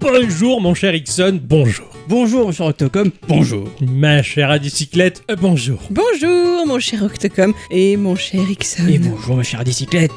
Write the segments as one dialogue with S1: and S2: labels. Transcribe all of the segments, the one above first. S1: Bonjour mon cher Ixon, bonjour.
S2: Bonjour, mon cher Octocom. Bonjour.
S1: Ma chère Adicyclette, euh, bonjour.
S3: Bonjour mon cher Octocom et mon cher Ixon.
S2: Et bonjour, ma chère bicyclette.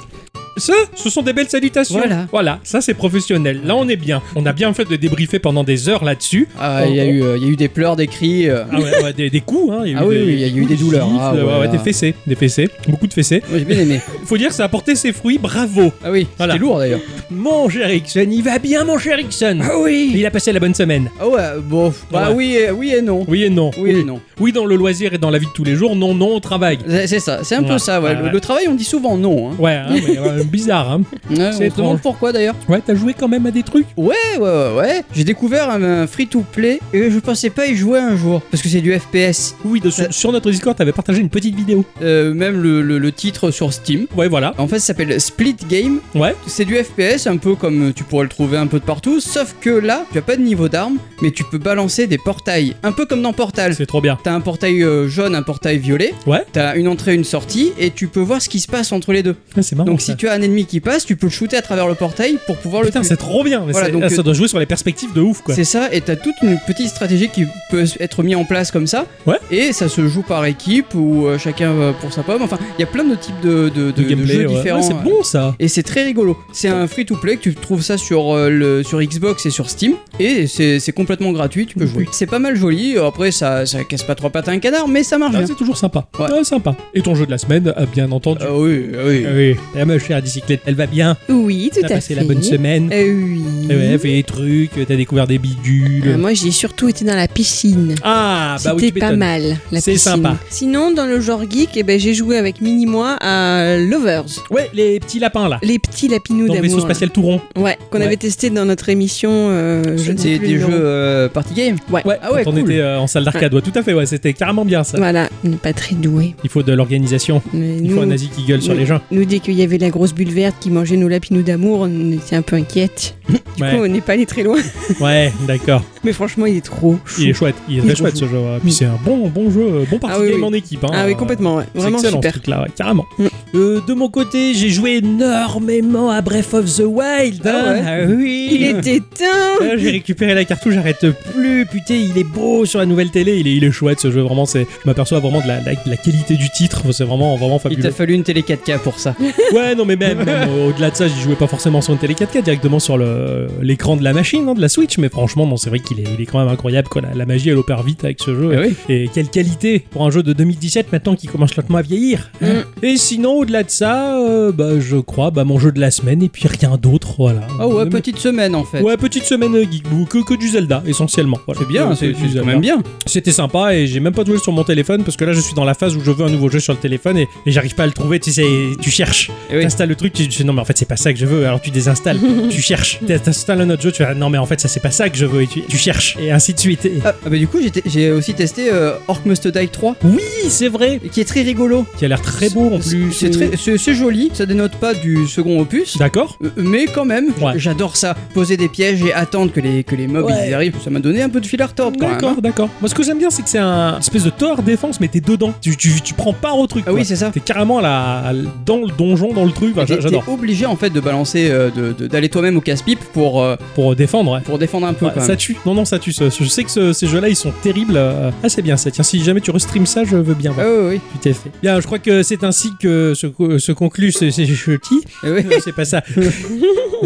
S1: Ça, ce sont des belles salutations.
S2: Voilà.
S1: Voilà, ça c'est professionnel. Là on est bien. On a bien fait de débriefer pendant des heures là-dessus.
S2: Ah, il y, a eu, euh, il y a eu des pleurs, des cris. euh.
S1: Ah ouais, ouais, des, des coups, hein.
S2: Ah oui, oui, il y a eu des douleurs,
S1: gifles,
S2: ah
S1: ouais,
S2: ouais,
S1: ouais,
S2: là.
S1: des fessées, des fessées, beaucoup de fessées.
S2: Moi, j'ai bien aimé.
S1: Faut dire que ça a porté ses fruits, bravo.
S2: Ah oui,
S1: Voilà.
S2: c'était lourd d'ailleurs.
S1: Mon cher Ixon, il va bien mon cher Ixon.
S2: Ah oui.
S1: Il a passé la bonne semaine.
S2: Ah ouais, bon. Bah
S1: Ouais.
S2: oui, et, oui et non.
S1: Oui et non.
S2: Oui et non.
S1: Oui dans le loisir et dans la vie de tous les jours, non, non au travail.
S2: C'est c'est ça, c'est un
S1: Ouais.
S2: peu ça. Ouais.
S1: Ouais,
S2: Le,
S1: ouais.
S2: le travail, on dit souvent non. Hein.
S1: Ouais, hein, ouais, ouais, bizarre. Hein.
S2: Ouais, on se
S1: étrange.
S2: demande pourquoi d'ailleurs.
S1: Ouais, t'as joué quand même à des trucs.
S2: Ouais, ouais, ouais, ouais. J'ai découvert un, free to play et je pensais pas y jouer un jour parce que c'est du FPS.
S1: Oui, de- sur, sur notre Discord, t'avais partagé une petite vidéo.
S2: Euh, même le, le- le titre sur Steam.
S1: Ouais, voilà.
S2: En fait, ça s'appelle Split Game.
S1: Ouais.
S2: C'est du FPS, un peu comme euh, tu pourrais le trouver un peu de partout, sauf que là, tu as pas de niveau d'arme, mais tu peux balancer des portails, un peu comme dans Portal.
S1: C'est trop bien.
S2: T'as un portail euh, jaune, un portail violet.
S1: Ouais.
S2: T'as une entrée, une sortie, et tu peux voir ce qui se passe entre les deux.
S1: Ouais, Ah, c'est marrant.
S2: Donc
S1: ça.
S2: si tu as un ennemi qui passe, tu peux le shooter à travers le portail pour pouvoir
S1: Putain,
S2: le
S1: c'est
S2: tuer.
S1: trop bien. Mais
S2: Voilà,
S1: c'est-
S2: donc,
S1: ah, ça
S2: euh,
S1: doit jouer sur les perspectives de ouf, quoi.
S2: C'est ça, et t'as toute une petite stratégie qui peut être mise en place comme ça.
S1: Ouais.
S2: Et ça se joue par équipe ou euh, chacun va pour sa pomme. Enfin, il y a plein de types de, de- de- de jeux
S1: ouais.
S2: différents.
S1: Ouais, c'est bon ça.
S2: Et c'est très rigolo. C'est un free-to-play que tu trouves ça sur, euh, le, sur Xbox et sur Steam. Et c'est c'est complètement gratuit, tu peux jouer. C'est pas mal joli. Après, ça, ça casse pas trois pattes à un canard, mais ça marche
S1: Ah,
S2: bien.
S1: c'est toujours sympa.
S2: Ouais.
S1: Ah, sympa. Et ton jeu de la semaine, ah, bien entendu.
S2: Ah oui, ah oui.
S1: Ah Oui, la ma chère bicyclette, elle va bien.
S3: Oui, tout
S1: T'as
S3: à
S1: passé
S3: fait.
S1: la bonne semaine. Eh
S3: Euh, oui.
S1: Ouais, elle fait des trucs, t'as découvert des bidules.
S2: Ah,
S3: Euh, moi j'ai surtout été dans la piscine.
S1: ah, bah oui,
S3: C'était
S1: tu
S3: pas
S1: m'étonnes.
S3: mal la
S1: C'est
S3: piscine.
S1: sympa.
S3: Sinon dans le genre geek, eh ben, j'ai joué avec Mini moi à Lovers,
S1: Ouais, les petits lapins là.
S3: les petits lapinous
S1: Dans le vaisseau
S3: d'amour. là.
S1: spatial tout rond.
S3: Ouais, qu'on
S1: Ouais.
S3: avait testé dans notre émission. euh, je ne sais
S2: C'est
S3: plus
S2: des
S3: le nom.
S2: jeux euh, party game.
S1: Ouais,
S2: Ah ouais,
S1: quand on
S2: cool.
S1: était euh, en salle d'arcade. Ouais, tout à fait, ouais, c'était carrément bien ça.
S3: Voilà, pas très doué.
S1: Il faut de l'organisation.
S3: Mais
S1: Il
S3: nous,
S1: faut un nazi qui gueule sur
S3: nous-
S1: les gens.
S3: nous, dès qu'il y avait la grosse bulle verte qui mangeait nos lapinous d'amour, on était un peu inquiète. Du
S1: Ouais,
S3: coup, on n'est pas allé très loin.
S1: ouais, d'accord.
S3: Mais franchement, il est trop chou.
S1: Il est chouette, il est
S3: Il
S1: très
S3: est
S1: chouette ce
S3: trop
S1: jeu. ouais. Puis
S3: Mm.
S1: c'est un bon, bon jeu, euh, bon parti
S3: Ah oui,
S1: game
S3: oui.
S1: en équipe. hein.
S3: Ah oui,
S1: Euh,
S3: complètement, ouais.
S1: c'est
S3: vraiment
S1: excellent
S3: super.
S1: ce truc-là, ouais, carrément.
S3: Mm.
S1: Euh, de mon côté, j'ai joué énormément à Breath of the Wild. hein.
S2: Ah
S1: Ah oui.
S3: Il était teint
S1: Ah, J'ai récupéré la cartouche, j'arrête plus. Putain, il est beau sur la nouvelle télé. Il est, il est chouette ce jeu, vraiment. C'est, je m'aperçois vraiment de la, la- de la qualité du titre. C'est vraiment, vraiment
S2: Il t'a
S1: fabuleux.
S2: fallu une télé 4K pour ça.
S1: Ouais, non, mais même, même, euh, au-delà de ça, j'y jouais pas forcément sur une télé 4K, directement sur le- l'écran de la machine, hein, de la Switch. Mais franchement, non, c'est vrai qu'il est, il est quand même incroyable. Quoi. La, la magie, elle opère vite avec ce jeu.
S2: Ah oui.
S1: Et quelle qualité pour un jeu de 2017 maintenant qui commence lentement à vieillir. hein.
S3: Mm.
S1: Et sinon, au-delà de ça, euh, bah, je crois, bah, mon jeu de la semaine et puis rien d'autre, voilà.
S2: Ah ouais,
S1: Mais-
S2: petite semaine en fait.
S1: Ouais, petite semaine euh, Geekboo, que, que du Zelda essentiellement. Voilà. Euh,
S2: C'est bien,
S1: Que-
S2: c'est
S1: que
S2: c'est
S1: du
S2: quand
S1: Zelda.
S2: même bien.
S1: C'était sympa et j'ai même pas joué sur mon téléphone parce que là je suis dans la phase où je veux un nouveau jeu sur le téléphone et, et j'arrive pas à le trouver. Tu sais, tu cherches,
S2: Eh oui.
S1: t'installes le truc, tu tu dis non mais en fait c'est pas ça que je veux. Alors tu désinstalles, tu cherches, T'in- t'installes un autre jeu, tu fais ah, non mais en fait ça c'est pas ça que je veux et tu, tu cherches et ainsi de suite. Et-
S2: Ah, ah bah du coup, j'étais- j'ai aussi testé euh, Orc Must Die 3,
S1: Oui, c'est vrai.
S2: qui est très rigolo.
S1: Qui a l'air très beau en
S2: C'est-
S1: plus.
S2: C'est très- c'est- c'est joli, ça dénote pas du second opus.
S1: D'accord.
S2: Euh, Mais quand même, j-
S1: Ouais.
S2: j'adore ça. Poser des pièges et attendre que les, que les mobs
S1: Ouais.
S2: ils arrivent, ça m'a donné un peu de fil à retordre quand même. hein.
S1: D'accord, d'accord. Moi, ce que j'aime bien, c'est que c'est un espèce de tort défense, mais t'es dedans. Tu, tu, tu prends part au truc.
S2: Ah
S1: quoi.
S2: oui, c'est ça.
S1: T'es carrément là, dans le donjon, dans le truc. Enfin,
S2: T'es
S1: Bah, j'a- J'adore.
S2: t'es obligé en fait de balancer, euh, de- de- d'aller toi-même au casse-pipe pour, euh,
S1: Pour défendre, ouais.
S2: pour défendre un peu
S1: Ouais,
S2: quand
S1: ça
S2: même.
S1: tue. Non, non, ça tue. ça. Je sais que ce- ces jeux-là, ils sont terribles. euh, Ah, c'est bien ça. Tiens, si jamais tu restreams ça, je veux bien voir.
S2: Ah oui, oui,
S1: Tu t'es fait. Bien, je crois que c'est ainsi que se, co- se conclut ce, ce petit.
S2: Ah oui.
S1: Non, Euh, c'est pas ça.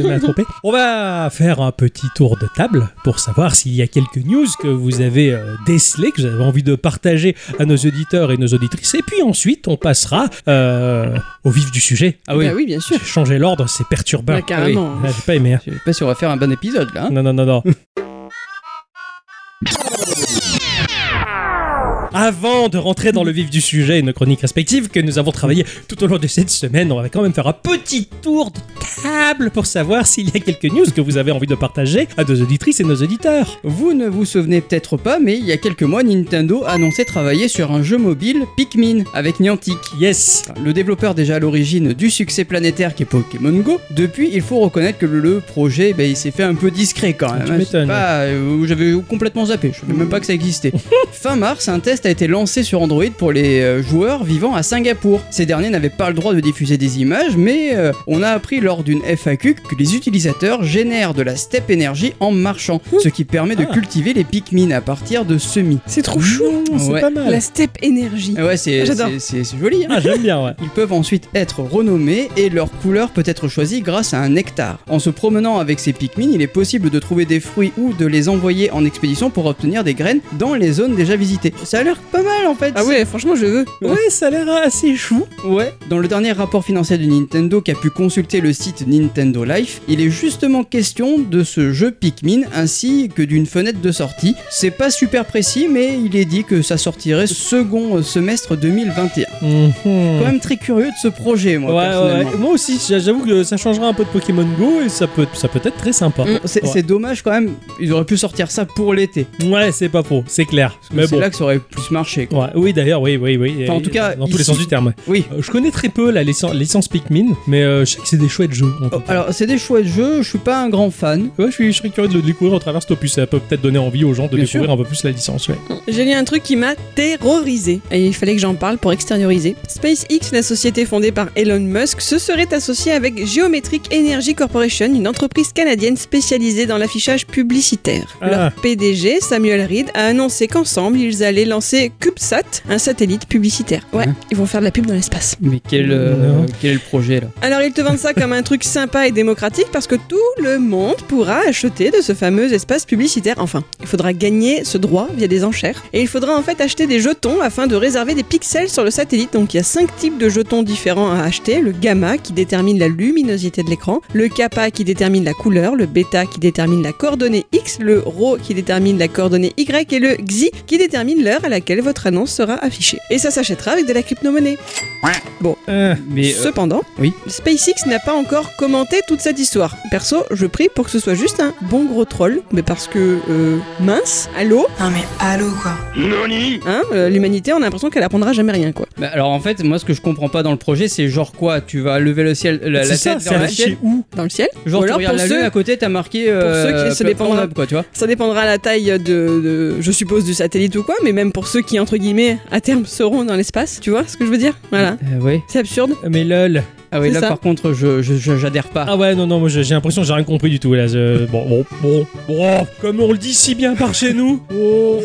S1: Je m'ai trompé. On va faire un petit tour de table pour savoir s'il y a quelques news que vous avez euh, décelées, que vous avez envie de partager à nos auditeurs et nos auditrices. Et puis ensuite, on passera euh, au vif du sujet.
S2: Ah oui.
S3: Bah oui, bien sûr.
S1: Changer l'ordre, c'est perturbant.
S3: Bah, carrément.
S1: Ah, J'ai pas aimé. hein.
S2: Je sais pas si on va faire un bon épisode là. hein.
S1: Non, non, non, non. Avant de rentrer dans le vif du sujet et nos chroniques respectives que nous avons travaillées tout au long de cette semaine, on va quand même faire un petit tour de table pour savoir s'il y a quelques news que vous avez envie de partager à nos auditrices et nos auditeurs.
S2: Vous ne vous souvenez peut-être pas, mais il y a quelques mois, Nintendo annonçait travailler sur un jeu mobile Pikmin avec Niantic.
S1: Yes
S2: Le développeur déjà à l'origine du succès planétaire qui est Pokémon Go, depuis il faut reconnaître que le- le projet ben, il s'est fait un peu discret quand même.
S1: Tu
S2: hein. Je
S1: m'étonnes.
S2: sais pas, euh, J'avais complètement zappé, je savais même pas que ça existait. fin mars, un test a été lancé sur Android pour les euh, joueurs vivant à Singapour. Ces derniers n'avaient pas le droit de diffuser des images, mais euh, on a appris lors d'une FAQ que les utilisateurs génèrent de la step energy en marchant, ce qui permet de
S1: Ah.
S2: cultiver les Pikmin à partir de semis.
S3: C'est trop chou.
S1: Mmh, c'est
S2: Ouais.
S1: pas mal.
S3: La step énergie.
S2: Ah Ouais, c'est
S3: Ah, j'adore.
S2: c'est- c'est- c'est joli. hein.
S1: Ah, j'aime bien, ouais.
S2: Ils peuvent ensuite être renommés et leur couleur peut être choisie grâce à un nectar. En se promenant avec ces Pikmin, il est possible de trouver des fruits ou de les envoyer en expédition pour obtenir des graines dans les zones déjà visitées. Ça a l'air pas mal en fait.
S3: Ah ouais, franchement, je veux.
S1: Ouais, ça a l'air assez chou.
S2: Ouais. Dans le dernier rapport financier de Nintendo qu'a pu consulter le site Nintendo Life, il est justement question de ce jeu Pikmin ainsi que d'une fenêtre de sortie. C'est pas super précis, mais il est dit que ça sortirait second semestre 2021. Quand même très curieux de ce projet, moi
S1: Mhm. Ouais, ouais,
S2: personnellement.
S1: ouais. Moi aussi, j'a- j'avoue que ça changera un peu de Pokémon Go et ça peut, ça peut être très sympa.
S2: Mm, C'est
S1: Ouais.
S2: c'est dommage quand même, ils auraient pu sortir ça pour l'été.
S1: Ouais, c'est pas faux, c'est clair.
S2: Mm. Parce que
S1: Mais
S2: C'est
S1: bon.
S2: là que ça aurait plus marché. quoi.
S1: Ouais, oui, d'ailleurs, oui, oui, oui.
S2: Enfin, en tout cas,
S1: dans tous
S2: ici-
S1: les sens du terme. ouais.
S2: Oui.
S1: Euh, je connais très peu la licence, licence Pikmin, mais euh, je sais que c'est des chouettes jeux. en tout
S2: Oh,
S1: cas.
S2: alors, c'est des chouettes jeux, je suis pas un grand fan.
S1: Ouais, je, suis, je serais curieux de le découvrir au travers de cet opus. Ça peut peut-être donner envie aux gens de
S2: Bien
S1: découvrir un peu plus la licence. Ouais.
S3: J'ai lu un truc qui m'a terrorisé et il fallait que j'en parle pour extérioriser. SpaceX, la société fondée par Elon Musk, se serait associée avec Geometric Energy Corporation, une entreprise canadienne spécialisée dans l'affichage publicitaire.
S1: Ah.
S3: Leur PDG, Samuel Reed, a annoncé qu'ensemble, ils allaient lancer CubeSat, un satellite publicitaire. Ouais,
S2: Hein
S3: ils vont faire de la pub dans l'espace.
S2: Mais quel, euh,
S1: Non.
S2: quel est le projet là
S3: Alors ils te vendent ça comme un truc sympa et démocratique parce que tout le monde pourra acheter de ce fameux espace publicitaire. Enfin, il faudra gagner ce droit via des enchères. Et il faudra en fait acheter des jetons afin de réserver des pixels sur le satellite. Donc il y a cinq types de jetons différents à acheter. Le gamma qui détermine la luminosité de l'écran, le kappa qui détermine la couleur, le bêta qui détermine la coordonnée X, le rho qui détermine la coordonnée Y et le xi qui détermine l'heure à laquelle votre annonce sera affichée. Et ça s'achètera avec de la crypto-monnaie.
S1: Ah.
S2: Mais euh,
S3: Cependant,
S2: oui.
S3: SpaceX n'a pas encore commenté toute cette histoire. Perso, je prie pour que ce soit juste un bon gros troll, mais parce que euh, mince, allô,
S4: Non mais allô quoi
S3: hein, euh, l'humanité, on a l'impression qu'elle apprendra jamais rien quoi.
S2: bah, alors en fait, moi ce que je comprends pas dans le projet, c'est genre quoi Tu vas lever le ciel, la, la
S1: c'est ça,
S2: tête
S1: c'est
S2: vers le ciel
S1: affiché où
S3: Dans le ciel.
S2: Genre
S3: Ou
S2: tu
S3: alors
S2: regardes
S3: pour
S2: la
S3: ceux-
S2: lune à côté, t'as marqué.
S3: ceux qui se
S2: platform
S3: dépendra-
S2: hub, quoi, tu vois.
S3: Ça dépendra la taille de, de- je suppose, du satellite ou quoi, mais même pour ceux qui, entre guillemets, à terme seront dans l'espace, tu vois ce que je veux dire Voilà.
S2: Euh, ouais.
S3: C'est absurde.
S1: Mais lol.
S2: Ah oui,
S3: C'est
S2: là
S3: ça.
S2: par contre, je je- je- j'adhère pas.
S1: Ah ouais, non, non, moi j'ai j'ai l'impression que j'ai rien compris du tout. Là, je- bon, bon, bon, bon, comme on le dit si bien par chez nous. Oh.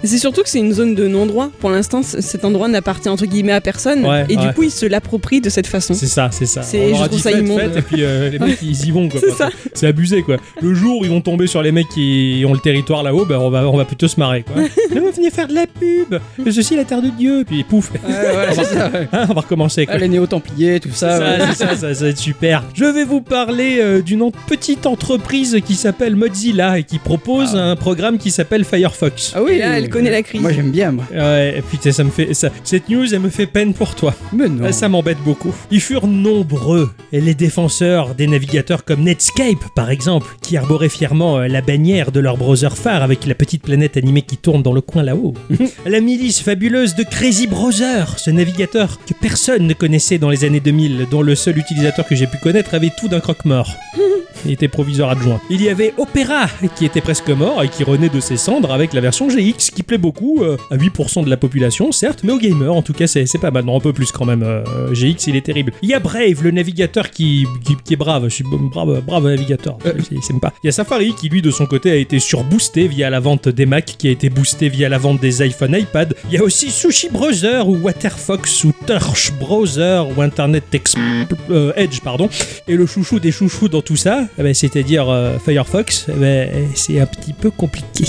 S3: Mais C'est surtout que c'est une zone de non-droit. Pour l'instant, c- cet endroit n'appartient, entre guillemets, à personne.
S1: Ouais,
S3: et
S1: ouais.
S3: du coup, ils se l'approprient de cette façon.
S1: C'est ça, c'est ça.
S3: Mmh. C'est-
S1: On
S3: je
S1: leur a
S3: trouve
S1: dit
S3: ça
S1: faites,
S3: immonde.
S1: faites, et puis euh, les mecs ils y vont quoi.
S3: C'est ça.
S1: C'est abusé quoi. Le jour où ils vont tomber sur les mecs qui ont le territoire là-haut, bah, on, va, on va plutôt se marrer quoi. Mais on venez faire de la pub Ceci est la terre de Dieu Puis pouf
S2: Ah, Ouais, ouais, c'est ça. ouais.
S1: hein, On va recommencer quoi.
S2: Ah, les néo-templiers, tout ça. ouais.
S1: Ça, c'est ça, ça, ça va être super. Je vais vous parler euh, d'une en- petite entreprise qui s'appelle Mozilla et qui propose
S3: Ah.
S1: un programme qui s'appelle Firefox.
S2: Ah oui,
S3: Et là, elle connaît la crise.
S2: Moi j'aime bien, moi.
S1: Ouais, putain, ça me fait. ça- cette news, elle me fait peine pour toi.
S2: Mais non.
S1: Ah, Ça m'embête beaucoup. Ils furent nombreux, et les défenseurs des navigateurs comme Netscape, par exemple, qui arboraient fièrement euh, la bannière de leur browser phare avec la petite planète animée qui tourne dans le coin là-haut. la milice fabuleuse de Crazy Browser, ce navigateur que personne ne connaissait dans les années 2000, dont le seul utilisateur que j'ai pu connaître avait tout d'un croque-mort. Il était proviseur adjoint. Il y avait Opera, qui était presque mort et qui renaît de ses cendres avec la version GX, qui plaît beaucoup euh, à 8% de la population, certes, mais aux gamers, en tout cas, c'est c'est pas mal. Non, un peu plus quand même. euh, euh, GX, il est terrible. Il y a Brave, le navigateur qui, qui, qui est brave. Je suis brave, brave navigateur. Il s'aime pas. Il y a Safari, qui lui, de son côté, a été surboosté via la vente des Mac, qui a été boosté via la vente des iPhone, iPad. Il y a aussi Sushi Browser, ou Waterfox, ou Torch Browser, ou Internet Ex- euh, Edge, pardon. Et le chouchou des chouchous dans tout ça, eh ben, c'est-à-dire euh, Firefox, eh ben, c'est un petit peu compliqué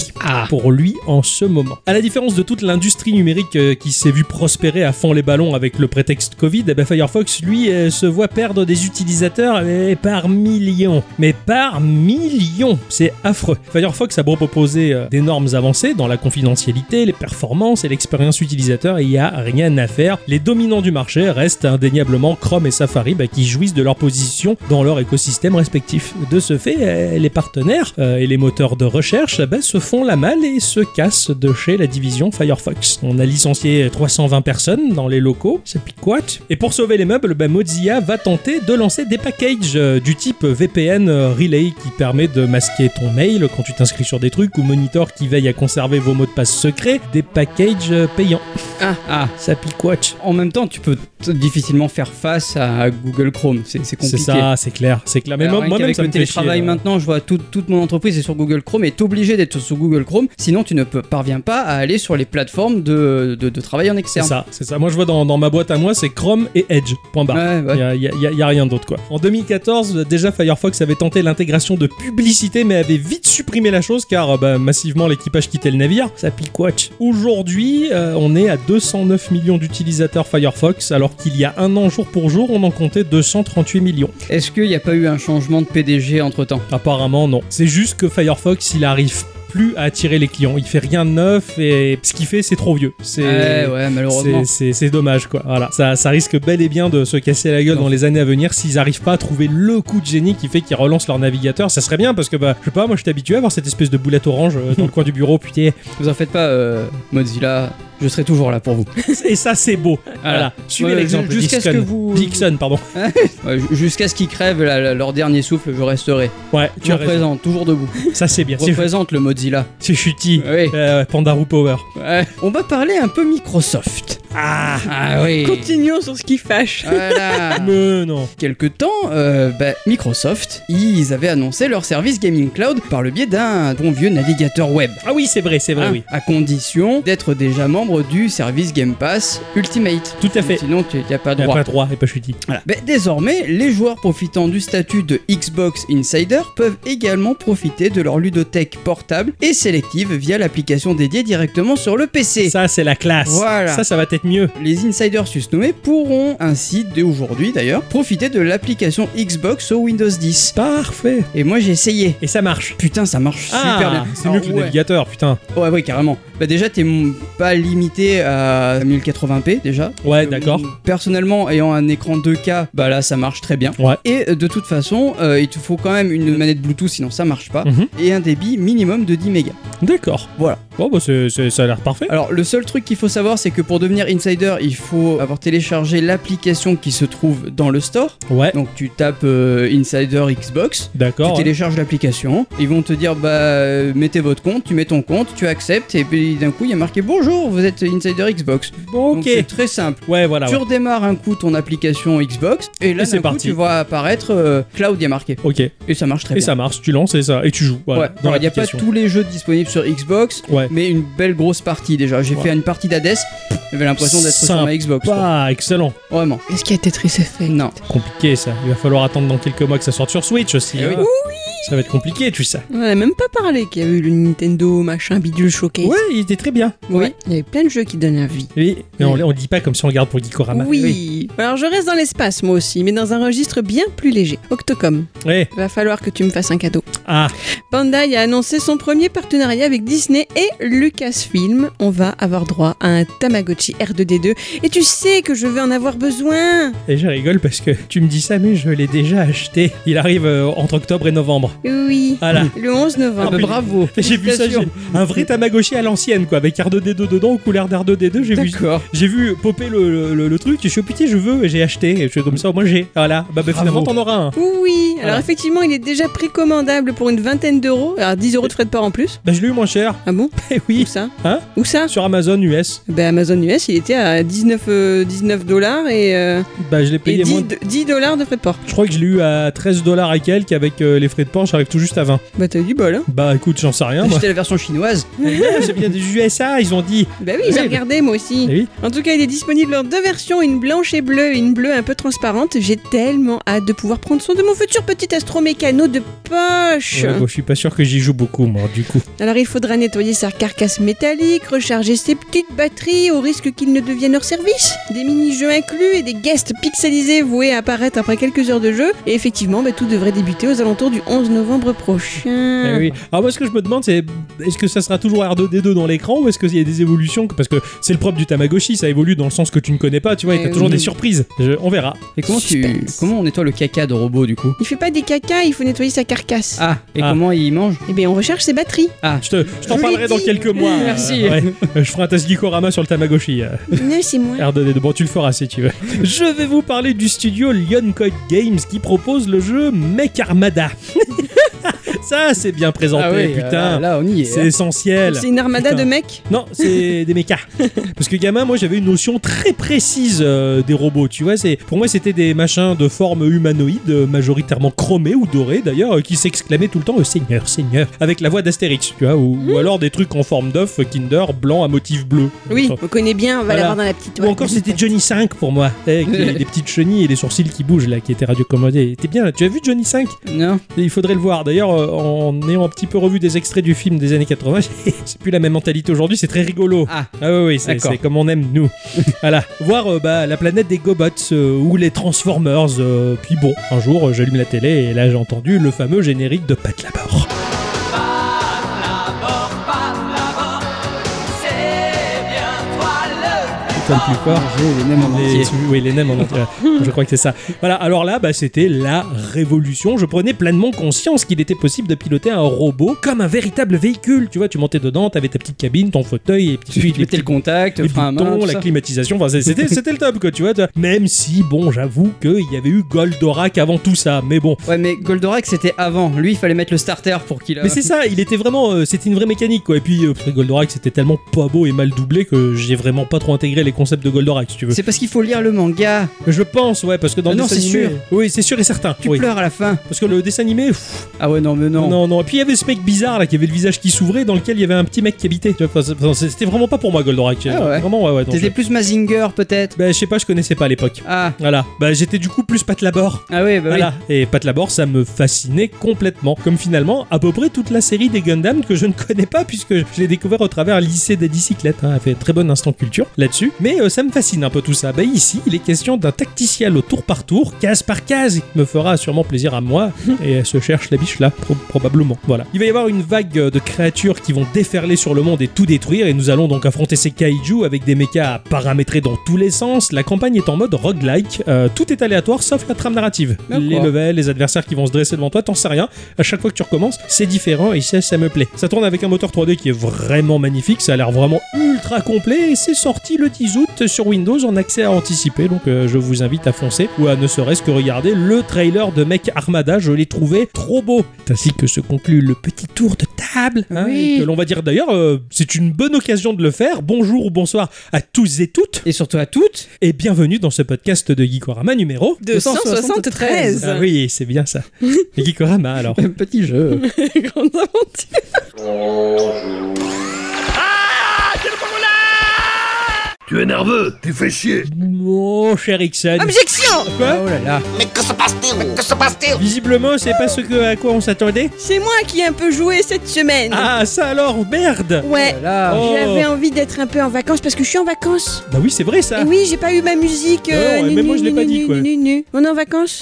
S1: pour lui en ce moment. À la différence de toute l'industrie numérique euh, qui s'est vue prospérer à fond les ballons avec le prétexte Covid, eh ben, Firefox, lui, euh, se voit perdre des utilisateurs eh, par millions. Mais par millions C'est affreux. Firefox a beau proposer euh, d'énormes avancées dans la confidentialité, les performances et l'expérience utilisateur, il n'y a rien à faire. Les dominants du marché restent indéniablement Chrome et Safari bah, qui jouissent de leur position dans leur écosystème respectif. De ce fait, euh, les partenaires euh, et les moteurs de recherche bah, se font la malle et se cassent de chez la division Firefox. On a licencié 320 personnes dans les locaux, ça pique quoi Et pour sauver les meubles, bah, Mozilla va tenter de lancer des packages euh, du type VPN euh, Relay qui permet de masquer ton mail quand tu t'inscris sur des trucs ou Monitor qui veille à conserver vos mots de passe secrets, des packages euh, payants.
S2: Ah, ah.
S1: Ça pique quoi
S2: En même temps, tu peux difficilement faire face à Google Chrome. C'est c'est
S1: C'est
S2: compliqué.
S1: ça, c'est clair, c'est clair. Mais
S2: Alors,
S1: moi-
S2: rien
S1: moi-même,
S2: qu'avec
S1: ça me
S2: le
S1: fait
S2: télétravail
S1: chier, euh, là.
S2: maintenant, je vois tout- toute mon entreprise est sur Google Chrome et est obligée d'être sur Google Chrome, sinon tu ne peux- parviens pas à aller sur les plateformes de, de, de travail en
S1: C'est
S2: externe.
S1: ça, c'est ça. Moi, je vois dans, dans ma boîte à moi, c'est Chrome et Edge. Point barre.
S2: Ouais, ouais.
S1: Il n'y a, y a- y a rien d'autre quoi. En 2014, déjà Firefox avait tenté l'intégration de publicité mais avait vite supprimé la chose car euh, bah, massivement l'équipage quittait le navire. Ça pique watch. Aujourd'hui, euh, on est à 209 millions d'utilisateurs Firefox alors qu'il y a un an jour pour jour, on en comptait 238 millions.
S2: Est-ce qu'il n'y a pas eu un changement de PDG entre temps
S1: Apparemment non. C'est juste que Firefox, il arrive plus à attirer les clients. Il fait rien de neuf et ce qu'il fait, c'est trop vieux. C'est
S2: Ouais, ouais, malheureusement.
S1: c'est- C'est c'est dommage quoi. Voilà, ça, ça risque bel et bien de se casser la gueule
S2: Non.
S1: dans les années à venir s'ils n'arrivent pas à trouver le coup de génie qui fait qu'ils relancent leur navigateur. Ça serait bien parce que bah, je sais pas, moi je suis habitué à voir cette espèce de boulette orange euh, dans le coin du bureau, putain.
S2: Vous en faites pas, euh, Mozilla, je serai toujours là pour vous.
S1: Et ça c'est beau. Voilà, suivez
S2: Ouais,
S1: l'exemple.
S2: ju- Jusqu'à ce que
S1: Dixon.
S2: vous.
S1: Dixon, pardon.
S2: Ouais, ju- Jusqu'à ce qu'ils crèvent la- la- leur dernier souffle, je resterai.
S1: Ouais, tu as
S2: Toujours
S1: raison.
S2: présent, toujours debout.
S1: Ça c'est bien. C'est-
S2: Représente le Mozilla.
S1: C'est chutis.
S2: Oui.
S1: Euh, Pandaru Power.
S2: Ouais. On va parler un peu Microsoft.
S1: Ah
S2: Ah oui.
S3: Continuons sur ce qui fâche.
S2: Voilà.
S1: mais non.
S2: Quelque temps, euh, bah, Microsoft, ils avaient annoncé leur service Gaming Cloud par le biais d'un bon vieux navigateur web.
S1: Ah oui, c'est vrai, c'est vrai,
S2: Hein,
S1: oui.
S2: À condition d'être déjà membre du service Game Pass Ultimate.
S1: Tout à fait.
S2: Sinon, tu n'y as pas
S1: Il y a
S2: droit.
S1: pas droit et pas chutis.
S2: Voilà. Ben, désormais, les joueurs profitant du statut de Xbox Insider peuvent également profiter de leur ludothèque portable et sélective via l'application dédiée directement sur le PC.
S1: Ça c'est la classe.
S2: Voilà.
S1: Ça, ça va être mieux.
S2: Les insiders susnommés pourront ainsi, dès aujourd'hui d'ailleurs, profiter de l'application Xbox sur Windows 10.
S1: Parfait.
S2: Et moi j'ai essayé.
S1: Et ça marche.
S2: Putain, ça marche super
S1: Ah,
S2: bien.
S1: c'est mieux
S2: Ah,
S1: que le
S2: ouais.
S1: navigateur, putain.
S2: Ouais, ouais, carrément. Bah déjà, t'es mm, pas limité à 1080p déjà.
S1: Ouais,
S2: Euh,
S1: d'accord.
S2: Personnellement, ayant un écran 2K, bah là, ça marche très bien.
S1: Ouais.
S2: Et euh, de toute façon, euh, il te faut quand même une manette Bluetooth, sinon ça marche pas.
S1: Mhm.
S2: Et un débit minimum de 10 mégas.
S1: D'accord.
S2: Voilà.
S1: Bon, bah, c'est- c'est- ça a l'air parfait.
S2: Alors, le seul truc qu'il faut savoir, c'est que pour devenir insider, il faut avoir téléchargé l'application qui se trouve dans le store.
S1: Ouais,
S2: Donc, tu tapes euh, Insider Xbox. Tu
S1: d'accord. ouais.
S2: télécharges l'application, ils vont te dire bah euh, mettez votre compte, tu mets ton compte, tu acceptes et puis d'un coup il y a marqué bonjour, vous êtes Insider Xbox.
S1: Bon,
S2: Donc,
S1: ok.
S2: c'est très simple.
S1: Ouais, voilà.
S2: tu
S1: ouais.
S2: redémarres un coup ton application Xbox et là
S1: Et c'est
S2: d'un coup,
S1: parti.
S2: tu vois apparaître euh, Cloud il y a marqué
S1: Ok. Et
S2: et ça marche très bien.
S1: ça marche, tu lances et ça. Et tu joues. Voilà,
S2: Ouais.
S1: dans
S2: Alors, il n'y a pas
S1: l'application.
S2: tous les jeux disponibles sur Xbox,
S1: Ouais.
S2: mais une belle grosse partie déjà. J'ai
S1: Ouais.
S2: fait une partie d'Hades, j'avais l'impression d'être sur ma Xbox. quoi.
S1: Pas Ah, excellent.
S2: Vraiment.
S3: Qu'est-ce qui a Tetris Effect
S2: Non.
S1: Compliqué ça. Il va falloir attendre dans quelques mois que ça sorte sur Switch aussi. hein.
S2: Eh oui.
S1: Ça va être compliqué, tu sais.
S3: On en a même pas parlé qu'il y avait eu le Nintendo machin bidule showcase.
S1: Ouais, il était très bien.
S3: Oui, il y avait plein de jeux qui donnent envie.
S1: Oui. Mais on, on dit pas comme si on regarde pour Geekorama.
S3: oui. Alors je reste dans l'espace moi aussi, mais dans un registre bien plus léger. Octocom,
S1: Ouais.
S3: va falloir que tu me fasses un cadeau.
S1: Ah,
S3: Bandai a annoncé son premier partenariat avec Disney et Lucasfilm. On va avoir droit à un Tamagotchi R2D2 et tu sais que je vais en avoir besoin.
S1: et je rigole parce que tu me dis ça, mais je l'ai déjà acheté. Il arrive euh, entre octobre et novembre.
S3: Oui.
S1: Voilà.
S3: Le 11 novembre.
S1: bah, putain.
S2: Ah, bravo.
S1: J'ai vu ça, j'ai-
S2: Félicitations.
S1: un vrai Tamagotchi à l'ancienne, quoi, avec R2D2 dedans, aux couleurs d'R2D2. J'ai vu,
S2: D'accord.
S1: j'ai vu popper le, le- le truc, et je suis putain, je veux, et j'ai acheté, et je suis comme ça, moi j'ai. Voilà, bah, bah, finalement
S2: Bravo.
S1: t'en auras un.
S3: Oui, alors
S1: Voilà.
S3: effectivement, il est déjà précommandable pour une vingtaine d'euros, alors 10 euros de frais de port en plus.
S1: Bah je l'ai eu moins cher,
S3: Ah bon
S1: eh
S3: Où
S1: oui,
S3: ça
S1: Hein
S3: Où ça
S1: sur Amazon US.
S3: Ben Amazon US, il était à 19 euh, 19 dollars et, euh,
S1: Bah je l'ai
S3: et
S1: payé
S3: 10
S1: moins.
S3: de- 10 dollars de frais de port.
S1: Je crois que je l'ai eu à 13 dollars et quelques, avec euh, les frais de port, j'arrive tout juste à 20.
S3: Bah t'as eu du bol, hein
S1: Bah écoute, j'en sais rien,
S2: J'ai
S1: moi.
S2: acheté la version chinoise.
S1: c'est bien des USA, ils ont dit.
S3: Bah oui,
S1: Oui,
S3: j'ai
S1: mais-
S3: regardé moi
S1: Eh
S3: aussi.
S1: oui,
S3: En tout cas, il est disponible en deux versions, une blanche et bleue, et une bleue un peu transparente. J'ai tellement hâte de pouvoir prendre soin de mon futur petit astromécano de poche.
S1: Ouais, bon, je suis pas sûr que j'y joue beaucoup, moi, du coup.
S3: Alors il faudra nettoyer sa carcasse métallique, recharger ses petites batteries au risque qu'ils ne deviennent hors service. Des mini-jeux inclus et des guests pixelisés voués à apparaître après quelques heures de jeu. Et effectivement, bah, tout devrait débuter aux alentours du 11 novembre prochain.
S1: Eh oui.
S2: Ah.
S1: Alors moi ce que je me demande c'est est-ce que ça sera toujours R2D2 dans l'écran ou est-ce qu'il y a des évolutions que- parce que c'est le propre du Tamagotchi, ça évolue dans le sens que tu ne connais pas, tu vois, et
S3: Eh
S1: t'as toujours
S3: oui.
S1: des surprises. Je- on verra.
S2: Et comment, tu,
S3: Suspense.
S2: comment on nettoie le caca de robot du coup
S3: Il fait pas des caca, il faut nettoyer sa carcasse.
S2: Ah, et
S1: Ah.
S2: comment il mange
S3: Et bien on recharge ses batteries.
S1: Je te- je t'en
S3: Je
S1: parlerai
S3: l'ai
S1: dans
S3: dit.
S1: quelques mois. euh,
S2: Merci.
S1: ouais. Euh, Je ferai un test Geekorama sur le Tamagotchi. euh,
S3: non, c'est moi.
S1: R2D2, bon tu le feras si tu veux. Je vais vous parler du studio Lion Code Games qui propose le jeu Mech Armada. Ça, c'est bien présenté,
S5: Ah oui,
S1: putain.
S5: euh, Là, on y est.
S1: c'est
S5: hein.
S1: essentiel.
S3: C'est une armada
S1: Putain.
S3: de mecs.
S1: Non, c'est des mechas. Parce que gamin, moi j'avais une notion très précise euh, des robots, tu vois. C'est Pour moi, c'était des machins de forme humanoïde, euh, majoritairement chromés ou dorés d'ailleurs, euh, qui s'exclamaient tout le temps euh, Seigneur, Seigneur, avec la voix d'Astérix, tu vois. Ou, ou
S3: Hmm.
S1: alors des trucs en forme d'œuf, euh, Kinder, blanc à motif bleu.
S3: Oui,
S1: Enfin,
S3: on connaît bien, on va
S1: Oh. Voilà.
S3: l'avoir dans la petite.
S1: Ou
S3: ouais.
S1: encore c'était Johnny 5 pour moi, eh, avec les, les petites chenilles et les sourcils qui bougent là, qui étaient radiocommandés. T'es bien, tu as vu Johnny 5
S5: Non.
S1: et Il faudrait le voir. D'ailleurs, euh, en ayant un petit peu revu des extraits du film des années 80, c'est plus la même mentalité aujourd'hui, c'est très rigolo.
S5: Ah,
S1: Ah oui, oui, c'est
S5: D'accord.
S1: c'est comme on aime nous. voilà, voir euh, bah, la planète des Gobots euh, ou les Transformers. euh, puis bon, un jour, euh, j'allume la télé et là j'ai entendu le fameux générique de Pat Labor. Putain, le plus fort.
S5: j'ai les mêmes en
S1: Les,
S5: entier.
S1: oui, les nems en entier. Je crois que c'est ça. Voilà, alors là, bah, c'était la révolution. Je prenais pleinement conscience qu'il était possible de piloter un robot comme un véritable véhicule. Tu vois, tu montais dedans, t'avais ta petite cabine, ton fauteuil, et puis
S5: Tu mettais le contact,
S1: les
S5: le frein à main,
S1: boutons,
S5: tout
S1: la
S5: ça.
S1: climatisation, enfin, c'est- c'était c'était le top quoi, tu vois. tu vois. Même si, bon, j'avoue qu'il y avait eu Goldorak avant tout ça, mais bon.
S5: Ouais, mais Goldorak, c'était avant. Lui, il fallait mettre le starter pour qu'il. euh,
S1: Mais c'est ça, il était vraiment, euh, c'était une vraie mécanique quoi. Et puis euh, après, Goldorak, c'était tellement pas beau et mal doublé que j'ai vraiment pas trop intégré les concepts de Goldorak, si tu veux.
S5: C'est parce qu'il faut lire le manga.
S1: Je pense, ouais, parce que dans
S5: Ah
S1: le
S5: non,
S1: dessin
S5: c'est
S1: animé- oui, c'est sûr et certain.
S5: Tu
S1: oui.
S5: pleures à la fin.
S1: Parce que le dessin animé, pff,
S5: Ah ouais, non, mais non.
S1: non. non, Et puis il y avait ce mec bizarre là qui avait le visage qui s'ouvrait, dans lequel il y avait un petit mec qui habitait. Tu vois, enfin, c'était vraiment pas pour moi Goldorak.
S5: Ah ouais.
S1: Vraiment, ouais, ouais. non, je...
S5: T'étais plus Mazinger, peut-être.
S1: Ben, je sais pas, je connaissais pas à l'époque.
S5: Ah,
S1: Voilà, bah j'étais du coup plus Pat Labor.
S5: ah ouais,
S2: Eh ben
S5: bah oui.
S1: Voilà, et Pat Labor, ça me fascinait complètement. Comme finalement, à peu près toute la série des Gundam que je ne connais pas, puisque je l'ai découvert au travers un lycée des bicyclettes. hein. Elle fait très bon instant culture là-dessus. Mais euh, ça me fascine un peu tout ça. Bah ici, il est question d'un tacticiel au tour par tour, case par case, et qui me fera sûrement plaisir à moi. et elle se cherche la biche là, pro- probablement. Voilà. Il va y avoir une vague euh, de créatures qui vont déferler sur le monde et tout détruire, et nous allons donc affronter ces kaiju avec des mechas à paramétrer dans tous les sens. La campagne est en mode roguelike, euh, tout est aléatoire sauf la trame narrative.
S5: D'accord.
S1: Les levels, les adversaires qui vont se dresser devant toi, t'en sais rien. À chaque fois que tu recommences, c'est différent et ça, ça me plaît. Ça tourne avec un moteur 3D qui est vraiment magnifique, ça a l'air vraiment ultra complet et c'est sorti le 10 août sur Windows en accès anticipé, donc euh, je vous invite à foncer ou à ne serait-ce que regarder le trailer de Mech Armada, je l'ai trouvé trop beau. C'est ainsi que se conclut le petit tour de table, hein,
S5: Oui.
S1: et que l'on va dire d'ailleurs, euh, c'est une bonne occasion de le faire. Bonjour ou bonsoir à tous et toutes
S5: Et surtout à toutes.
S1: et bienvenue dans ce podcast de Geekorama numéro
S3: 273.
S1: ah oui, c'est bien ça. Et Gikorama alors.
S5: Petit jeu.
S3: Grande aventure.
S6: Tu es nerveux, tu fais chier.
S1: Mon cher Ixon.
S3: Ah, Objection
S1: Quoi
S5: oh là là.
S7: Mais que se passe-t-il Mais que se passe-t-il
S1: Visiblement, c'est pas ce que, à quoi on s'attendait.
S3: C'est moi qui ai un peu joué cette semaine.
S1: Ah, ça alors, merde
S3: Ouais.
S5: Oh là là.
S1: Oh.
S3: J'avais envie d'être un peu en vacances parce que je suis en vacances.
S1: Bah oui, c'est vrai ça.
S3: Et Eh oui, j'ai pas eu ma musique.
S1: Non, et
S3: nu,
S1: même
S3: nu,
S1: moi, je l'ai
S3: nu,
S1: pas
S3: nu,
S1: dit,
S3: nu,
S1: quoi.
S3: nu, nu. On est en vacances.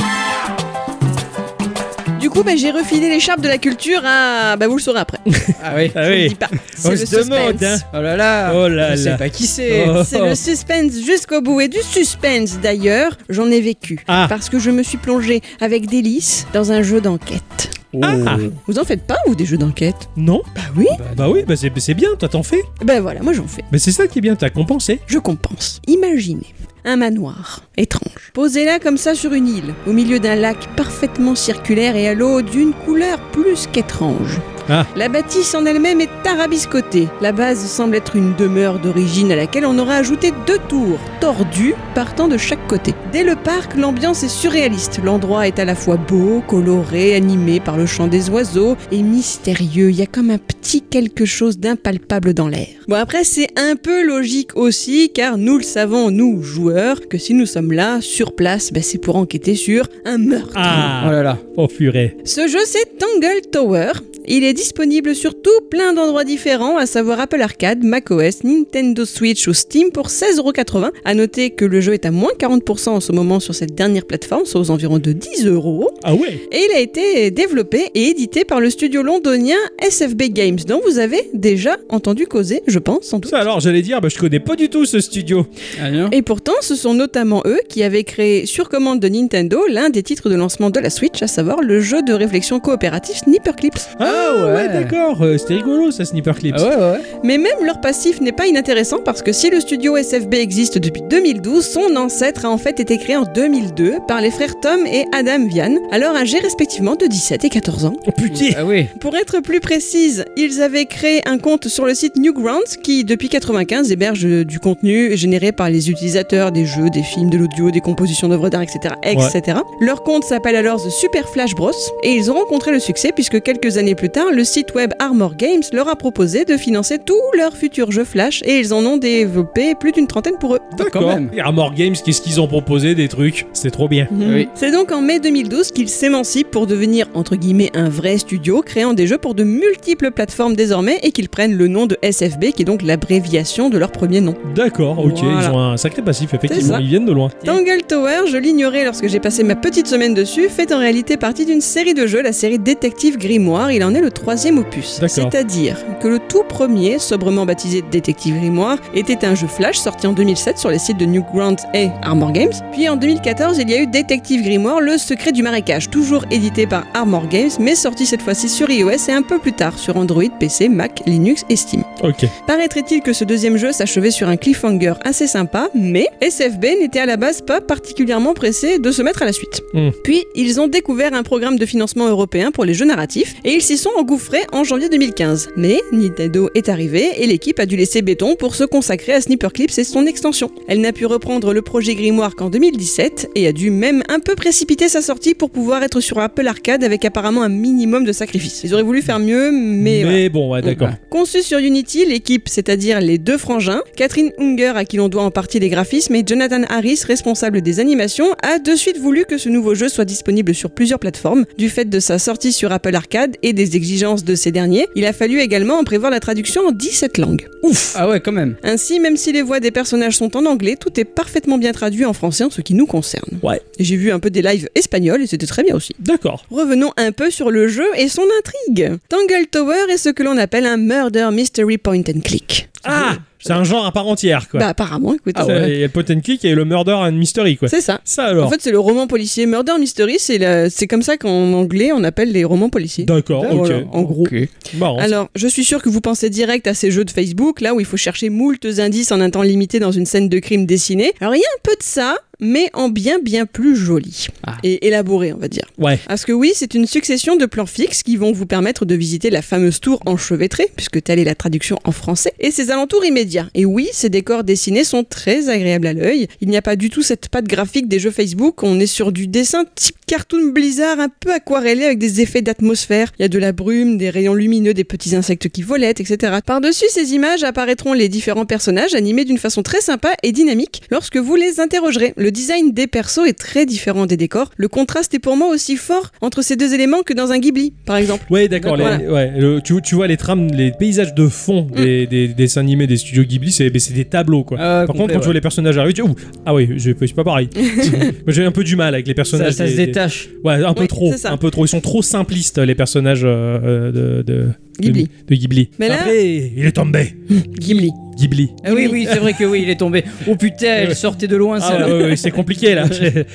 S3: Du coup, bah, j'ai refilé l'écharpe de la culture à. Bah, vous le saurez après.
S5: Ah oui.
S1: Ah
S3: Je vous le
S1: oui.
S3: dis pas. C'est
S1: On
S3: le
S1: se demande, hein.
S3: suspense.
S5: Oh là là.
S1: Oh là
S5: Je
S1: là.
S5: sais pas qui c'est.
S1: Oh.
S3: C'est le suspense jusqu'au bout. Et du suspense, d'ailleurs, j'en ai vécu.
S1: Ah.
S3: Parce que je me suis plongée avec délice dans un jeu d'enquête.
S1: Ah.
S3: Vous en faites pas, vous, des jeux d'enquête
S1: Non
S3: euh. Bah oui.
S1: Bah oui, bah c'est c'est bien, toi t'en fais.
S3: Ben voilà, moi j'en fais.
S1: Mais c'est ça qui est bien, t'as compensé.
S3: Je compense. Imaginez un manoir étrange, posé là comme ça sur une île, au milieu d'un lac parfaitement circulaire et à l'eau d'une couleur plus qu'étrange.
S1: Ah.
S3: La bâtisse en elle-même est tarabiscotée. La base semble être une demeure d'origine à laquelle on aura ajouté deux tours, tordues, partant de chaque côté. Dès le parc, l'ambiance est surréaliste. L'endroit est à la fois beau, coloré, animé par le chant des oiseaux et mystérieux. Il y a comme un petit quelque chose d'impalpable dans l'air. Bon après, c'est un peu logique aussi, car nous le savons, nous, joueurs, que si nous sommes là, sur place, ben, c'est pour enquêter sur un meurtre.
S5: Oh
S1: Ah
S5: là là.
S1: Oh purée.
S3: Ce jeu, c'est Tangle Tower. Il est disponible sur tout plein d'endroits différents, à savoir Apple Arcade, macOS, Nintendo Switch ou Steam pour 16,80€. À noter que le jeu est à moins 40% en ce moment sur cette dernière plateforme, soit aux environs de 10 euros.
S1: Ah ouais
S3: Et il a été développé et édité par le studio londonien SFB Games, dont vous avez déjà entendu causer, je pense, sans doute.
S1: Ça alors, j'allais dire, bah je connais pas du tout ce studio.
S5: Ah non.
S3: Et pourtant, ce sont notamment eux qui avaient créé sur commande de Nintendo l'un des titres de lancement de la Switch, à savoir le jeu de réflexion coopératif Snipperclips.
S1: Ah,
S5: Ah ouais.
S1: d'accord, euh, c'était rigolo ça, Sniper Clips.
S5: Ah ouais, ouais, ouais.
S3: Mais même leur passif n'est pas inintéressant parce que si le studio SFB existe depuis 2012, son ancêtre a en fait été créé en 2002 par les frères Tom et Adam Vian, alors âgés respectivement de 17 et 14 ans.
S1: Oh putain
S5: Ah oui.
S3: Pour être plus précise, ils avaient créé un compte sur le site Newgrounds qui, depuis 95, héberge euh, du contenu généré par les utilisateurs des jeux, des films, de l'audio, des compositions d'œuvres d'art, etc., etc. Leur compte s'appelle alors The Super Flash Bros. et ils ont rencontré le succès puisque quelques années plus tard, le site web Armor Games leur a proposé de financer tous leurs futurs jeux Flash et ils en ont développé plus d'une trentaine pour eux.
S5: quand
S1: D'accord.
S5: même.
S1: Et Armor Games, qu'est-ce qu'ils ont proposé des trucs C'est trop bien.
S5: Oui.
S3: Mhm. C'est donc en mai 2012 qu'ils s'émancipent pour devenir entre guillemets un vrai studio, créant des jeux pour de multiples plateformes désormais et qu'ils prennent le nom de SFB qui est donc l'abréviation de leur premier nom.
S1: D'accord, ok,
S3: Voilà.
S1: ils ont un sacré passif, effectivement,
S3: ça.
S1: ils viennent de loin.
S3: Tangle Tower, je l'ignorais lorsque j'ai passé ma petite semaine dessus, fait en réalité partie d'une série de jeux, la série Détective Grimoire. Il en est le troisième opus.
S1: D'accord.
S3: C'est-à-dire que le tout premier, sobrement baptisé Détective Grimoire, était un jeu Flash sorti en 2007 sur les sites de Newgrounds et Armor Games. Puis en 2014, il y a eu Détective Grimoire, le secret du marécage, toujours édité par Armor Games, mais sorti cette fois-ci sur iOS et un peu plus tard sur Android, PC, Mac, Linux et Steam.
S1: Ok.
S3: Paraîtrait-il que ce deuxième jeu s'achevait sur un cliffhanger assez sympa, mais SFB n'était à la base pas particulièrement pressé de se mettre à la suite.
S1: Hmm.
S3: Puis, ils ont découvert un programme de financement européen pour les jeux narratifs, et ils s'y sont engouffrés en janvier 2015. Mais Nintendo est arrivé, et l'équipe a dû laisser béton pour se consacrer à Sniper Clips et son extension. Elle n'a pu reprendre le projet Grimoire qu'en 2017, et a dû même un peu précipiter sa sortie pour pouvoir être sur Apple Arcade avec apparemment un minimum de sacrifices. Ils auraient voulu faire mieux, mais... voilà.
S1: bon, ouais, d'accord.
S3: Conçu sur Unity, l'équipe, c'est-à-dire les deux frangins, Catherine Unger à qui l'on doit en partie les graphismes et Jonathan Harris, responsable des animations, a de suite voulu que ce nouveau jeu soit disponible sur plusieurs plateformes. Du fait de sa sortie sur Apple Arcade et des exigences de ces derniers, il a fallu également en prévoir la traduction en 17 langues.
S1: Ouf
S5: Ah ouais, quand même.
S3: Ainsi, même si les voix des personnages sont en anglais, tout est parfaitement bien traduit en français en ce qui nous concerne.
S1: Ouais.
S3: J'ai vu un peu des lives espagnols et c'était très bien aussi.
S1: D'accord.
S3: Revenons un peu sur le jeu et son intrigue. Tangle Tower est ce que l'on appelle un murder mystery point and click.
S1: Ah C'est un genre à part entière, quoi.
S3: Bah apparemment, écoute.
S5: Ah
S1: Ça,
S3: euh,
S1: Il y a le pot and click et le murder and mystery, quoi.
S3: C'est ça.
S1: Ça alors
S3: En fait, c'est le roman policier. Murder mystery, c'est la- c'est comme ça qu'en anglais on appelle les romans policiers.
S1: D'accord, ok.
S3: Voilà, en gros.
S5: Ok.
S1: Marrant.
S3: Alors, je suis sûr que vous pensez direct à ces jeux de Facebook, là où il faut chercher moult indices en un temps limité dans une scène de crime dessinée. Alors, il y a un peu de ça, mais en bien, bien plus joli.
S5: Ah.
S3: Et élaboré, on va dire.
S1: Ouais.
S3: Parce que oui, c'est une succession de plans fixes qui vont vous permettre de visiter la fameuse tour enchevêtrée, puisque telle est la traduction en français, et ses alentours immédiats. Et oui, ces décors dessinés sont très agréables à l'œil. Il n'y a pas du tout cette patte graphique des jeux Facebook. On est sur du dessin type cartoon blizzard, un peu aquarellé avec des effets d'atmosphère. Il y a de la brume, des rayons lumineux, des petits insectes qui volettent, etc. Par-dessus ces images apparaîtront les différents personnages animés d'une façon très sympa et dynamique lorsque vous les interrogerez. Le design des persos est très différent des décors. Le contraste est pour moi aussi fort entre ces deux éléments que dans un Ghibli, par exemple.
S1: Ouais, d'accord. les-
S3: Voilà. Mm.
S1: ouais, le- tu, tu vois les trames, les paysages de fond des, des- des dessins animés des studios Ghibli, c'est ben, c'est des tableaux, quoi.
S5: Ah ouais,
S1: Par
S5: complet,
S1: contre, quand tu vois
S5: ouais.
S1: les personnages arriver, tu dis, Ouh, ah oui, je- c'est pas pareil. Moi, j'ai un peu du mal avec les
S5: ça,
S1: personnages.
S5: ça
S1: des-
S5: se
S1: des-
S5: détache.
S1: Ouais, un peu
S3: Oui,
S1: trop,
S3: c'est ça.
S1: un peu trop. Ils sont trop simplistes les personnages euh, euh, de, de
S3: Ghibli.
S1: de- de Ghibli.
S3: Mais là-
S1: Après, il est tombé.
S3: Ghibli.
S1: Ghibli.
S5: Ah oui, oui, c'est vrai que oui, il est tombé. Oh putain, elle sortait de loin,
S1: Ah,
S5: celle-là.
S1: ouais, ouais, c'est compliqué là.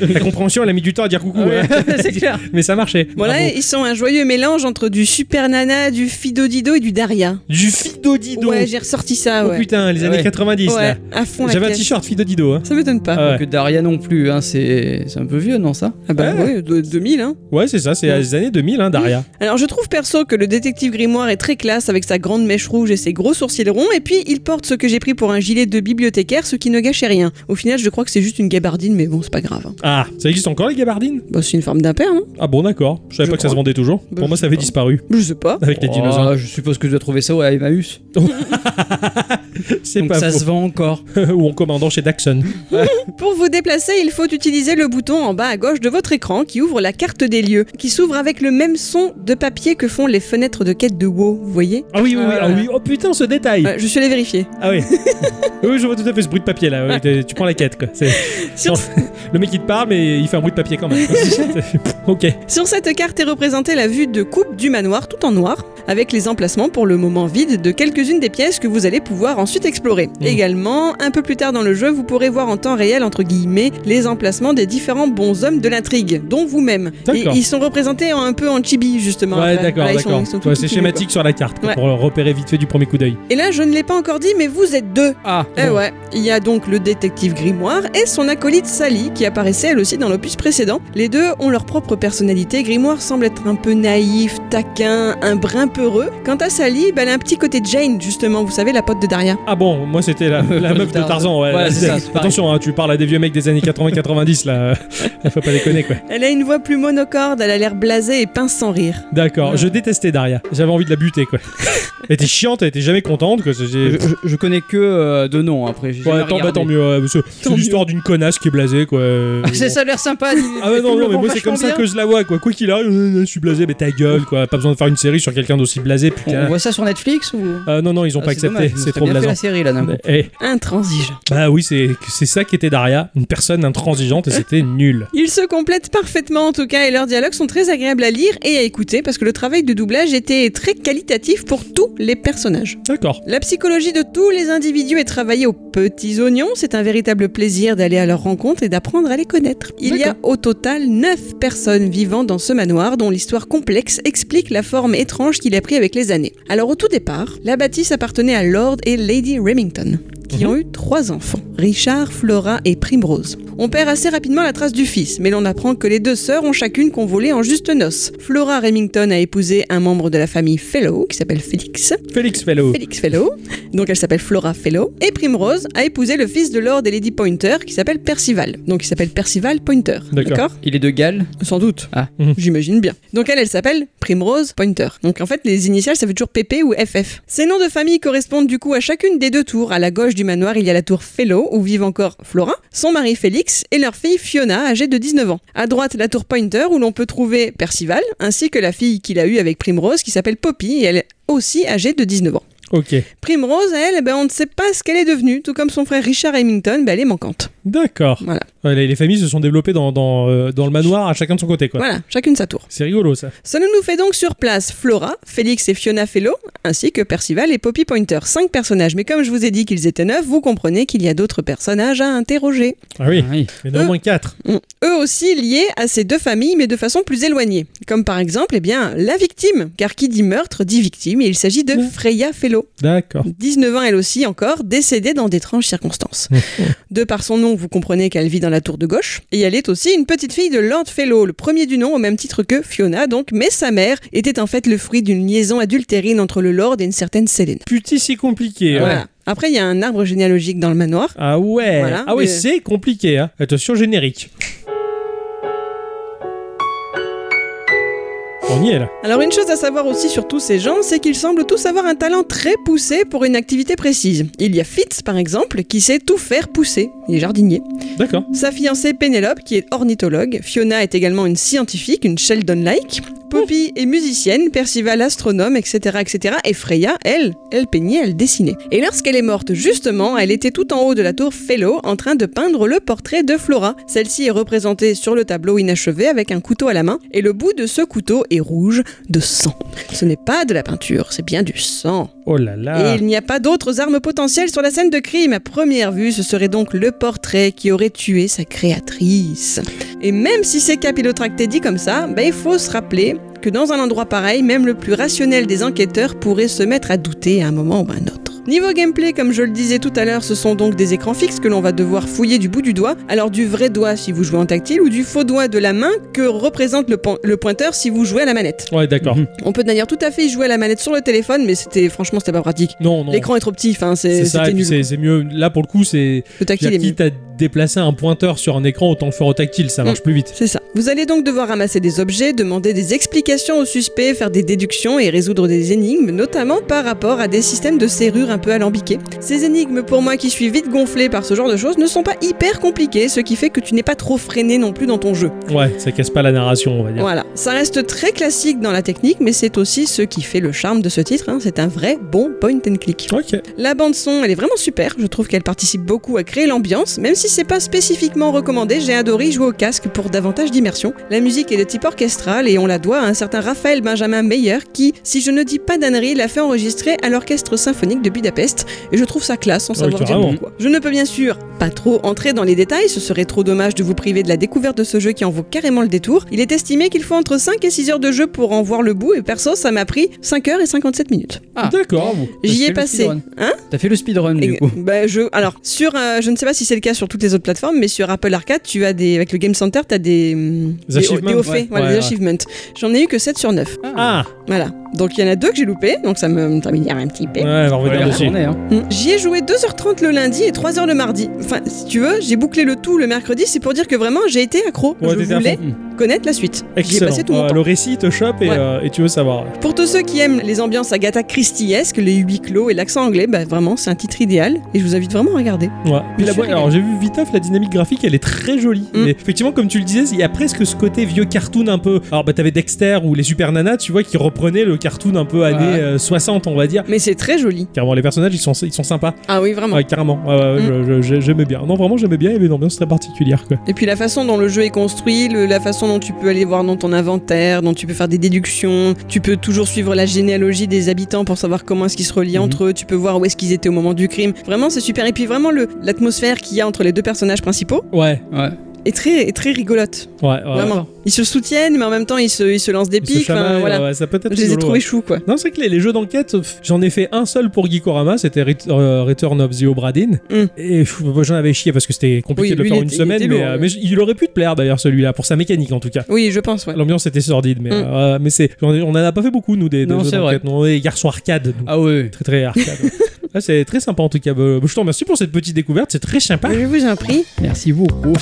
S1: La compréhension, elle a mis du temps à dire
S3: Ah
S1: coucou. hein.
S5: c'est clair.
S1: Mais ça marchait.
S3: Voilà,
S1: Bravo.
S3: ils sont un joyeux mélange entre du Super Nana, du Fido Dido et du Daria.
S1: Du Fido Dido.
S3: Ouais, j'ai ressorti ça,
S1: oh
S3: ouais.
S1: putain, les années
S5: Ouais.
S1: 90
S3: ouais,
S1: là.
S3: à fond. la
S1: J'avais un
S3: classe.
S1: t-shirt Fido Dido. Hein.
S3: Ça m'étonne pas.
S1: Ah ouais.
S5: Que Daria non plus, hein, c'est c'est un peu vieux, non, ça
S3: Ah bah
S1: Ouais.
S3: ouais, de- 2000, hein.
S1: Ouais, c'est ça, c'est
S3: Ouais.
S1: les années 2000, hein, Daria.
S3: Alors je trouve perso que le détective grimoire est très classe avec sa grande mèche rouge et ses gros sourcils ronds et puis il porte ce que j'ai pris pour un gilet de bibliothécaire ce qui ne gâchait rien. Au final je crois que c'est juste une gabardine mais bon c'est pas grave. hein.
S1: Ah, ça existe encore les gabardines
S3: Bah c'est une forme d'impair non
S1: Ah bon, d'accord. Je savais
S3: Je
S1: pas que ça
S3: crois.
S1: se vendait toujours.
S3: Bah,
S1: Pour
S3: je
S1: moi,
S3: sais
S1: ça avait
S3: pas.
S1: disparu
S3: Je sais pas.
S1: avec les
S5: Oh,
S1: dinosaures.
S5: Je suppose que tu dois trouver ça ouais, à Emmaüs.
S1: C'est
S5: Donc
S1: pas
S5: ça
S1: faux.
S5: se vend encore.
S1: Ou en commandant chez Daxon.
S3: Pour vous déplacer il faut utiliser le bouton en bas à gauche de votre écran qui ouvre la carte des lieux qui s'ouvre avec le même son de papier que font les fenêtres de quête de WoW vous voyez
S1: Ah oui, oui, oui,
S5: Ah,
S1: ah
S5: voilà.
S1: oui. Oh putain, ce détail.
S3: Euh, Je suis allé vérifier.
S1: Ah oui. oui, je vois tout à fait ce bruit de papier là. Oui, t'es- tu prends la quête quoi. C'est-
S3: Sur-
S1: Non, le mec il te parle mais il fait un bruit de papier quand même. ok.
S3: Sur cette carte est représentée la vue de coupe du manoir tout en noir. avec les emplacements pour le moment vides de quelques-unes des pièces que vous allez pouvoir ensuite explorer.
S1: Mhm.
S3: Également, un peu plus tard dans le jeu, vous pourrez voir en temps réel, entre guillemets, les emplacements des différents bonshommes de l'intrigue, dont vous-même. Et
S1: D'accord.
S3: ils sont représentés en- un peu en chibi, justement.
S1: Ouais,
S3: après.
S1: d'accord,
S3: Voilà, ils sont-
S1: d'accord.
S3: ils sont tout
S1: Ouais,
S3: petits,
S1: C'est
S3: tout
S1: schématique sur la carte quoi,
S3: Ouais.
S1: pour le repérer vite fait du premier coup d'œil.
S3: petits. Et là, je ne l'ai pas encore dit, mais vous êtes deux.
S1: Ah,
S3: Eh
S1: bon.
S3: ouais, il y a donc le détective Grimoire et son acolyte Sally qui apparaissait elle aussi dans l'opus précédent. Les deux ont leur propre personnalité. Grimoire semble être un peu naïf, taquin, un brin peureux. Quant à Sally, bah, elle a un petit côté Jane justement, vous savez, la pote de Daria.
S1: Ah bon, moi c'était la, la meuf de Tarzan. Ouais,
S5: Voilà, c'est ça, c'est pareil.
S1: Attention, hein, tu parles à des vieux mecs des années 80-90 là. Faut pas déconner quoi.
S3: Elle a une voix plus monocorde, elle a l'air blasée et pince sans rire.
S1: D'accord,
S5: Ouais.
S1: je détestais Daria. J'avais envie de la buter quoi. Elle était chiante, elle était jamais contente quoi. C'est-
S5: Je,
S1: j'ai-
S5: je- je connais que euh, de nom après. j'ai
S1: Ouais,
S5: jamais
S1: tant, bah,
S5: regardé.
S1: tant mieux. ouais, parce que c'est
S3: mieux.
S1: l'histoire d'une connasse qui est blasée quoi.
S5: Ah, c'est ça a l'air sympa. dis-
S1: Ah ouais,
S5: tout
S1: non,
S5: le
S1: non, mais
S5: monde
S1: moi
S5: va
S1: c'est comme ça
S5: vachement
S1: que je la vois quoi. Quoi qu'il arrive, euh, je suis blasé, mais ta gueule quoi. Pas besoin de faire une série sur quelqu'un d'aussi blasé
S5: bien. On
S1: putain.
S5: voit ça sur Netflix ou
S1: Euh, non, non, ils ont
S5: Ah,
S1: pas accepté,
S5: dommage, on
S1: c'est
S5: serait
S1: trop
S5: bien fait
S1: blasant.
S5: la série là d'un coup.
S1: Eh,
S3: Intransigeant.
S1: bah oui, c'est c'est ça qui était Daria, une personne intransigeante et
S3: Euh.
S1: c'était nul.
S3: Ils se complètent parfaitement en tout cas et leurs dialogues sont très agréables à lire et à écouter parce que le travail de doublage était très qualitatif pour tous les personnages.
S1: D'accord.
S3: La psychologie de tous les individus est travaillée aux petits oignons. C'est un véritable plaisir d'aller à leur rencontre et d'apprendre à les connaître. Il y a au total 9 personnes vivant dans ce manoir dont l'histoire complexe explique la forme étrange qu'il a pris avec les années. Alors au tout départ, la bâtisse appartenait à Lord et Lady Remington qui
S1: Mhm.
S3: ont eu trois enfants, Richard, Flora et Primrose. On perd assez rapidement la trace du fils, mais l'on apprend que les deux sœurs ont chacune convolé en juste noces. Flora Remington a épousé un membre de la famille Fellow, qui s'appelle Félix,
S1: Félix Fellow.
S3: Félix Fellow, donc elle s'appelle Flora Fellow, et Primrose a épousé le fils de Lord et Lady Pointer qui s'appelle Percival, donc il s'appelle Percival Pointer,
S1: D'accord.
S3: d'accord
S5: Il est de Galles.
S3: Sans doute.
S5: Ah.
S1: Mhm.
S3: J'imagine bien. Donc elle, elle s'appelle Primrose Pointer. Donc en fait, les initiales, ça fait toujours PP ou FF. Ces noms de famille correspondent du coup à chacune des deux tours. À la gauche du manoir, il y a la tour Fellow, où vivent encore Flora, son mari Félix et leur fille Fiona, âgée de 19 ans. À droite, la tour Pointer, où l'on peut trouver Percival, ainsi que la fille qu'il a eue avec Primrose, qui s'appelle Poppy, et elle est aussi âgée de 19 ans.
S1: Ok.
S3: Primrose, elle, ben, on ne sait pas ce qu'elle est devenue, tout comme son frère Richard Remington, ben, elle est manquante.
S1: D'accord.
S3: Voilà.
S1: Ouais, les, les familles se sont développées dans, dans, euh, dans le manoir à chacun de son côté quoi.
S3: Voilà, chacune sa tour.
S1: C'est rigolo ça.
S3: Cela nous fait donc sur place Flora, Félix et Fiona Fellow, ainsi que Percival et Poppy Pointer, cinq personnages. Mais comme je vous ai dit qu'ils étaient neuf, vous comprenez qu'il y a d'autres personnages à interroger.
S1: Ah oui,
S5: Ah oui.
S1: mais non, au
S3: Euh.
S1: moins 4.
S3: Mm. Eux aussi liés à ces deux familles, mais de façon plus éloignée. Comme par exemple, eh bien, la victime, car qui dit meurtre dit victime, et il s'agit de
S1: Ouais.
S3: Freya Fellow.
S1: D'accord.
S3: 19 ans elle aussi encore, décédée dans d'étranges circonstances. De par son nom, vous comprenez qu'elle vit dans la tour de gauche, et elle est aussi une petite fille de Lord Fellow, le premier du nom au même titre que Fiona donc, mais sa mère était en fait le fruit d'une liaison adultérine entre le Lord et une certaine Céline.
S1: Putain, si compliqué. ouais.
S3: Voilà. Après il y a un arbre généalogique dans le manoir.
S1: Ah ouais.
S3: Voilà,
S1: ah ouais,
S3: mais-
S1: c'est compliqué. Hein. Attention générique. On y est là.
S3: Alors une chose à savoir aussi sur tous ces gens, c'est qu'ils semblent tous avoir un talent très poussé pour une activité précise. Il y a Fitz par exemple, qui sait tout faire pousser, il est jardinier.
S1: D'accord.
S3: Sa fiancée Pénélope, qui est ornithologue, Fiona est également une scientifique, une Sheldon-like. Poppy est musicienne, Percival astronome, etc., etc. Et Freya, elle, elle peignait, elle dessinait. Et lorsqu'elle est morte, justement, elle était tout en haut de la tour Fellow en train de peindre le portrait de Flora. Celle-ci est représentée sur le tableau inachevé avec un couteau à la main, et le bout de ce couteau est rouge de sang. Ce n'est pas de la peinture, c'est bien du sang.
S1: Oh là là.
S3: Et il n'y a pas d'autres armes potentielles sur la scène de crime. À première vue, ce serait donc le portrait qui aurait tué sa créatrice. Et même si c'est capillotracté dit comme ça, bah, il faut se rappeler que dans un endroit pareil, même le plus rationnel des enquêteurs pourrait se mettre à douter à un moment ou à un autre. Niveau gameplay, comme je le disais tout à l'heure, ce sont donc des écrans fixes que l'on va devoir fouiller du bout du doigt, alors du vrai doigt si vous jouez en tactile ou du faux doigt de la main que représente le, pan- le pointeur si vous jouez à la manette.
S1: Ouais, d'accord.
S5: Mhm.
S3: On peut d'ailleurs tout à fait y jouer à la manette sur le téléphone, mais c'était franchement c'était pas pratique.
S1: Non, non.
S3: L'écran est trop petit, enfin, c'est-
S1: C'est ça,
S3: c'était
S1: et puis
S3: nul.
S1: c'est c'est mieux. Là, pour le coup, c'est.
S3: Le tactile est mieux.
S1: Quitte à déplacer un pointeur sur un écran, autant le faire au tactile, ça marche plus vite.
S3: C'est ça. Vous allez donc devoir ramasser des objets, demander des explications aux suspects, faire des déductions et résoudre des énigmes, notamment par rapport à des systèmes de serrure un peu alambiqué. Ces énigmes, pour moi qui suis vite gonflé par ce genre de choses, ne sont pas hyper compliquées, ce qui fait que tu n'es pas trop freiné non plus dans ton jeu.
S1: Ouais, ça casse pas la narration, on va dire.
S3: Voilà, ça reste très classique dans la technique, mais c'est aussi ce qui fait le charme de ce titre, hein. c'est un vrai bon point and click.
S1: Ok.
S3: La bande son, elle est vraiment super, je trouve qu'elle participe beaucoup à créer l'ambiance, même si c'est pas spécifiquement recommandé, j'ai adoré jouer au casque pour davantage d'immersion. La musique est de type orchestral et on la doit à un certain Raphaël Benjamin Meyer qui, si je ne dis pas d'ânerie, l'a fait enregistrer à l'orchestre symphonique de Budapest et je trouve ça classe sans
S1: Ah Oui,
S3: savoir dire
S1: carrément.
S3: pourquoi. Je ne peux bien sûr pas trop entrer dans les détails, ce serait trop dommage de vous priver de la découverte de ce jeu qui en vaut carrément le détour. Il est estimé qu'il faut entre 5 et 6 heures de jeu pour en voir le bout et perso ça m'a pris 5 heures et 57 minutes.
S5: Ah.
S1: D'accord. vous.
S5: T'as
S3: J'y
S5: fait
S3: ai
S5: le
S3: passé.
S5: speedrun.
S3: Hein
S5: T'as fait le speedrun du
S3: Et-
S5: coup.
S3: bah, je, alors, sur, euh, je ne sais pas si c'est le cas sur toutes les autres plateformes, mais sur Apple Arcade, tu as des, avec le Game Center, tu as des, hum,
S1: Des
S3: des,
S1: achievements,
S3: des
S1: ouais.
S3: faits, voilà,
S1: Ouais,
S3: des
S1: ouais.
S3: achievements. J'en ai eu que 7 sur 9.
S1: Ah,
S3: Voilà. Donc, il y en a deux que j'ai loupés, donc ça me, ça me dit un petit peu.
S1: ouais, on va
S5: Ouais,
S1: revenir
S5: la
S1: dessus.
S5: journée, hein.
S3: Hum, J'y ai joué 2h30 le lundi et 3h le mardi. Enfin, si tu veux, j'ai bouclé le tout le mercredi, c'est pour dire que vraiment, j'ai été accro.
S1: Ouais, t'étais
S3: je
S1: à
S3: voulais
S5: fond.
S3: connaître la suite. J'y ai
S1: Excellent.
S3: passé tout mon
S1: Ouais,
S3: temps.
S1: le récit te chope et,
S3: Ouais.
S1: euh, et tu veux savoir.
S3: Pour tous ceux qui aiment les ambiances Agatha Christiesques, les huis clos et l'accent anglais, bah, vraiment, c'est un titre idéal et je vous invite vraiment à regarder.
S1: Ouais. Puis la
S3: suis
S1: boîte- alors j'ai vu Viteuf, la dynamique graphique, elle est très jolie.
S3: Mm.
S1: Mais effectivement, comme tu le disais, il y a presque ce côté vieux cartoon un peu. Alors bah t'avais Dexter ou les Super Nanas, tu vois, qui reprenaient le cartoon un peu années
S5: Ouais.
S1: euh, 60, on va dire.
S3: Mais c'est très joli.
S1: Carrément, les personnages ils sont, ils sont sympas.
S3: Ah oui, vraiment.
S1: Ouais, carrément. Ouais, ouais,
S3: Mm.
S1: je- je- j'aimais bien. Non, vraiment, j'aimais bien. Il y avait une ambiance très particulière. Quoi.
S3: Et puis la façon dont le jeu est construit, le- la façon dont tu peux aller voir dans ton inventaire, dont tu peux faire des déductions, tu peux toujours suivre la généalogie des habitants pour savoir comment est-ce qu'ils se relient
S1: Mhm.
S3: entre eux, tu peux voir où est-ce qu'ils étaient au moment du crime. Vraiment, c'est super. Et puis vraiment, le- l'atmosphère qu'il y a entre les deux personnages principaux
S1: Ouais,
S5: Ouais.
S3: est très, est très rigolote.
S1: ouais, ouais.
S3: Vraiment. Ils se soutiennent, mais en même temps, ils se, ils se lancent des
S1: Ils se
S3: pics. Enfin,
S1: chamaillent,
S3: voilà.
S1: ouais, ça peut être
S3: Je les ai
S1: rigolo,
S3: trouvés
S1: ouais.
S3: choux, quoi.
S1: Non, c'est que les, les jeux d'enquête, pff, j'en ai fait un seul pour Geekorama, c'était Ret- euh, Return of the Obra Dinn.
S3: Mm.
S1: Et pff, moi, j'en avais chié parce que c'était compliqué de
S3: Oui,
S1: le
S3: lui,
S1: faire
S3: il
S1: une
S3: était- il
S1: semaine,
S3: était
S1: mais,
S3: lourd,
S1: euh,
S3: ouais.
S1: mais j- il aurait pu te plaire d'ailleurs celui-là, pour sa mécanique en tout cas.
S3: Oui, je pense, ouais.
S1: L'ambiance était sordide, mais
S3: Mm.
S1: euh, mais c'est, j'en ai- on en a pas fait beaucoup nous des, des
S5: Non,
S1: jeux
S5: c'est
S1: d'enquête. Non, on est garçons arcade, nous.
S5: Ah ouais.
S1: très très arcade. ouais. Ah, c'est très sympa en tout cas. Bah, Je te remercie pour cette petite découverte, c'est très sympa.
S3: Je vous en prie.
S5: Merci beaucoup.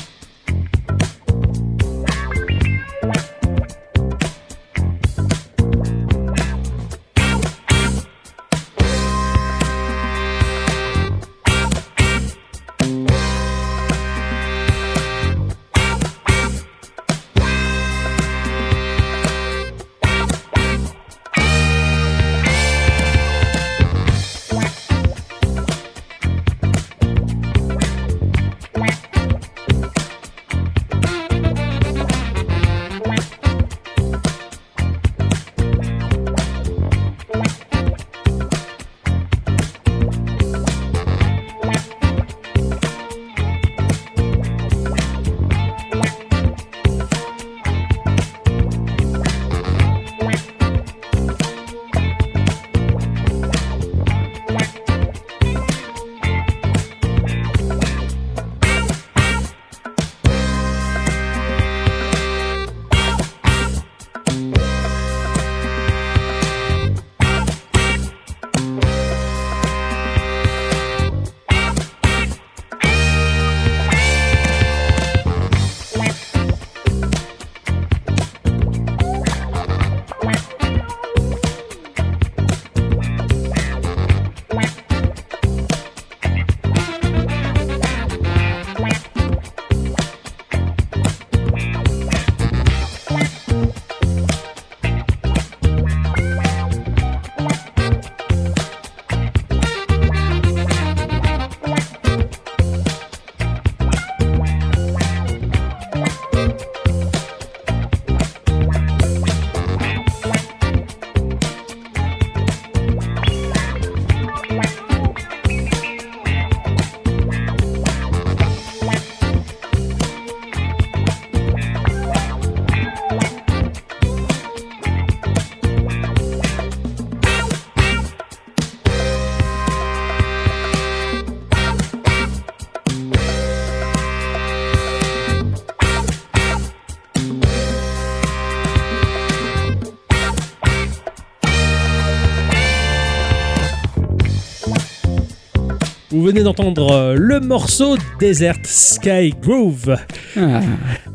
S1: Vous venez d'entendre euh, le morceau Desert Sky Groove.
S5: Ah.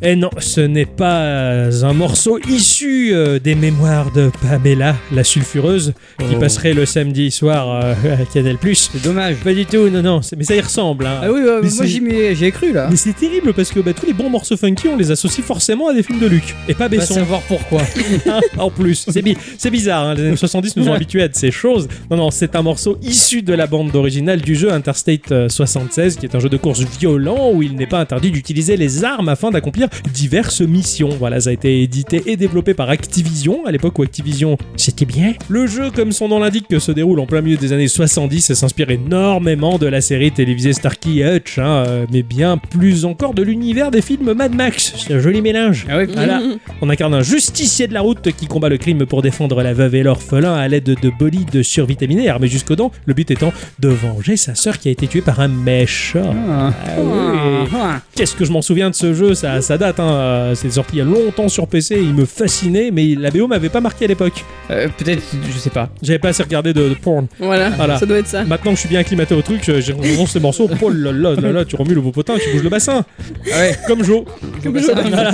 S1: Et Eh non, ce n'est pas euh, un morceau issu euh, des mémoires de Pamela, la sulfureuse, qui
S5: Oh.
S1: passerait le samedi soir euh, à Canal+.
S5: C'est dommage.
S1: Pas du tout, non, non, c'est- mais ça y ressemble. hein.
S5: Ah oui, ouais,
S1: Mais
S5: moi
S1: c'est-
S5: j'y ai, j'y ai cru là.
S1: Mais c'est terrible parce que bah, tous les bons morceaux funky, on les associe forcément à des films de Luc. Et pas
S5: Va
S1: Besson.
S5: savoir pourquoi.
S1: Hein, en plus. C'est, bi- c'est bizarre, hein, les années 70 nous ont habitués à de ces choses. Non, non, c'est un morceau issu de la bande originale du jeu Interstate euh, 76, qui est un jeu de course violent où il n'est pas interdit d'utiliser les armes afin d'accomplir diverses missions. Voilà, ça a été édité et développé par Activision, à l'époque où Activision, c'était bien. Le jeu, comme son nom l'indique, que se déroule en plein milieu des années 70 et s'inspire énormément de la série télévisée Starkey Hutch, hein, euh, mais bien plus encore de l'univers des films Mad Max. C'est un joli mélange.
S5: Ah oui,
S1: Voilà.
S3: Mhm.
S1: On incarne un justicier de la route qui combat le crime pour défendre la veuve et l'orphelin à l'aide de bolides survitaminés armés jusqu'aux dents, le but étant de venger sa sœur qui a été tuée par un méchant.
S5: Ah.
S1: Ah oui.
S5: Ah.
S1: Qu'est-ce que je m'en souviens de ce jeu, ça, ça date, hein. euh, c'est sorti il y a longtemps sur PC, il me fascinait, mais la BO m'avait pas marqué à l'époque.
S5: Euh, Peut-être, je sais pas.
S1: J'avais pas assez regardé de, de porn.
S3: Voilà.
S1: Voilà.
S3: ça doit être ça.
S1: Maintenant que je suis bien acclimaté au truc, j'ai rencontré ces morceaux, oh là là là là, tu remues le beau potin, tu bouges le bassin,
S5: Ah ouais,
S1: comme Joe.
S5: je vois pas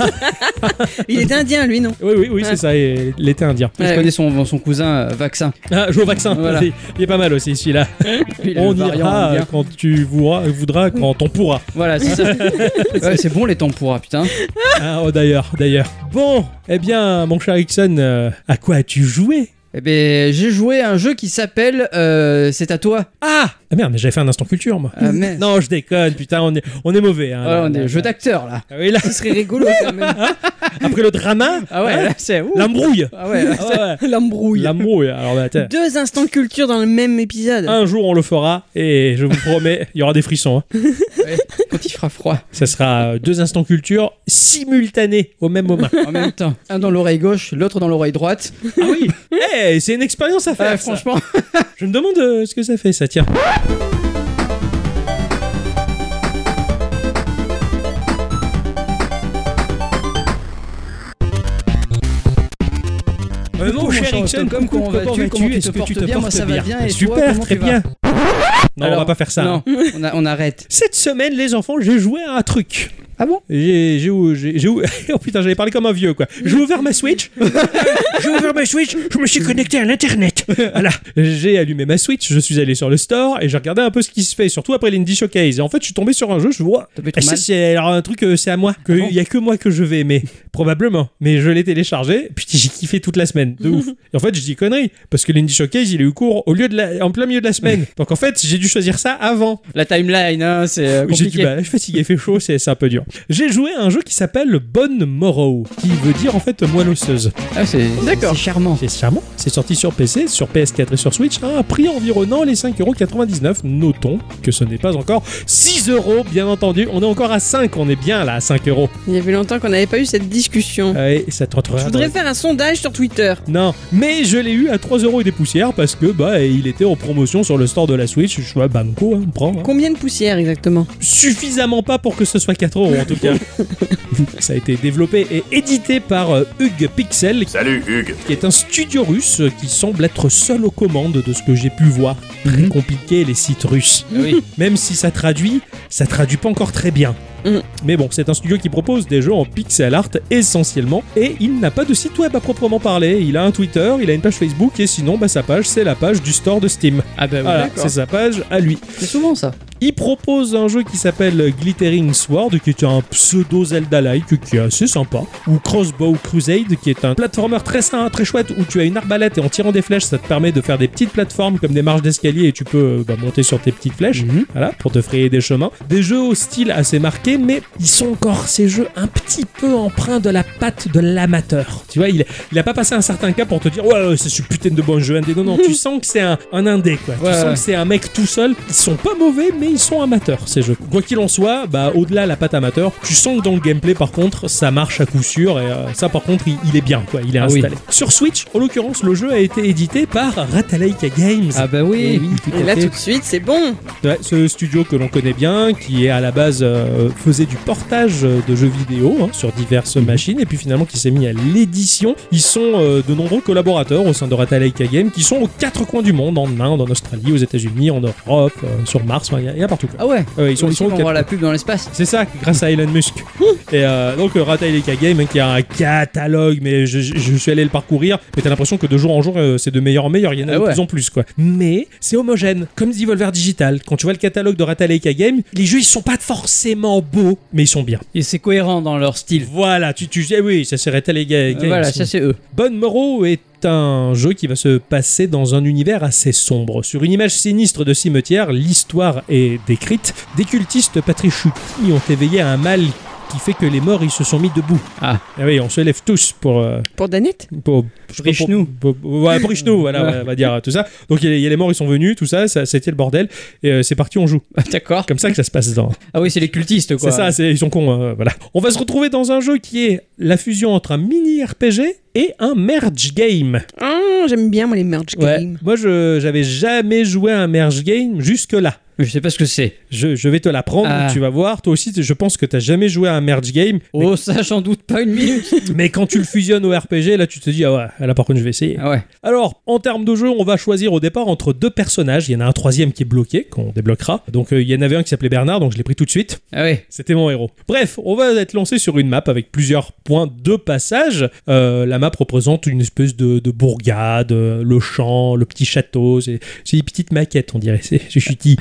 S5: ça.
S3: Il est indien, lui, non
S1: Oui, oui, oui, c'est ça, et l'été indien.
S5: Je
S3: Ouais.
S5: connais son, son cousin euh, vaccin.
S1: Ah, Joe Vaccin,
S5: Voilà.
S1: il il est pas mal aussi celui-là.
S5: Lui, il a
S1: On
S5: le variant
S1: ira
S5: indien.
S1: quand tu voudras, voudras quand on pourra.
S5: Voilà, c'est ça. Ouais, c'est bon les tempura, putain.
S1: Ah, oh, d'ailleurs, d'ailleurs. Bon, eh bien, mon cher Ixon, euh, à quoi as-tu joué
S5: Eh ben, j'ai joué à un jeu qui s'appelle euh, C'est à toi.
S1: ah, ah merde, mais j'avais fait un instant culture, moi.
S5: Ah, merde.
S1: Non, je déconne, putain, on est, on est mauvais. Hein,
S5: Voilà,
S1: là,
S5: on est
S1: là,
S5: jeu
S1: là.
S5: d'acteur là.
S1: Ah oui, là,
S3: Ce serait rigolo quand même.
S1: après le drama,
S5: Ah ouais,
S1: hein,
S5: là, c'est ouh.
S1: l'embrouille.
S5: Ah ouais, là,
S1: Ah ouais,
S3: L'embrouille.
S1: L'embrouille. Alors, bah, tiens,
S3: Deux instants culture dans le même épisode.
S1: un jour, on le fera, et je vous promets, il y aura des frissons. hein.
S5: quand il fera froid.
S1: Ça sera euh, deux instants culture simultanés au même moment.
S5: En même temps, un dans l'oreille gauche, l'autre dans l'oreille droite.
S1: Ah oui, Eh, c'est une expérience à faire.
S5: Ah,
S1: ça.
S5: franchement,
S1: Je me demande euh, ce que ça fait, ça, tiens. Euh,
S5: Coucou,
S1: mon
S5: mon
S1: cher
S5: cher
S1: Ixon,
S5: Octocom,
S1: coucou,
S5: comment
S1: comment
S5: vas-tu,
S1: vas-tu
S5: comment tu
S1: Est-ce
S5: te
S1: que tu
S5: portes
S1: te
S5: bien Moi,
S1: portes
S5: ça va
S1: bien, Ah,
S5: bien, et toi,
S1: Super,
S5: comment
S1: très
S5: tu vas
S1: bien. Non,
S5: Alors,
S1: on va pas faire ça. hein.
S5: non, on, a- on arrête.
S1: Cette semaine, les enfants, j'ai joué à un truc.
S5: Ah bon
S1: J'ai j'ai ou- j'ai- j'ai ou- oh putain j'avais parlé comme un vieux quoi. J'ai ouvert ma Switch. j'ai ouvert ma Switch. Je me suis connecté à l'internet. Voilà. J'ai allumé ma Switch. Je suis allé sur le store et j'ai regardé un peu ce qui se fait, surtout après l'Indie Showcase. Et en fait je suis tombé sur un jeu. Je vois.
S5: T'as pas eu
S1: Et
S5: trop
S1: ça
S5: mal
S1: c'est alors un truc euh, c'est à moi. Que
S5: Ah bon
S1: il y a que moi que je vais aimer probablement. Mais je l'ai téléchargé. Puis j'ai kiffé toute la semaine de ouf. Et en fait je dis connerie parce que l'Indie Showcase il est eu cours au lieu de la- en plein milieu de la semaine. Donc en fait j'ai dû choisir ça avant.
S5: La timeline, hein, c'est euh,
S1: Ah J'ai du
S5: compliqué.
S1: mal, je suis fatigué, il fait chaud, c'est c'est un peu dur. J'ai joué à un jeu qui s'appelle Bonne Morrow, qui veut dire en fait moelle osseuse.
S5: Ah, c'est
S3: D'accord.
S5: c'est charmant.
S1: C'est charmant, c'est sorti sur PC, sur PS4 et sur Switch à un prix environnant les 5,99€. Notons que ce n'est pas encore 6€, bien entendu. On est encore à 5, on est bien là à 5€.
S3: Il y avait longtemps qu'on n'avait pas eu cette discussion.
S1: Ouais, ça te retrouvera
S3: Je
S1: dans-
S3: voudrais faire un sondage sur Twitter.
S1: Non, mais je l'ai eu à 3€ et des poussières parce que bah il était en promotion sur le store de la Switch. Je suis à Banco, hein, on prend. hein.
S3: Combien de poussières exactement
S1: suffisamment pas pour que ce soit 4 euros en tout cas. Ça a été développé et édité par euh, Hug Pixel,
S6: Salut Hugues.
S1: qui est un studio russe euh, qui semble être seul aux commandes de ce que j'ai pu voir. Très compliqué les sites russes.
S5: Mhm. Ah Oui.
S1: Même si ça traduit, ça traduit pas encore très bien.
S3: Mhm.
S1: Mais bon, c'est un studio qui propose des jeux en pixel art essentiellement, et il n'a pas de site web à proprement parler. Il a un Twitter, il a une page Facebook, et sinon, bah, sa page, c'est la page du store de Steam.
S5: Ah bah oui,
S1: Voilà,
S5: d'accord.
S1: c'est sa page à lui.
S5: C'est souvent ça.
S1: Il propose un jeu qui s'appelle Glittering Sword, qui est un pseudo Zelda-like, qui est assez sympa, ou Crossbow Crusade, qui est un platformer très sain, très chouette, où tu as une arbalète et en tirant des flèches, ça te permet de faire des petites plateformes comme des marches d'escalier et tu peux euh, bah, monter sur tes petites flèches,
S5: Mhm.
S1: voilà, pour te frayer des chemins. Des jeux au style assez marqué, mais ils sont encore ces jeux un petit peu empreints de la patte de l'amateur. Tu vois, il, il a pas passé un certain cap pour te dire ouais, ouais, c'est ce putain de bon jeu indé. Non, non, tu sens que c'est un, un indé quoi.
S5: Ouais,
S1: tu sens
S5: ouais.
S1: que c'est un mec tout seul. Ils sont pas mauvais, mais ils sont amateurs ces jeux. Quoi qu'il en soit, bah, au-delà de la patte amateur, tu sens que dans le gameplay par contre, ça marche à coup sûr et euh, ça par contre, il, il est bien, quoi, il est
S2: Ah oui.
S1: installé. Sur Switch, en l'occurrence, le jeu a été édité par Ratalaika Games.
S2: Ah bah oui,
S1: Eh
S2: oui tout
S3: Et
S2: à
S3: là,
S2: fait.
S3: tout de suite, c'est bon.
S1: Ouais, ce studio que l'on connaît bien, qui est à la base euh, faisait du portage euh, de jeux vidéo hein, sur diverses machines, et puis finalement qui s'est mis à l'édition. Ils sont euh, de nombreux collaborateurs au sein de Ratalaika Game, qui sont aux quatre coins du monde, en Inde, en Australie, aux États-Unis, en Europe, euh, sur Mars, enfin, il y a- il y, a partout. quoi.
S5: Ah ouais
S1: Euh, ils sont, ils sont aux
S5: on
S1: quatre
S5: voit la pub dans l'espace.
S1: c'est ça, grâce à Elon Musk. Et euh, donc, euh, Ratalaika Game, hein, qui a un catalogue, mais je, je- je suis allé le parcourir, mais t'as l'impression que de jour en jour, euh, c'est de meilleur en meilleur, il y en a
S5: Ah
S1: de
S5: ouais.
S1: plus en plus, quoi. Mais c'est homogène, comme dit Volver Digital. Quand tu vois le catalogue de Ratalaika Game, les jeux, ils sont pas forcément beaux, mais ils sont bien.
S2: Et c'est cohérent dans leur style.
S1: Voilà, tu, tu eh oui, ça c'est Ratalaika
S5: Euh,
S1: Game.
S2: Euh, voilà, ça c'est eux.
S1: Bonne Morrow est un jeu qui va se passer dans un univers assez sombre. Sur une image sinistre de cimetière, l'histoire est décrite. Des cultistes patrichoutis ont éveillé un mal qui fait que les morts ils se sont mis debout.
S2: Ah.
S1: Eh oui, on se lève tous pour euh,
S3: Pour Danette
S1: pour je sais pas,
S2: Richnou.
S1: pour- pour- ouais, pour Richnou, voilà,
S2: Ouais.
S1: on va dire tout ça. Donc il y, a- il y a les morts ils sont venus, tout ça, ça- c'était le bordel et euh, c'est parti on joue.
S2: Ah, D'accord.
S1: Comme ça que ça se passe dans
S2: Ah oui, c'est les cultistes quoi.
S1: c'est ça, c'est- ils sont cons. hein, voilà. On va se retrouver dans un jeu qui est la fusion entre un mini RPG et un merge game.
S3: Ah, J'aime bien, moi, les merge
S1: Ouais.
S3: games.
S1: Euh, Moi, je j'avais jamais joué à un merge game jusque-là.
S2: Je sais pas ce que c'est.
S1: Je, je vais te l'apprendre,
S2: Ah.
S1: tu vas voir. Toi aussi, je pense que t'as jamais joué à un merge game. Mais,
S2: Oh, ça j'en doute pas une minute.
S1: mais quand tu le fusionnes au RPG, là, tu te dis, ah ouais, là par contre, je vais essayer.
S2: Ah ouais.
S1: Alors, en termes de jeu, on va choisir au départ entre deux personnages. Il y en a un troisième qui est bloqué, qu'on débloquera. Donc, euh, il y en avait un qui s'appelait Bernard, donc je l'ai pris tout de suite.
S2: Ah ouais.
S1: C'était mon héros. Bref, on va être lancé sur une map avec plusieurs points de passage. Euh, la map représente une espèce de, de bourgade, euh, le champ, le petit château. C'est c'est une petite maquette, on dirait. C'est c'est chutis.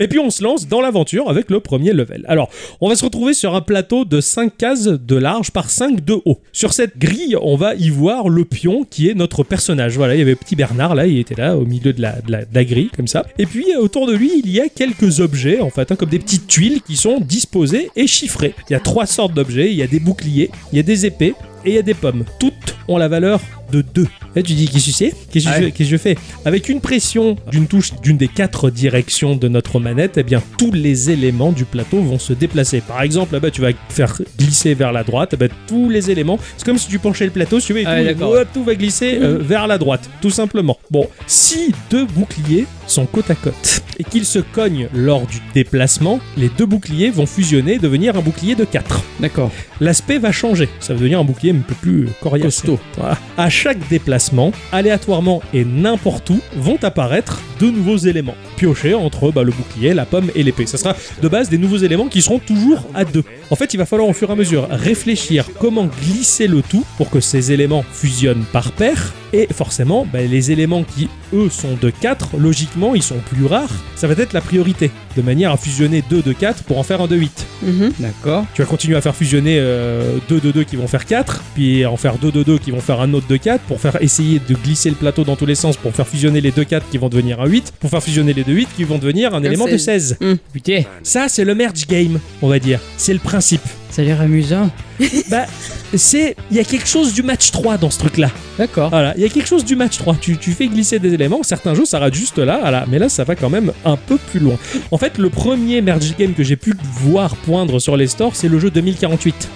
S1: Et puis on se lance dans l'aventure avec le premier level. Alors, on va se retrouver sur un plateau de 5 cases de large par 5 de haut. Sur cette grille, on va y voir le pion qui est notre personnage. Voilà, il y avait petit Bernard là, il était là au milieu de la, de la- de la grille, comme ça. Et puis euh, autour de lui, il y a quelques objets, en fait, hein, comme des petites tuiles qui sont disposées et chiffrées. Il y a trois sortes d'objets, il y a des boucliers, il y a des épées et il y a des pommes. Toutes ont la valeur de 2. Là, tu dis, qu'est-ce que c'est Qu'est-ce que
S2: Ouais.
S1: je- qu'est-ce que je fais Avec une pression d'une touche d'une des quatre directions de notre manette, eh bien, tous les éléments du plateau vont se déplacer. Par exemple, là-bas, tu vas faire glisser vers la droite, eh ben, tous les éléments, c'est comme si tu penchais le plateau, si tu veux, et
S2: Ah,
S1: tout,
S2: d'accord. Mm.
S1: hop, tout va glisser euh, vers la droite, tout simplement. Bon, si deux boucliers sont côte à côte et qu'ils se cognent lors du déplacement, les deux boucliers vont fusionner et devenir un bouclier de 4
S2: D'accord.
S1: l'aspect va changer. Ça va devenir un bouclier un peu plus euh, coriace.
S2: Costaud.
S1: Voilà. À chaque déplacement, aléatoirement et n'importe où, vont apparaître de nouveaux éléments. Piochés entre bah, le bouclier, la pomme et l'épée. Ça sera de base des nouveaux éléments qui seront toujours à deux. En fait, il va falloir au fur et à mesure réfléchir comment glisser le tout pour que ces éléments fusionnent par paire. Et forcément, bah, les éléments qui, eux, sont de 4, logiquement, ils sont plus rares. Ça va être la priorité, de manière à fusionner 2 de 4 pour en faire un de 8.
S3: Mhm.
S2: D'accord.
S1: Tu vas continuer à faire fusionner euh, 2 de 2 qui vont faire 4, puis en faire 2 de 2 qui vont faire un autre de 4, pour faire essayer de glisser le plateau dans tous les sens, pour faire fusionner les 2 4 qui vont devenir un 8, pour faire fusionner les 2 8 qui vont devenir un, élément de
S3: 16.
S1: 16.
S2: Putain,
S1: Ça, c'est le merge game, on va dire. C'est le principe.
S2: ça a l'air amusant.
S1: bah, c'est. Il y a quelque chose du match 3 dans ce truc-là.
S2: D'accord.
S1: Voilà, il y a quelque chose du match 3. Tu, tu fais glisser des éléments, certains jeux ça rate juste là, voilà. mais là ça va quand même un peu plus loin. En fait, le premier merge game que j'ai pu voir poindre sur les stores, c'est le jeu 2048.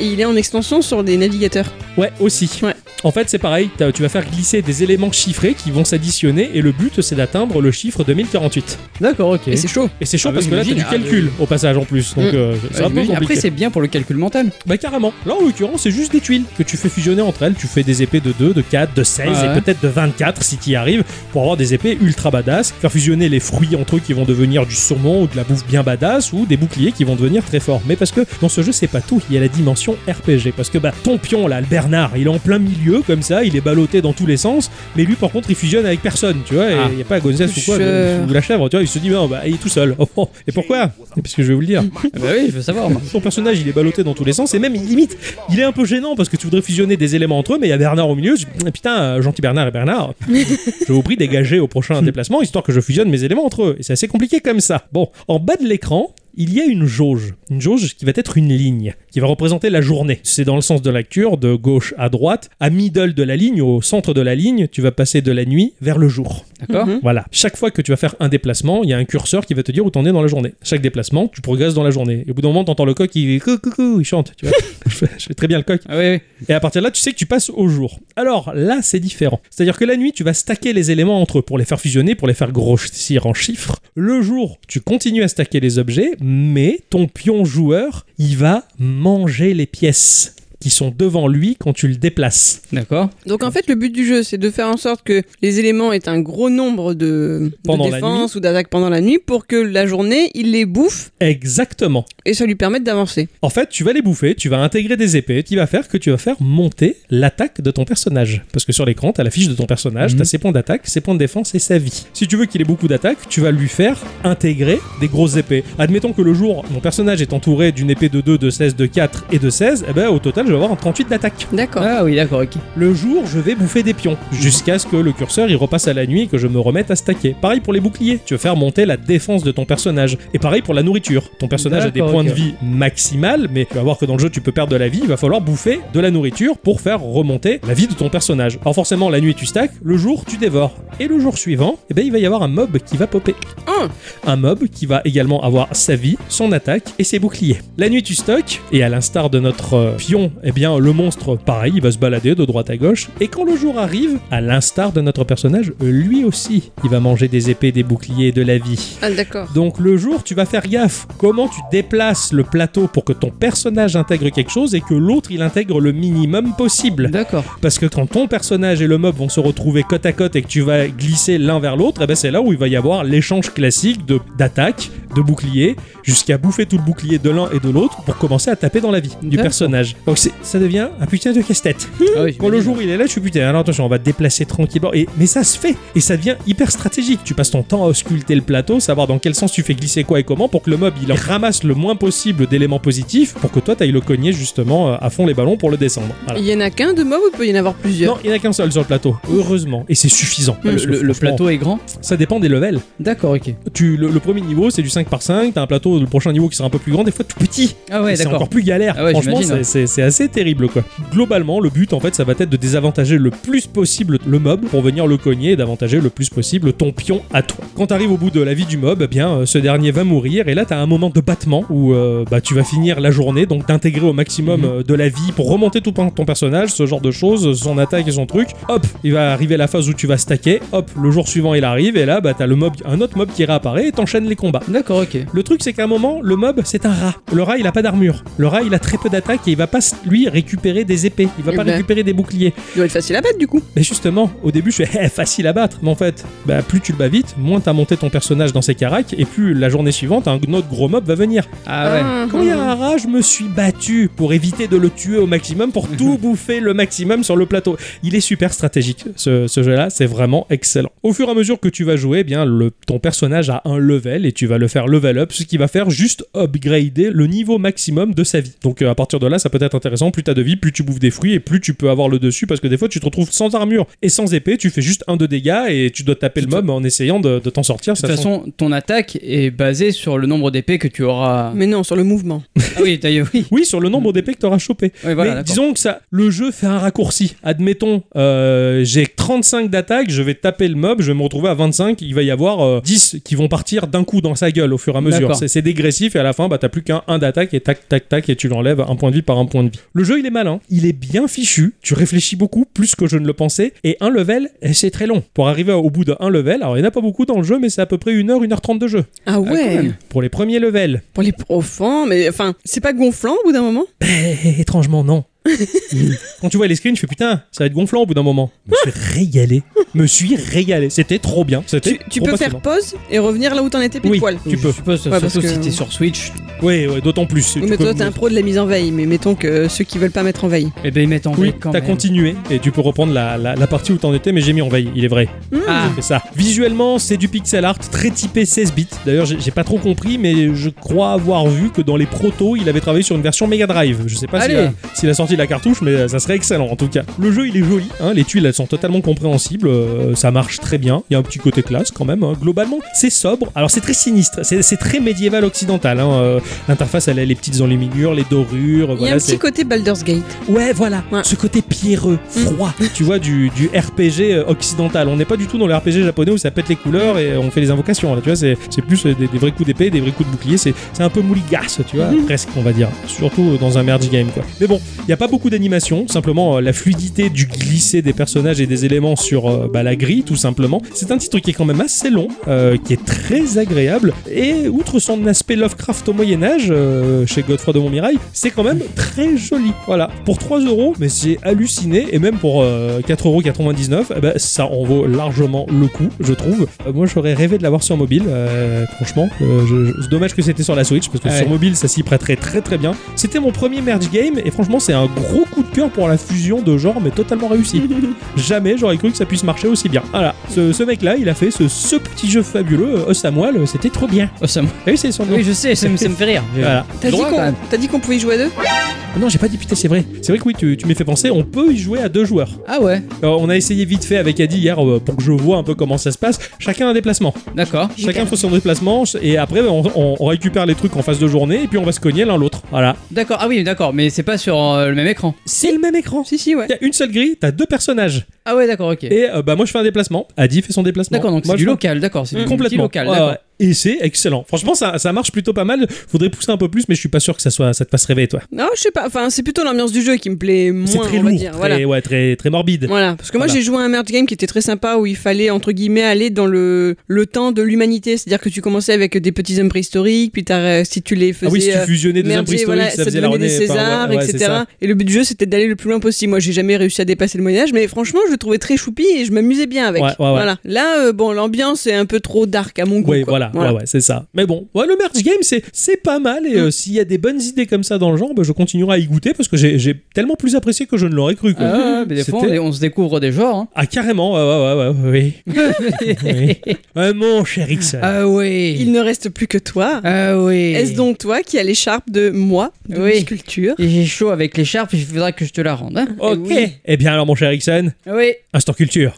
S3: Et Il est en extension sur des navigateurs.
S1: Ouais, aussi.
S3: Ouais.
S1: En fait, c'est pareil, t'as- tu vas faire glisser des éléments chiffrés qui vont s'additionner et le but c'est d'atteindre le chiffre 2048.
S2: D'accord, ok.
S3: Et c'est chaud.
S1: Et c'est chaud
S2: Ah bah
S1: parce
S2: oui,
S1: que là t'as du
S2: j'imagine. Ah,
S1: calcul au passage en plus, donc
S3: Mm.
S1: euh, c'est
S2: Ouais,
S1: un peu
S2: j'imagine.
S1: compliqué.
S2: Après, c'est bien pour le calcul mental.
S1: Bah carrément. Là en l'occurrence, c'est juste des tuiles que tu fais fusionner entre elles. Tu fais des épées de 2, de 4, de 16
S2: Ah
S1: et
S2: ouais.
S1: peut-être de 24 si t'y arrives pour avoir des épées ultra badass. Faire fusionner les fruits entre eux qui vont devenir du saumon ou de la bouffe bien badass ou des boucliers qui vont devenir très forts. Mais parce que dans ce jeu, c'est pas tout. Il y a la dimension RPG. Parce que bah ton pion là, le Bernard, il est en plein milieu comme ça, il est ballotté dans tous les sens. Mais lui par contre, il fusionne avec personne, tu vois. et
S2: Ah.
S1: Il y a pas Gonzès ou quoi,
S3: Cheur.
S1: ou la chèvre, tu vois. Il se dit, non, bah il est tout seul. Oh, et pourquoi Parce que je vais vous le dire.
S2: Ah bah oui, je veux savoir. moi.
S1: Son personnage, il est ballotté dans tous les sens et même limite, il est un peu gênant parce que tu voudrais fusionner des éléments entre eux, mais il y a Bernard au milieu. Je dis, Putain, euh, gentil Bernard et Bernard, je vous prie dégagez au prochain déplacement histoire que je fusionne mes éléments entre eux. Et c'est assez compliqué comme ça. Bon, en bas de l'écran. il y a une jauge. Une jauge qui va être une ligne, qui va représenter la journée. C'est dans le sens de la lecture, de gauche à droite. À middle de la ligne, au centre de la ligne, tu vas passer de la nuit vers le jour.
S2: D'accord
S3: Mhm.
S1: Voilà. Chaque fois que tu vas faire un déplacement, il y a un curseur qui va te dire où t'en es dans la journée. Chaque déplacement, tu progresses dans la journée. Et au bout d'un moment, t'entends le coq, il cou, cou, cou, il chante. Tu vois je, fais, je fais très bien le coq.
S2: Ah oui, oui.
S1: Et à partir de là, tu sais que tu passes au jour. Alors là, c'est différent. C'est-à-dire que la nuit, tu vas stacker les éléments entre eux pour les faire fusionner, pour les faire grossir en chiffres. Le jour, tu continues à stacker les objets, mais ton pion joueur, il va manger les pièces qui sont devant lui quand tu le déplaces.
S2: D'accord.
S3: Donc en fait, le but du jeu, c'est de faire en sorte que les éléments aient un gros nombre de, de
S1: Pendant la
S3: défenses ou d'attaques pendant la nuit pour que la journée, il les bouffe
S1: Exactement.
S3: et ça lui permette d'avancer.
S1: En fait, tu vas les bouffer, tu vas intégrer des épées, qui va faire que tu vas faire monter l'attaque de ton personnage. Parce que sur l'écran, t'as la fiche de ton personnage,
S2: Mhm.
S1: t'as ses points d'attaque, ses points de défense et sa vie. Si tu veux qu'il ait beaucoup d'attaques, tu vas lui faire intégrer des grosses épées. Admettons que le jour, mon personnage est entouré d'une épée de 2, de 16, de 4 et de 16, eh ben, au total, je vais avoir un 38 d'attaque.
S3: D'accord.
S2: Ah oui, d'accord, ok.
S1: Le jour, je vais bouffer des pions, jusqu'à ce que le curseur il repasse à la nuit et que je me remette à stacker. Pareil pour les boucliers, tu veux faire monter la défense de ton personnage. Et pareil pour la nourriture. Ton personnage a des
S2: D'accord,
S1: points de
S2: ok.
S1: vie maximales, mais tu vas voir que dans le jeu, tu peux perdre de la vie, il va falloir bouffer de la nourriture pour faire remonter la vie de ton personnage. Alors forcément, la nuit, tu stacks, le jour, tu dévores. Et le jour suivant, eh ben, il va y avoir un mob qui va popper
S3: Ah.
S1: un mob qui va également avoir sa vie, son attaque et ses boucliers. La nuit tu stockes, et à l'instar de notre euh, pion, eh bien le monstre, pareil, il va se balader de droite à gauche, et quand le jour arrive, à l'instar de notre personnage, lui aussi, il va manger des épées, des boucliers et de la vie.
S3: Ah, d'accord.
S1: Donc le jour, tu vas faire gaffe comment tu déplaces le plateau pour que ton personnage intègre quelque chose et que l'autre il intègre le minimum possible.
S2: D'accord.
S1: Parce que quand ton personnage et le mob vont se retrouver côte à côte et que tu vas glisser l'un vers l'autre, eh ben c'est là où il va y avoir l'échange classique de- d'attaque, de, bouclier, jusqu'à bouffer tout le bouclier de l'un et de l'autre pour commencer à taper dans la vie du
S2: D'accord.
S1: personnage. Donc c'est- ça devient un putain de casse-tête.
S2: Ah oui,
S1: Quand le jour il est là, je suis putain, alors attention, on va te déplacer tranquillement. Et, mais ça se fait, et ça devient hyper stratégique. Tu passes ton temps à ausculter le plateau, savoir dans quel sens tu fais glisser quoi et comment pour que le mob il ramasse le moins possible d'éléments positifs pour que toi t'ailles le cogner justement euh, à fond les ballons pour le descendre. Voilà.
S3: Il y en a qu'un de mob ou il peut y en avoir plusieurs
S1: Non, il n'y en a qu'un seul sur le plateau, heureusement, et c'est suffisant.
S2: Le,
S1: parce que
S2: le- le
S1: franchement,
S2: plateau est grand
S1: Ça dépend des levels.
S2: D'accord, ok.
S1: Tu, le, le premier niveau, c'est du 5 par 5, t'as un plateau, le prochain niveau qui sera un peu plus grand, des fois tout petit.
S2: Ah
S1: Et
S2: ouais,
S1: c'est encore
S2: d'accord.
S1: plus galère.
S2: Ah ouais,
S1: Franchement,
S2: j'imagine,
S1: c'est- c'est
S2: ouais.
S1: c'est assez terrible, quoi. Globalement, le but, en fait, ça va être de désavantager le plus possible le mob pour venir le cogner et d'avantager le plus possible ton pion à toi. Quand t'arrives au bout de la vie du mob, eh bien, euh, ce dernier va mourir, et là, t'as un moment de battement où euh, bah, tu vas finir la journée, donc d'intégrer au maximum
S2: Mhm.
S1: euh, de la vie pour remonter tout ton ton personnage, ce genre de choses, son attaque et son truc. Hop, il va arriver la phase où tu vas stacker, hop, le jour suivant, il arrive, et là, bah, t'as le mob, un autre mob qui réapparaît et t'enchaînes les combats.
S2: D'accord, ok.
S1: Le truc, c'est qu'à un moment, le mob, c'est un rat. Le rat, il a pas d'armure. Le rat, il a très peu d'attaque et il va pas, lui, récupérer des épées. Il va
S3: Eh
S1: pas
S3: ben.
S1: récupérer des boucliers.
S3: Il doit être facile à battre du coup.
S1: Mais justement, au début, je suis facile à battre. Mais en fait, bah, plus tu le bats vite, moins t'as monté ton personnage dans ses caracs et plus la journée suivante, un autre gros mob va venir.
S2: Ah ouais.
S1: Quand il y a un rat, je me suis battu pour éviter de le tuer au maximum, pour
S2: Mhm.
S1: tout bouffer le maximum sur le plateau. Il est super stratégique, ce, ce jeu-là, c'est vraiment excellent. Au fur et à mesure que tu vas jouer, eh bien le, ton personnage a un level et tu vas le faire level up, ce qui va faire juste upgrader le niveau maximum de sa vie. Donc euh, à partir de là, ça peut être intéressant, plus t'as de vie, plus tu bouffes des fruits et plus tu peux avoir le dessus, parce que des fois tu te retrouves sans armure et sans épée, tu fais juste un de dégâts et tu dois taper le
S2: De toute
S1: mob en essayant de, de t'en sortir.
S2: De toute façon, ton attaque est basée sur le nombre d'épées que tu auras.
S3: Mais non, sur le mouvement.
S2: Ah oui, d'ailleurs, oui.
S1: Oui, sur le nombre d'épées que t'auras chopé.
S2: Ouais, voilà,
S1: mais
S2: d'accord.
S1: disons que ça, le jeu fait un raccourci. Admettons, euh, j'ai 35 d'attaque, je vais taper le mob, je vais me retrouver à 25, il va y avoir euh, 10 qui vont partir d'un coup dans sa gueule au fur et à mesure.
S2: D'accord.
S1: C'est c'est dégressif et à la fin, bah, t'as plus qu'un 1 d'attaque et tac, tac, tac, et tu l'enlèves un point de vie par un point de vie. Le jeu, il est malin, il est bien fichu, tu réfléchis beaucoup, plus que je ne le pensais, et un level, eh, c'est très long. Pour arriver au bout d'un level, alors il n'y en a pas beaucoup dans le jeu, mais c'est à peu près 1h, 1h30 de jeu.
S3: Ah ouais
S2: même.
S1: Pour les premiers levels,
S3: Pour les profonds, mais enfin, c'est pas gonflant au bout d'un moment
S1: Eh, étrangement, non. Mm. Quand tu vois les screens, je fais putain, ça va être gonflant au bout d'un moment. Je me suis régalé. me suis régalé. C'était trop bien. C'était
S3: Tu, tu
S1: trop
S3: peux faire
S1: passionnant.
S3: pause et revenir là où t'en étais pile
S1: Oui.
S3: poil.
S1: Tu
S2: Je
S1: peux.
S2: suppose,
S3: Ouais, parce
S2: surtout
S3: que-
S2: si t'es sur Switch,
S1: Ouais, ouais, d'autant plus. Tu
S3: Oui, mais
S1: peux-
S3: toi, t'es un pro de la mise en veille, mais mettons que ceux qui veulent pas mettre en veille.
S2: eh ben ils mettent en
S1: Oui,
S2: veille quand
S1: t'as
S2: même.
S1: continué et tu peux reprendre la, la- la partie où t'en étais, mais j'ai mis en veille, il est vrai.
S3: Hmm,
S2: Ah,
S1: C'est ça. Visuellement, c'est du pixel art très typé 16 bits. D'ailleurs, j'ai j'ai pas trop compris, mais je crois avoir vu que dans les protos, il avait travaillé sur une version Mega Drive. Je sais pas s'il
S2: Allez.
S1: a, s'il a sorti sorti la cartouche, mais ça serait excellent en tout cas. Le jeu, il est joli, hein, les tuiles, elles sont totalement compréhensibles, euh, ça marche très bien. Il y a un petit côté classe quand même. hein. Globalement, c'est sobre. Alors, c'est très sinistre, c'est c'est très médiéval occidental. hein, euh, L'interface, elle a les petites enluminures, les dorures.
S3: Il y a
S1: voilà,
S3: un
S1: bah c'est-
S3: petit côté Baldur's Gate.
S1: Ouais, voilà,
S3: Ouais.
S1: ce côté pierreux, froid, tu vois, du, du RPG euh, occidental. On n'est pas du tout dans le RPG japonais où ça pète les couleurs et on fait les invocations. Là, tu vois, c'est c'est plus euh, des, des vrais coups d'épée, des vrais coups de bouclier. C'est c'est un peu mouligasse, tu vois, presque, on va dire. Surtout dans un merge game, quoi. Mais bon, il n'y a pas beaucoup d'animation, simplement euh, la fluidité du glisser des personnages et des éléments sur euh, bah, la grille, tout simplement. C'est un titre qui est quand même assez long, euh, qui est très agréable. Et outre son aspect Lovecraft au Moyen-Âge, chez Godefroy de Montmirail, c'est quand même très joli. Voilà. Pour 3 euros, mais j'ai halluciné. Et même pour euh, 4,99€, eh ben, ça en vaut largement le coup, je trouve. Euh, moi, j'aurais rêvé de l'avoir sur mobile, euh, franchement. Euh, je- je- c'est dommage que c'était sur la Switch, parce que
S2: Ouais.
S1: sur mobile, ça s'y prêterait très très bien. C'était mon premier merge game, et franchement, c'est un gros coup de cœur pour la fusion de genres, mais totalement réussi. Jamais j'aurais cru que ça puisse marcher aussi bien. Voilà. Ce, ce mec-là, il a fait ce, ce petit jeu fabuleux, euh, Os à moelle, c'était trop bien.
S2: Oh, ça me-
S1: Ah oui, c'est son nom.
S2: Oui, je sais, ça me, ça me fait rire.
S1: Voilà.
S3: T'as dit
S2: Droit, quand
S3: qu'on
S2: même.
S3: t'as dit qu'on pouvait y jouer à deux
S1: Ah Non, j'ai pas dit putain, c'est vrai. C'est vrai que oui, tu, tu m'es fait penser, on peut y jouer à deux joueurs.
S2: Ah ouais,
S1: Alors, Euh, on a essayé vite fait avec Adi hier euh, pour que je vois un peu comment ça se passe. Chacun a un déplacement.
S2: d'accord.
S1: Chacun fait son déplacement et après on, on- on récupère les trucs en face de journée et puis on va se cogner l'un l'autre. Voilà.
S2: D'accord, ah oui, d'accord, mais c'est pas sur euh, le même écran.
S1: C'est le même écran.
S3: Si, si, ouais.
S1: Il y a une seule grille, t'as deux personnages.
S2: Ah ouais, d'accord, ok.
S1: Et euh, bah moi je fais un déplacement, Adi fait son déplacement.
S2: D'accord, donc c'est
S1: Moi,
S2: du
S1: je fais-
S2: local, d'accord, c'est du petit
S1: Complètement.
S2: local,
S1: Ouais,
S2: d'accord.
S1: ouais. Et c'est excellent. Franchement, ça, ça marche plutôt pas mal. Faudrait pousser un peu plus, mais je suis pas sûr que ça, soit, ça te fasse rêver, toi.
S3: Non, je sais pas. Enfin, c'est plutôt l'ambiance du jeu qui me plaît moins,
S1: C'est très
S3: on
S1: lourd,
S3: va dire.
S1: très,
S3: Voilà.
S1: ouais, très, très morbide.
S3: Voilà, parce que moi
S1: Voilà.
S3: j'ai joué à un merge game qui était très sympa où il fallait entre guillemets aller dans le, le temps de l'humanité, c'est-à-dire que tu commençais avec des petits hommes préhistoriques, puis t'as- si tu les faisais
S1: ah oui, si tu
S3: euh,
S1: fusionnais des
S3: merger,
S1: impôts historiques,
S3: voilà,
S1: ça faisait la
S3: devenait des
S1: renée. enfin, ouais,
S3: Césars,
S1: ouais, c'est
S3: etc.
S1: ça.
S3: Et le but du jeu c'était d'aller le plus loin possible. Moi j'ai jamais réussi à dépasser le Moyen Âge, mais franchement je le trouvais très choupi et je m'amusais bien avec.
S1: Ouais, ouais, ouais.
S3: Voilà. Là euh, bon l'ambiance est un peu trop dark à mon goût.
S1: Oui,
S3: quoi.
S1: voilà, ouais, ouais, c'est ça. Mais bon, ouais, le merge game, c'est, c'est pas mal.
S2: Mm.
S1: Et euh, s'il y a des bonnes idées comme ça dans le genre, bah, je continuerai à y goûter parce que j'ai, j'ai tellement plus apprécié que je ne l'aurais cru. quoi.
S2: Ah ouais, mais des fois, on,
S1: C'était-
S2: on se découvre des genres.
S1: Ah, carrément, ouais, ouais, ouais, ouais,
S2: Hein.
S1: oui. oui. Ouais, mon cher Ixon.
S2: ah oui.
S3: Il ne reste plus que toi.
S2: Ah oui.
S3: Est-ce donc toi qui as l'écharpe de moi, de
S2: Oui.
S3: sculpture
S2: Et J'ai chaud avec l'écharpe, il faudra que je te la rende. hein.
S1: ok.
S3: oui.
S1: Eh bien, alors, mon cher Ixon,
S2: Ah oui.
S1: instant culture.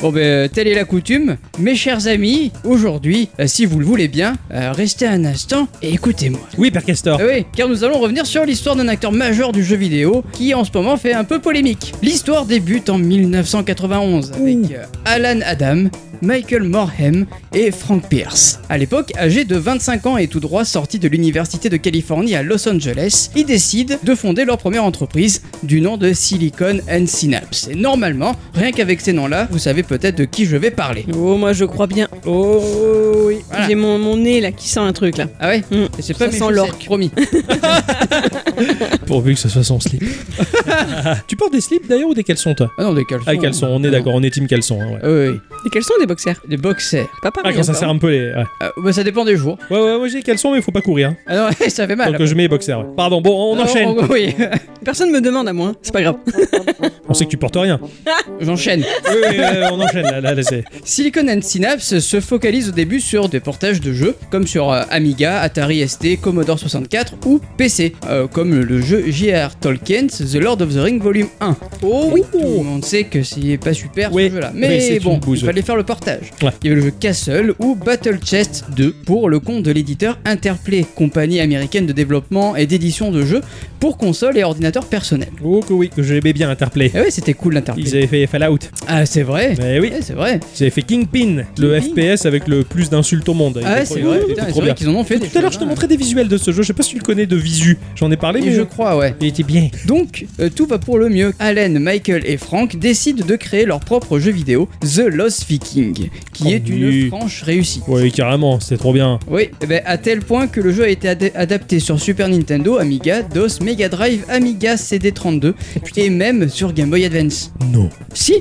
S2: Bon ben, euh, telle est la coutume. Mes chers amis, aujourd'hui, euh, si vous le voulez bien, euh, restez un instant et écoutez-moi.
S1: Oui, Père Castor.
S2: Ah oui, car nous allons revenir sur l'histoire d'un acteur majeur du jeu vidéo qui en ce moment fait un peu polémique. L'histoire débute en 1991 avec euh, Alan Adam, Michael Morhem et Frank Pierce. À l'époque, âgé de 25 ans et tout droit sorti de l'université de Californie à Los Angeles, ils décident de fonder leur première entreprise du nom de Silicon and Synapse. Et normalement, rien qu'avec ces noms-là, vous savez peut-être de qui je vais parler.
S3: Oh moi je crois bien. Oh oui.
S1: Ah.
S2: Voilà.
S3: J'ai mon, mon nez là qui sent un truc là.
S2: Ah ouais
S3: Mm.
S2: Et C'est
S3: Ça
S2: pas mes
S3: sent
S2: chaussettes,
S3: l'orque.
S2: promis.
S1: Pourvu que ce soit son slip. tu portes des slips d'ailleurs ou des caleçons, toi
S2: Ah non, des caleçons.
S1: Ah, caleçons, on est
S2: Ah non.
S1: d'accord, on est team caleçons. hein, ouais.
S2: Ah oui, oui.
S3: Et quels sont les boxers
S2: des boxers.
S3: Pas pareil.
S1: Ah, quand ça
S3: encore.
S1: sert un peu les. Ouais,
S2: Euh, bah, ça dépend des jours.
S1: ouais, ouais, ouais, j'ai des caleçons, mais faut pas courir. hein.
S2: Ah non, ça fait mal.
S1: Donc, euh, je mets les boxers. ouais. Pardon, bon, on
S2: Ah,
S1: enchaîne.
S2: oui,
S3: Personne me demande à moi, hein. c'est pas grave.
S1: On sait que tu portes rien.
S2: j'enchaîne.
S1: Oui, oui, euh, on enchaîne là, là, là, c'est-
S2: Silicon and Synapse se focalise au début sur des portages de jeux, comme sur euh, Amiga, Atari ST, Commodore 64 ou PC, euh, comme le jeu J.R. Tolkien's The Lord of the Ring Volume 1.
S3: Oh
S2: Et Tout le monde sait que c'est pas super
S1: Oui,
S2: ce jeu-là.
S1: oui, c'est
S2: Mais
S1: une
S2: bon,
S1: bouse.
S2: il fallait faire le portage.
S1: Ouais.
S2: Il y avait le jeu Castle ou Battle Chest 2 pour le compte de l'éditeur Interplay, compagnie américaine de développement et d'édition de jeux pour consoles et ordinateurs personnels.
S1: Oh que oui, que je l'aimais bien Interplay.
S2: Et ouais, c'était cool
S1: Ils
S2: l'Interplay.
S1: avaient fait Fallout.
S2: Ah, c'est vrai.
S1: Mais oui,
S2: Ouais, c'est vrai.
S1: ils avaient fait Kingpin, le FPS avec le plus d'insultes au monde.
S2: Ah ouais,
S1: Ils
S2: c'est
S1: étaient
S2: vrai,
S1: trop-
S2: putain,
S1: étaient
S2: c'est
S1: trop
S2: vrai
S1: bien.
S2: qu'ils en ont fait des
S1: Tout à l'heure, je te
S2: choses, hein.
S1: montrais des visuels de ce jeu. Je sais pas si tu le connais de visu. J'en ai parlé, mais
S2: Et je crois, ouais.
S1: Il était bien.
S2: Donc, euh, tout va pour le mieux. Allen, Michael et Frank décident de créer leur propre jeu vidéo, The Lost Viking, qui
S1: Oh
S2: est
S1: oui.
S2: une franche réussite.
S1: Oui, carrément, c'était trop bien.
S2: Oui, eh ben, à tel point que le jeu a été ad- adapté sur Super Nintendo, Amiga, DOS, Mega Drive, Amiga, CD32
S1: Oh,
S2: et même sur Game Boy Advance.
S1: Non.
S2: Si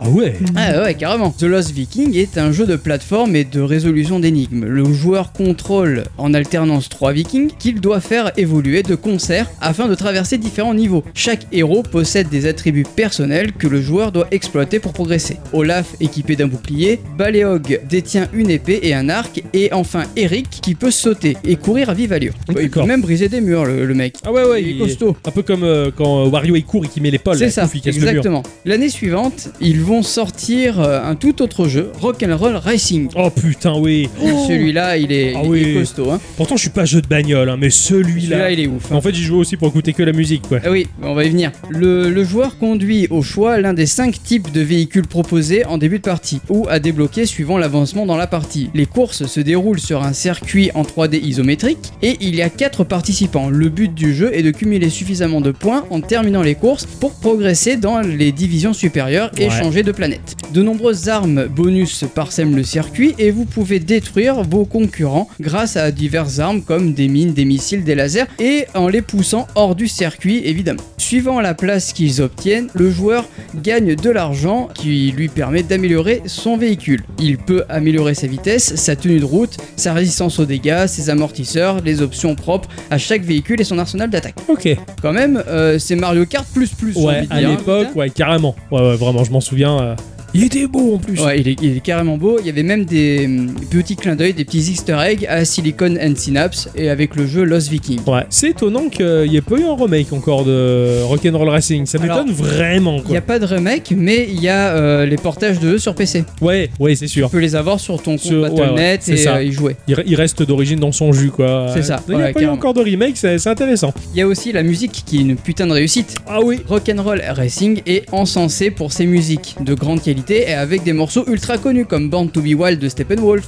S1: Ah ouais
S2: Ah ouais, carrément. The Lost Viking est un jeu de plateforme et de résolution d'énigmes. Le joueur contrôle en alternance trois vikings qu'il doit faire évoluer de concert afin de traverser différents niveaux. Chaque héros possède des attributs personnels que le joueur doit exploiter pour progresser. Olaf, équipé d'un bouclier, Baleog détient une épée et un arc, et enfin Eric qui peut sauter et courir à vive allure. Il peut
S1: D'accord.
S2: même briser des murs, le, le mec.
S1: Ah ouais, ouais,
S2: Il est costaud.
S1: Un peu comme euh, quand euh, Wario il court et qu'il met l'épaule.
S2: C'est
S1: là,
S2: ça,
S1: pouf, il casse le mur.
S2: exactement. L'année suivante, ils vont sortir euh, un tout autre jeu, Rock'n'Roll Racing.
S1: Oh putain, oui.
S2: Celui-là, il est,
S1: Ah
S2: il est
S1: oui.
S2: costaud. Hein.
S1: Pourtant, je suis pas jeu de bagnole, hein, mais celui-là.
S2: Celui-là, il est ouf. hein.
S1: En fait, j'y jouais aussi pour écouter que la musique, quoi.
S2: Ah oui, on va y venir. Le, le joueur conduit au choix l'un des cinq types de véhicules proposés en début de partie, ou à débloquer suivant l'avancement dans la partie. Les courses se déroulent sur un circuit en 3D isométrique, et il y a quatre participants. Le but du jeu est de cumuler suffisamment de points en terminant les courses pour progresser dans les divisions supérieures et
S1: Ouais.
S2: changer de planète. De nombreuses armes bonus parsèment le circuit, et vous pouvez détruire vos concurrents grâce à diverses armes comme des mines, des missiles, des lasers, et en les poussant hors du circuit, évidemment. Suivant la place qu'ils obtiennent, le joueur gagne de l'argent qui lui permet d'améliorer son véhicule. Il peut améliorer sa vitesse, sa tenue de route, sa résistance aux dégâts, ses amortisseurs, les options propres à chaque véhicule et son arsenal d'attaque.
S1: Ok.
S2: Quand même, euh, c'est Mario Kart plus plus. j'ai
S1: Ouais,
S2: envie de
S1: à
S2: dire. hein.
S1: l'époque, ouais, carrément. Ouais, ouais, vraiment, je m'en souviens. euh, Il était beau en plus.
S2: Ouais, il est, il est carrément beau. Il y avait même des hum, petits clins d'œil, des petits easter eggs à Silicon and Synapse et avec le jeu Lost Viking.
S1: Ouais. C'est étonnant qu'il n'y ait pas eu un remake encore de Rock'n'Roll Racing. Ça
S2: Alors,
S1: m'étonne vraiment,
S2: Il n'y
S1: quoi.
S2: a pas de remake, mais il y a euh, les portages de jeux sur PC.
S1: Ouais, ouais, c'est sûr.
S2: Tu peux les avoir sur ton compte
S1: Sur- ouais, ouais,
S2: Battle.net
S1: c'est
S2: et
S1: ça.
S2: euh, y jouer.
S1: Il, re- il reste d'origine dans son jus, quoi.
S2: C'est ça,
S1: Il n'y a
S2: ouais,
S1: pas eu
S2: carrément.
S1: encore de remake, c'est c'est intéressant.
S2: Il y a aussi la musique qui est une putain de réussite.
S1: Ah oui.
S2: Rock'n'Roll Racing est encensé pour ses musiques de grande qualité et avec des morceaux ultra connus comme Born to be Wild de Steppenwolf.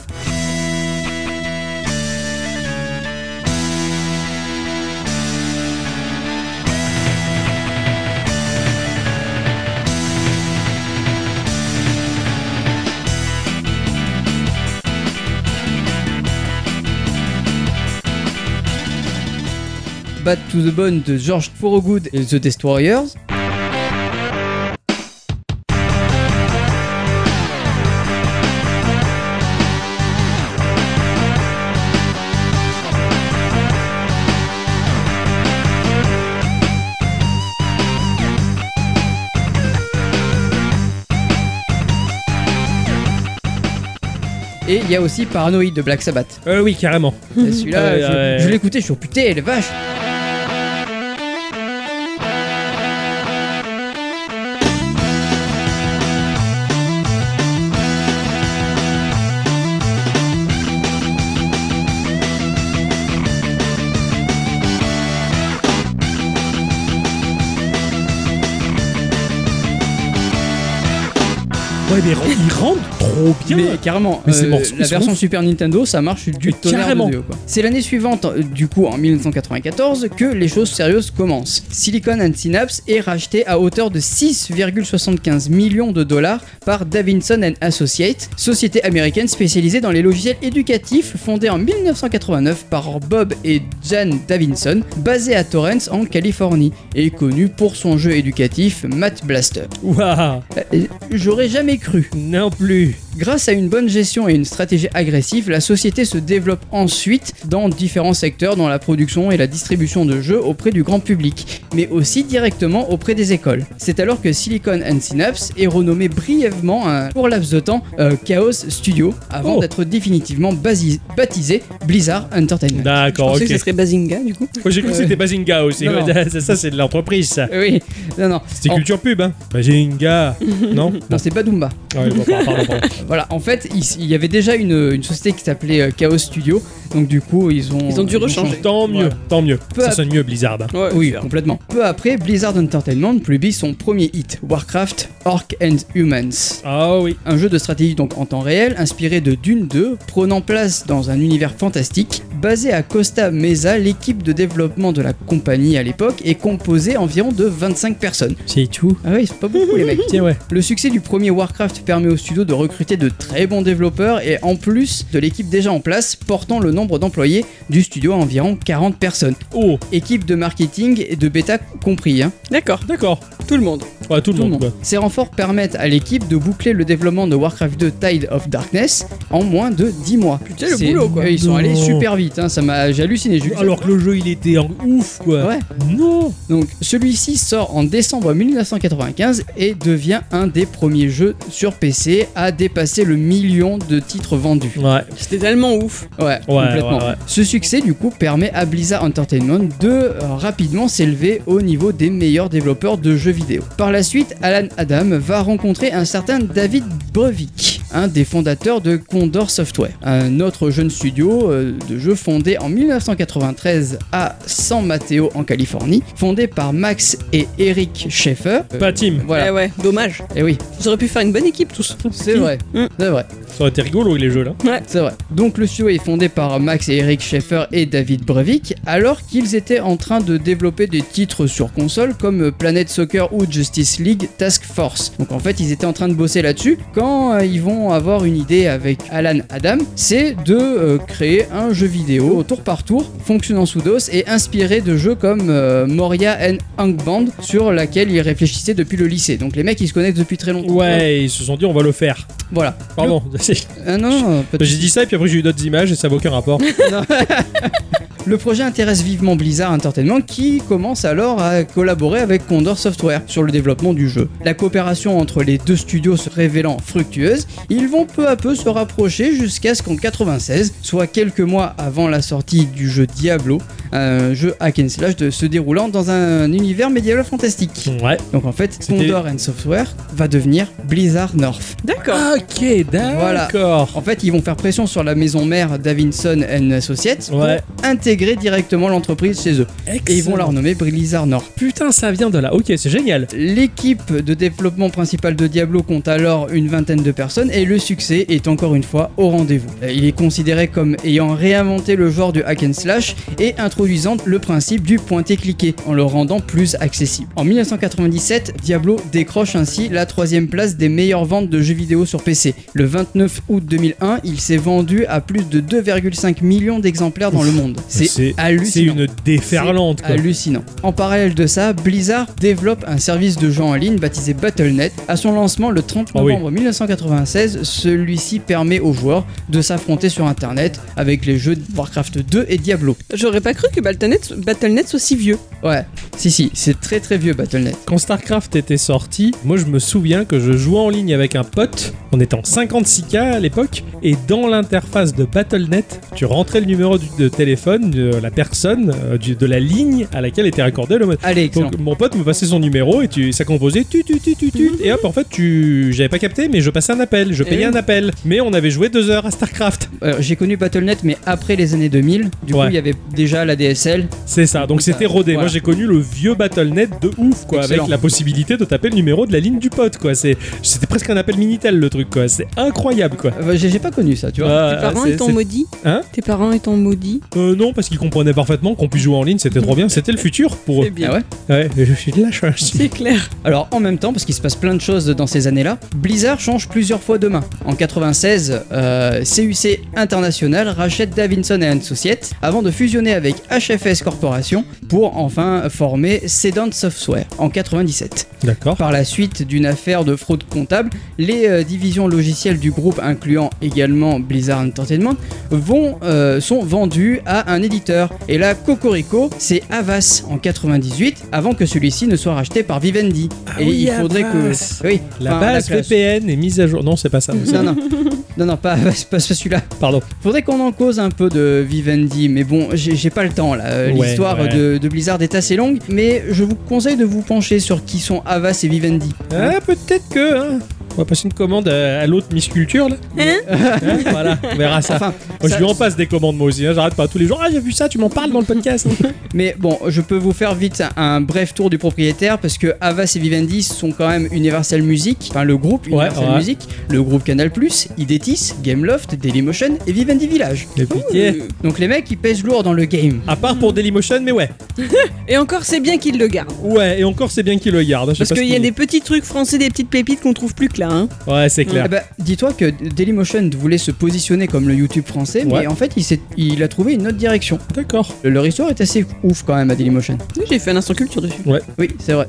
S2: Bad to the Bone de George Thorogood et The Destroyers. Et il y a aussi Paranoid de Black Sabbath.
S1: Euh, oui, carrément.
S2: Et Celui-là,
S1: Ouais,
S2: je,
S1: ouais.
S2: je l'écoutais, je suis oh, putain, les vaches
S1: Ouais, mais ren- il rentre trop bien.
S2: Mais carrément,
S1: Mais ces
S2: euh,
S1: morceaux
S2: la
S1: sont
S2: version
S1: ouf.
S2: Super Nintendo, ça marche du
S1: Mais
S2: tonnerre
S1: carrément.
S2: de Dieu, quoi. C'est l'année suivante, euh, du coup en 1994, que les choses sérieuses commencent. Silicon and Synapse est racheté à hauteur de 6,75 millions de dollars par Davinson and Associates, société américaine spécialisée dans les logiciels éducatifs, fondée en 1989 par Bob et Jan Davinson, basée à Torrance en Californie, et connue pour son jeu éducatif Math Blaster.
S1: Waouh.
S2: Euh, J'aurais jamais cru.
S1: Non plus.
S2: Grâce à une bonne gestion et une stratégie agressive, la société se développe ensuite dans différents secteurs, dans la production et la distribution de jeux auprès du grand public, mais aussi directement auprès des écoles. C'est alors que Silicon and Synapse est renommé brièvement un court laps de temps euh, Chaos Studio, avant
S1: Oh.
S2: d'être définitivement basi- baptisé Blizzard Entertainment.
S1: D'accord,
S3: Je pensais
S1: ok.
S3: que ça serait Bazinga du coup.
S1: Moi, J'ai cru que c'était Bazinga aussi.
S2: Non, non.
S1: Ça, ça, c'est de l'entreprise, ça.
S2: Oui, non, non,
S1: C'était
S2: En-
S1: culture pub, hein. Bazinga. non
S2: non c'est pas Doomba.
S1: Ah oui, bon, pardon, pardon, pardon.
S2: Voilà, en fait, il, il y avait déjà une, une société qui s'appelait euh, Chaos Studio, donc du coup, ils ont.
S3: Ils ont dû rechanger.
S1: Tant mieux,
S2: Voilà.
S1: tant mieux.
S2: Peu
S1: ça
S2: à-
S1: sonne mieux, Blizzard. hein.
S3: Ouais,
S2: Oui,
S3: sûr.
S2: complètement. Peu après, Blizzard Entertainment publie son premier hit, Warcraft Orc and Humans.
S1: Ah oui.
S2: Un jeu de stratégie donc en temps réel, inspiré de Dune 2, prenant place dans un univers fantastique. Basée à Costa Mesa, l'équipe de développement de la compagnie à l'époque est composée environ de 25 personnes.
S1: C'est tout.
S2: Ah ouais, ils sont pas beaucoup les mecs.
S1: Tiens, ouais.
S2: Le succès du premier Warcraft permet au studio de recruter de très bons développeurs et en plus de l'équipe déjà en place, portant le nombre d'employés du studio à environ 40 personnes.
S1: Oh,
S2: Équipe de marketing et de bêta compris. hein.
S3: D'accord,
S1: d'accord.
S3: tout le monde.
S1: Ouais, tout le
S2: Tout le
S1: monde.
S2: monde. Ces renforts permettent à l'équipe de boucler le développement de Warcraft 2 Tide of Darkness en moins de 10 mois.
S3: Putain, le
S2: C'est-
S3: boulot, quoi.
S2: Euh, Ils sont allés
S1: Non.
S2: super vite, hein, ça m'a j'ai halluciné. j'ai vu
S1: quoi.
S2: ça.
S1: Alors que le jeu, il était en ouf, quoi.
S2: Ouais.
S1: Non.
S2: Donc celui-ci sort en décembre 1995 et devient un des premiers jeux sur PC à dépasser le million de titres vendus.
S1: Ouais.
S3: C'était tellement ouf.
S2: Ouais, complètement.
S1: ouais, ouais.
S2: Ce succès, du coup, permet à Blizzard Entertainment de euh, rapidement s'élever au niveau des meilleurs développeurs de jeux vidéo. Par la suite, Alan Adam va rencontrer un certain David Bovick, un des fondateurs de Condor Software, un autre jeune studio euh, de jeux fondé en 1993 à San Mateo en Californie, fondé par Max et Eric Schaeffer. Euh,
S1: Pas Tim.
S2: Voilà,
S3: Eh ouais, dommage.
S2: et oui,
S3: Ils auraient pu faire une bonne équipe tous.
S2: c'est
S1: Mmh.
S2: vrai,
S3: Mm.
S2: c'est vrai.
S1: Ça aurait été rigolo, les jeux, là.
S2: C'est vrai. Donc le studio est fondé par Max et Eric Schaeffer et David Brevik, alors qu'ils étaient en train de développer des titres sur console comme Planet Soccer ou Justice League Task Force. Donc en fait, ils étaient en train de bosser là-dessus. Quand euh, ils vont avoir une idée avec Alan Adam, c'est de euh, créer un jeu vidéo au tour par tour, fonctionnant sous DOS et inspiré de jeux comme euh, Moria and Angband, sur laquelle ils réfléchissaient depuis le lycée. Donc les mecs, ils se connaissent depuis très longtemps.
S1: Ouais, ils se sont dit, on va le faire.
S2: Voilà.
S1: Pardon.
S2: Ah non, non, pas de
S1: J'ai dit ça, et puis après, j'ai eu d'autres images, et ça n'a aucun rapport.
S2: Le projet intéresse vivement Blizzard Entertainment qui commence alors à collaborer avec Condor Software sur le développement du jeu. La coopération entre les deux studios se révélant fructueuse, ils vont peu à peu se rapprocher jusqu'à ce qu'en 96, soit quelques mois avant la sortie du jeu Diablo, un jeu hack and slash de- se déroulant dans un univers médiéval fantastique.
S1: ouais.
S2: Donc en fait,
S1: C'était-
S2: Condor and Software va devenir Blizzard North.
S3: D'accord.
S1: Ok, d'accord.
S2: En fait, ils vont faire pression sur la maison mère Davinson and Associates
S1: Ouais.
S2: pour intégrer directement l'entreprise chez eux. Et ils vont la renommer Blizzard North.
S1: Putain, ça vient de là. Ok, c'est génial.
S2: L'équipe de développement principale de Diablo compte alors une vingtaine de personnes et le succès est encore une fois au rendez-vous. Euh, Il est considéré comme ayant réinventé le genre du hack and slash et introduisant le principe du pointer-cliquer en le rendant plus accessible. En 1997, Diablo décroche ainsi la troisième place des meilleures ventes de jeux vidéo sur PC. Le 29 août 2001, il s'est vendu à plus de 2,5 millions d'exemplaires dans le monde. C'est hallucinant.
S1: Euh, C'est une déferlante, quoi.
S2: Ah. Hallucinant. En parallèle de ça, Blizzard développe un service de jeu en ligne baptisé BattleNet. À son lancement le 30
S1: Ah oui.
S2: novembre 1996, celui-ci permet aux joueurs de s'affronter sur Internet avec les jeux de Warcraft 2 et Diablo.
S3: J'aurais pas cru que Battle.net, Battle.net soit si vieux.
S2: Ouais, si si, c'est très très vieux BattleNet.
S1: Quand StarCraft était sorti, moi je me souviens que je jouais en ligne avec un pote, on était en 56K à l'époque, et dans l'interface de BattleNet, tu rentrais le numéro du- de téléphone de la personne, euh, du- de la ligne à laquelle était raccordé le mode.
S2: Allez, excellent.
S1: Donc mon pote me passait son numéro et tu, ça composait tu tu tu tu tu et hop en fait tu j'avais pas capté mais je passais un appel je payais
S2: oui.
S1: un appel mais on avait joué deux heures à Starcraft
S2: Alors, Euh, J'ai connu BattleNet mais après les années 2000, du
S1: Ouais.
S2: coup il y avait déjà la DSL.
S1: c'est ça donc
S2: Ça,
S1: c'était rodé moi
S2: voilà.
S1: j'ai connu le vieux BattleNet de ouf quoi
S2: Excellent.
S1: avec la possibilité de taper le numéro de la ligne du pote quoi c'est c'était presque un appel minitel le truc quoi c'est incroyable quoi
S2: Euh, J'ai j'ai pas connu ça, tu vois.
S1: Ah,
S3: Tes parents
S1: c'est-
S3: étant
S1: c'est-
S3: maudits.
S1: Hein
S3: Tes parents étant maudits.
S1: Euh, non parce qu'ils comprenaient parfaitement qu'on puisse jouer en ligne c'était trop bien c'était le futur pour
S3: C'est
S1: eux
S3: bien.
S2: Ah ouais
S1: ouais je suis de la chance
S3: C'est clair.
S2: Alors en même temps, parce qu'il se passe plein de choses dans ces années-là, Blizzard change plusieurs fois de main. En 96, euh, CUC International rachète Davinson Associates avant de fusionner avec HFS Corporation pour enfin former Sedant Software en 97.
S1: d'accord
S2: Par la suite d'une affaire de fraude comptable, les euh, divisions logicielles du groupe, incluant également Blizzard Entertainment, vont, euh, sont vendues à un éditeur. Et là, Cocorico, c'est Avas en 98, avant que celui-ci ne soit racheté par Vivendi. Et
S1: oui,
S2: il faudrait
S1: Havas.
S2: que. Oui,
S1: la
S2: enfin,
S1: base
S2: classe.
S1: VPN est mise à jour non c'est pas ça
S2: Non, non, non, non, pas, Havas, pas celui-là.
S1: pardon
S2: Faudrait qu'on en cause un peu de Vivendi, mais bon, j'ai j'ai pas le temps là. Euh,
S1: Ouais,
S2: L'histoire
S1: ouais.
S2: de, de Blizzard est assez longue, mais je vous conseille de vous pencher sur qui sont Avas et Vivendi.
S1: Ah, peut-être que. hein. On va passer une commande à, à l'autre Miss Culture, là.
S3: Hein
S1: Hein, voilà, on verra ça.
S2: Enfin,
S1: Moi,
S2: ça-
S1: je lui en passe des commandes, moi aussi. hein. J'arrête pas tous les jours. Ah, j'ai vu ça, tu m'en parles dans le podcast.
S2: Mais bon, je peux vous faire vite un, un bref tour du propriétaire parce que Havas et Vivendi sont quand même Universal Music, enfin le groupe
S1: Ouais,
S2: Universal
S1: ouais.
S2: Music, le groupe Canal+, IDT, Atis, Gameloft, Dailymotion et Vivendi Village.
S1: Mais putain.
S2: Euh, Donc les mecs ils pèsent lourd dans le game.
S1: À part pour Dailymotion, mais ouais.
S3: Et encore, c'est bien qu'ils le gardent.
S1: Ouais, et encore, c'est bien qu'il le garde. hein, Je sais
S3: Parce
S1: pas ce
S3: qu'il y a
S1: qu'il-
S3: des petits trucs français, des petites pépites qu'on trouve plus que là. hein.
S1: Ouais, c'est
S2: Ah
S1: clair.
S2: bah, dis-toi que Dailymotion voulait se positionner comme le YouTube français,
S1: Ouais.
S2: mais en fait il, s'est- il a trouvé une autre direction.
S1: D'accord.
S2: Leur histoire est assez ouf quand même à Dailymotion.
S3: Oui, J'ai fait un instant culture dessus.
S2: Oui, c'est vrai.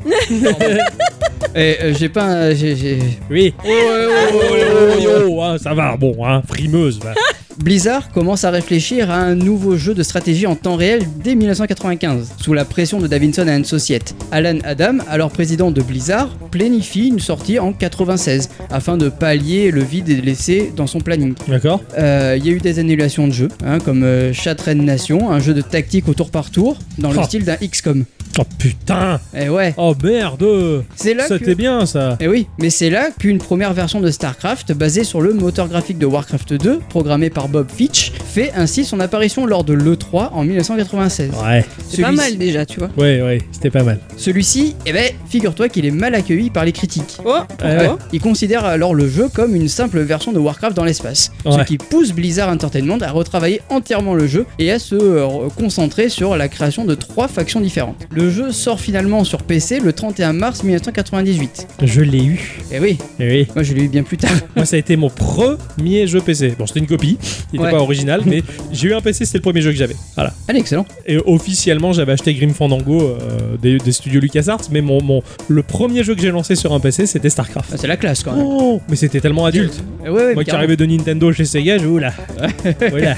S2: Et euh, j'ai pas un- j'ai- j'ai-
S1: Oui. Oh, yo, hein, ça va, bon, hein, frimeuse. va.
S2: Blizzard commence à réfléchir à un nouveau jeu de stratégie en temps réel dès 1995, sous la pression de Davinson and Associates. Alan Adam, alors président de Blizzard, planifie une sortie en 96 afin de pallier le vide laissé dans son planning.
S1: D'accord.
S2: Euh, Il y a eu des annulations de jeux, hein, comme euh, Shattered Nation, un jeu de tactique au tour par tour dans le
S1: Oh.
S2: style d'un XCOM.
S1: Oh putain.
S2: Et ouais,
S1: Oh merde.
S2: c'est là que
S1: C'était bien ça.
S2: Eh oui, mais c'est là qu'une première version de StarCraft, basée sur le moteur graphique de Warcraft 2, programmé par Bob Fitch, fait ainsi son apparition lors de l'E3 en 1996.
S1: Ouais,
S3: C'est pas
S2: Celui-ci-
S3: mal déjà, tu vois.
S1: ouais, ouais, c'était pas mal.
S2: Celui-ci, eh ben, figure-toi qu'il est mal accueilli par les critiques.
S3: Oh,
S1: Ouais.
S3: pourquoi
S2: Ils considèrent alors le jeu comme une simple version de Warcraft dans l'espace,
S1: Ouais.
S2: ce qui pousse Blizzard Entertainment à retravailler entièrement le jeu et à se euh, concentrer sur la création de trois factions différentes. Le jeu sort finalement sur PC le 31 mars 1998.
S1: Je l'ai eu.
S2: Eh oui,
S1: Eh oui.
S2: moi je l'ai eu bien plus tard.
S1: Moi, ça a été mon premier jeu PC. Bon, c'était une copie, il n'était
S2: Ouais.
S1: pas original, mais j'ai eu un PC, c'était le premier jeu que j'avais. Voilà.
S2: Allez, excellent.
S1: Et officiellement, j'avais acheté Grim Fandango euh, des, des studios LucasArts, mais mon, mon, le premier jeu que j'ai lancé sur un PC, c'était StarCraft.
S2: Ah, c'est la classe quand même.
S1: Oh, mais c'était tellement adulte.
S2: Eh ouais, ouais,
S1: Moi qui
S2: carrément.
S1: arrivais de Nintendo chez Sega, je oula. Oula.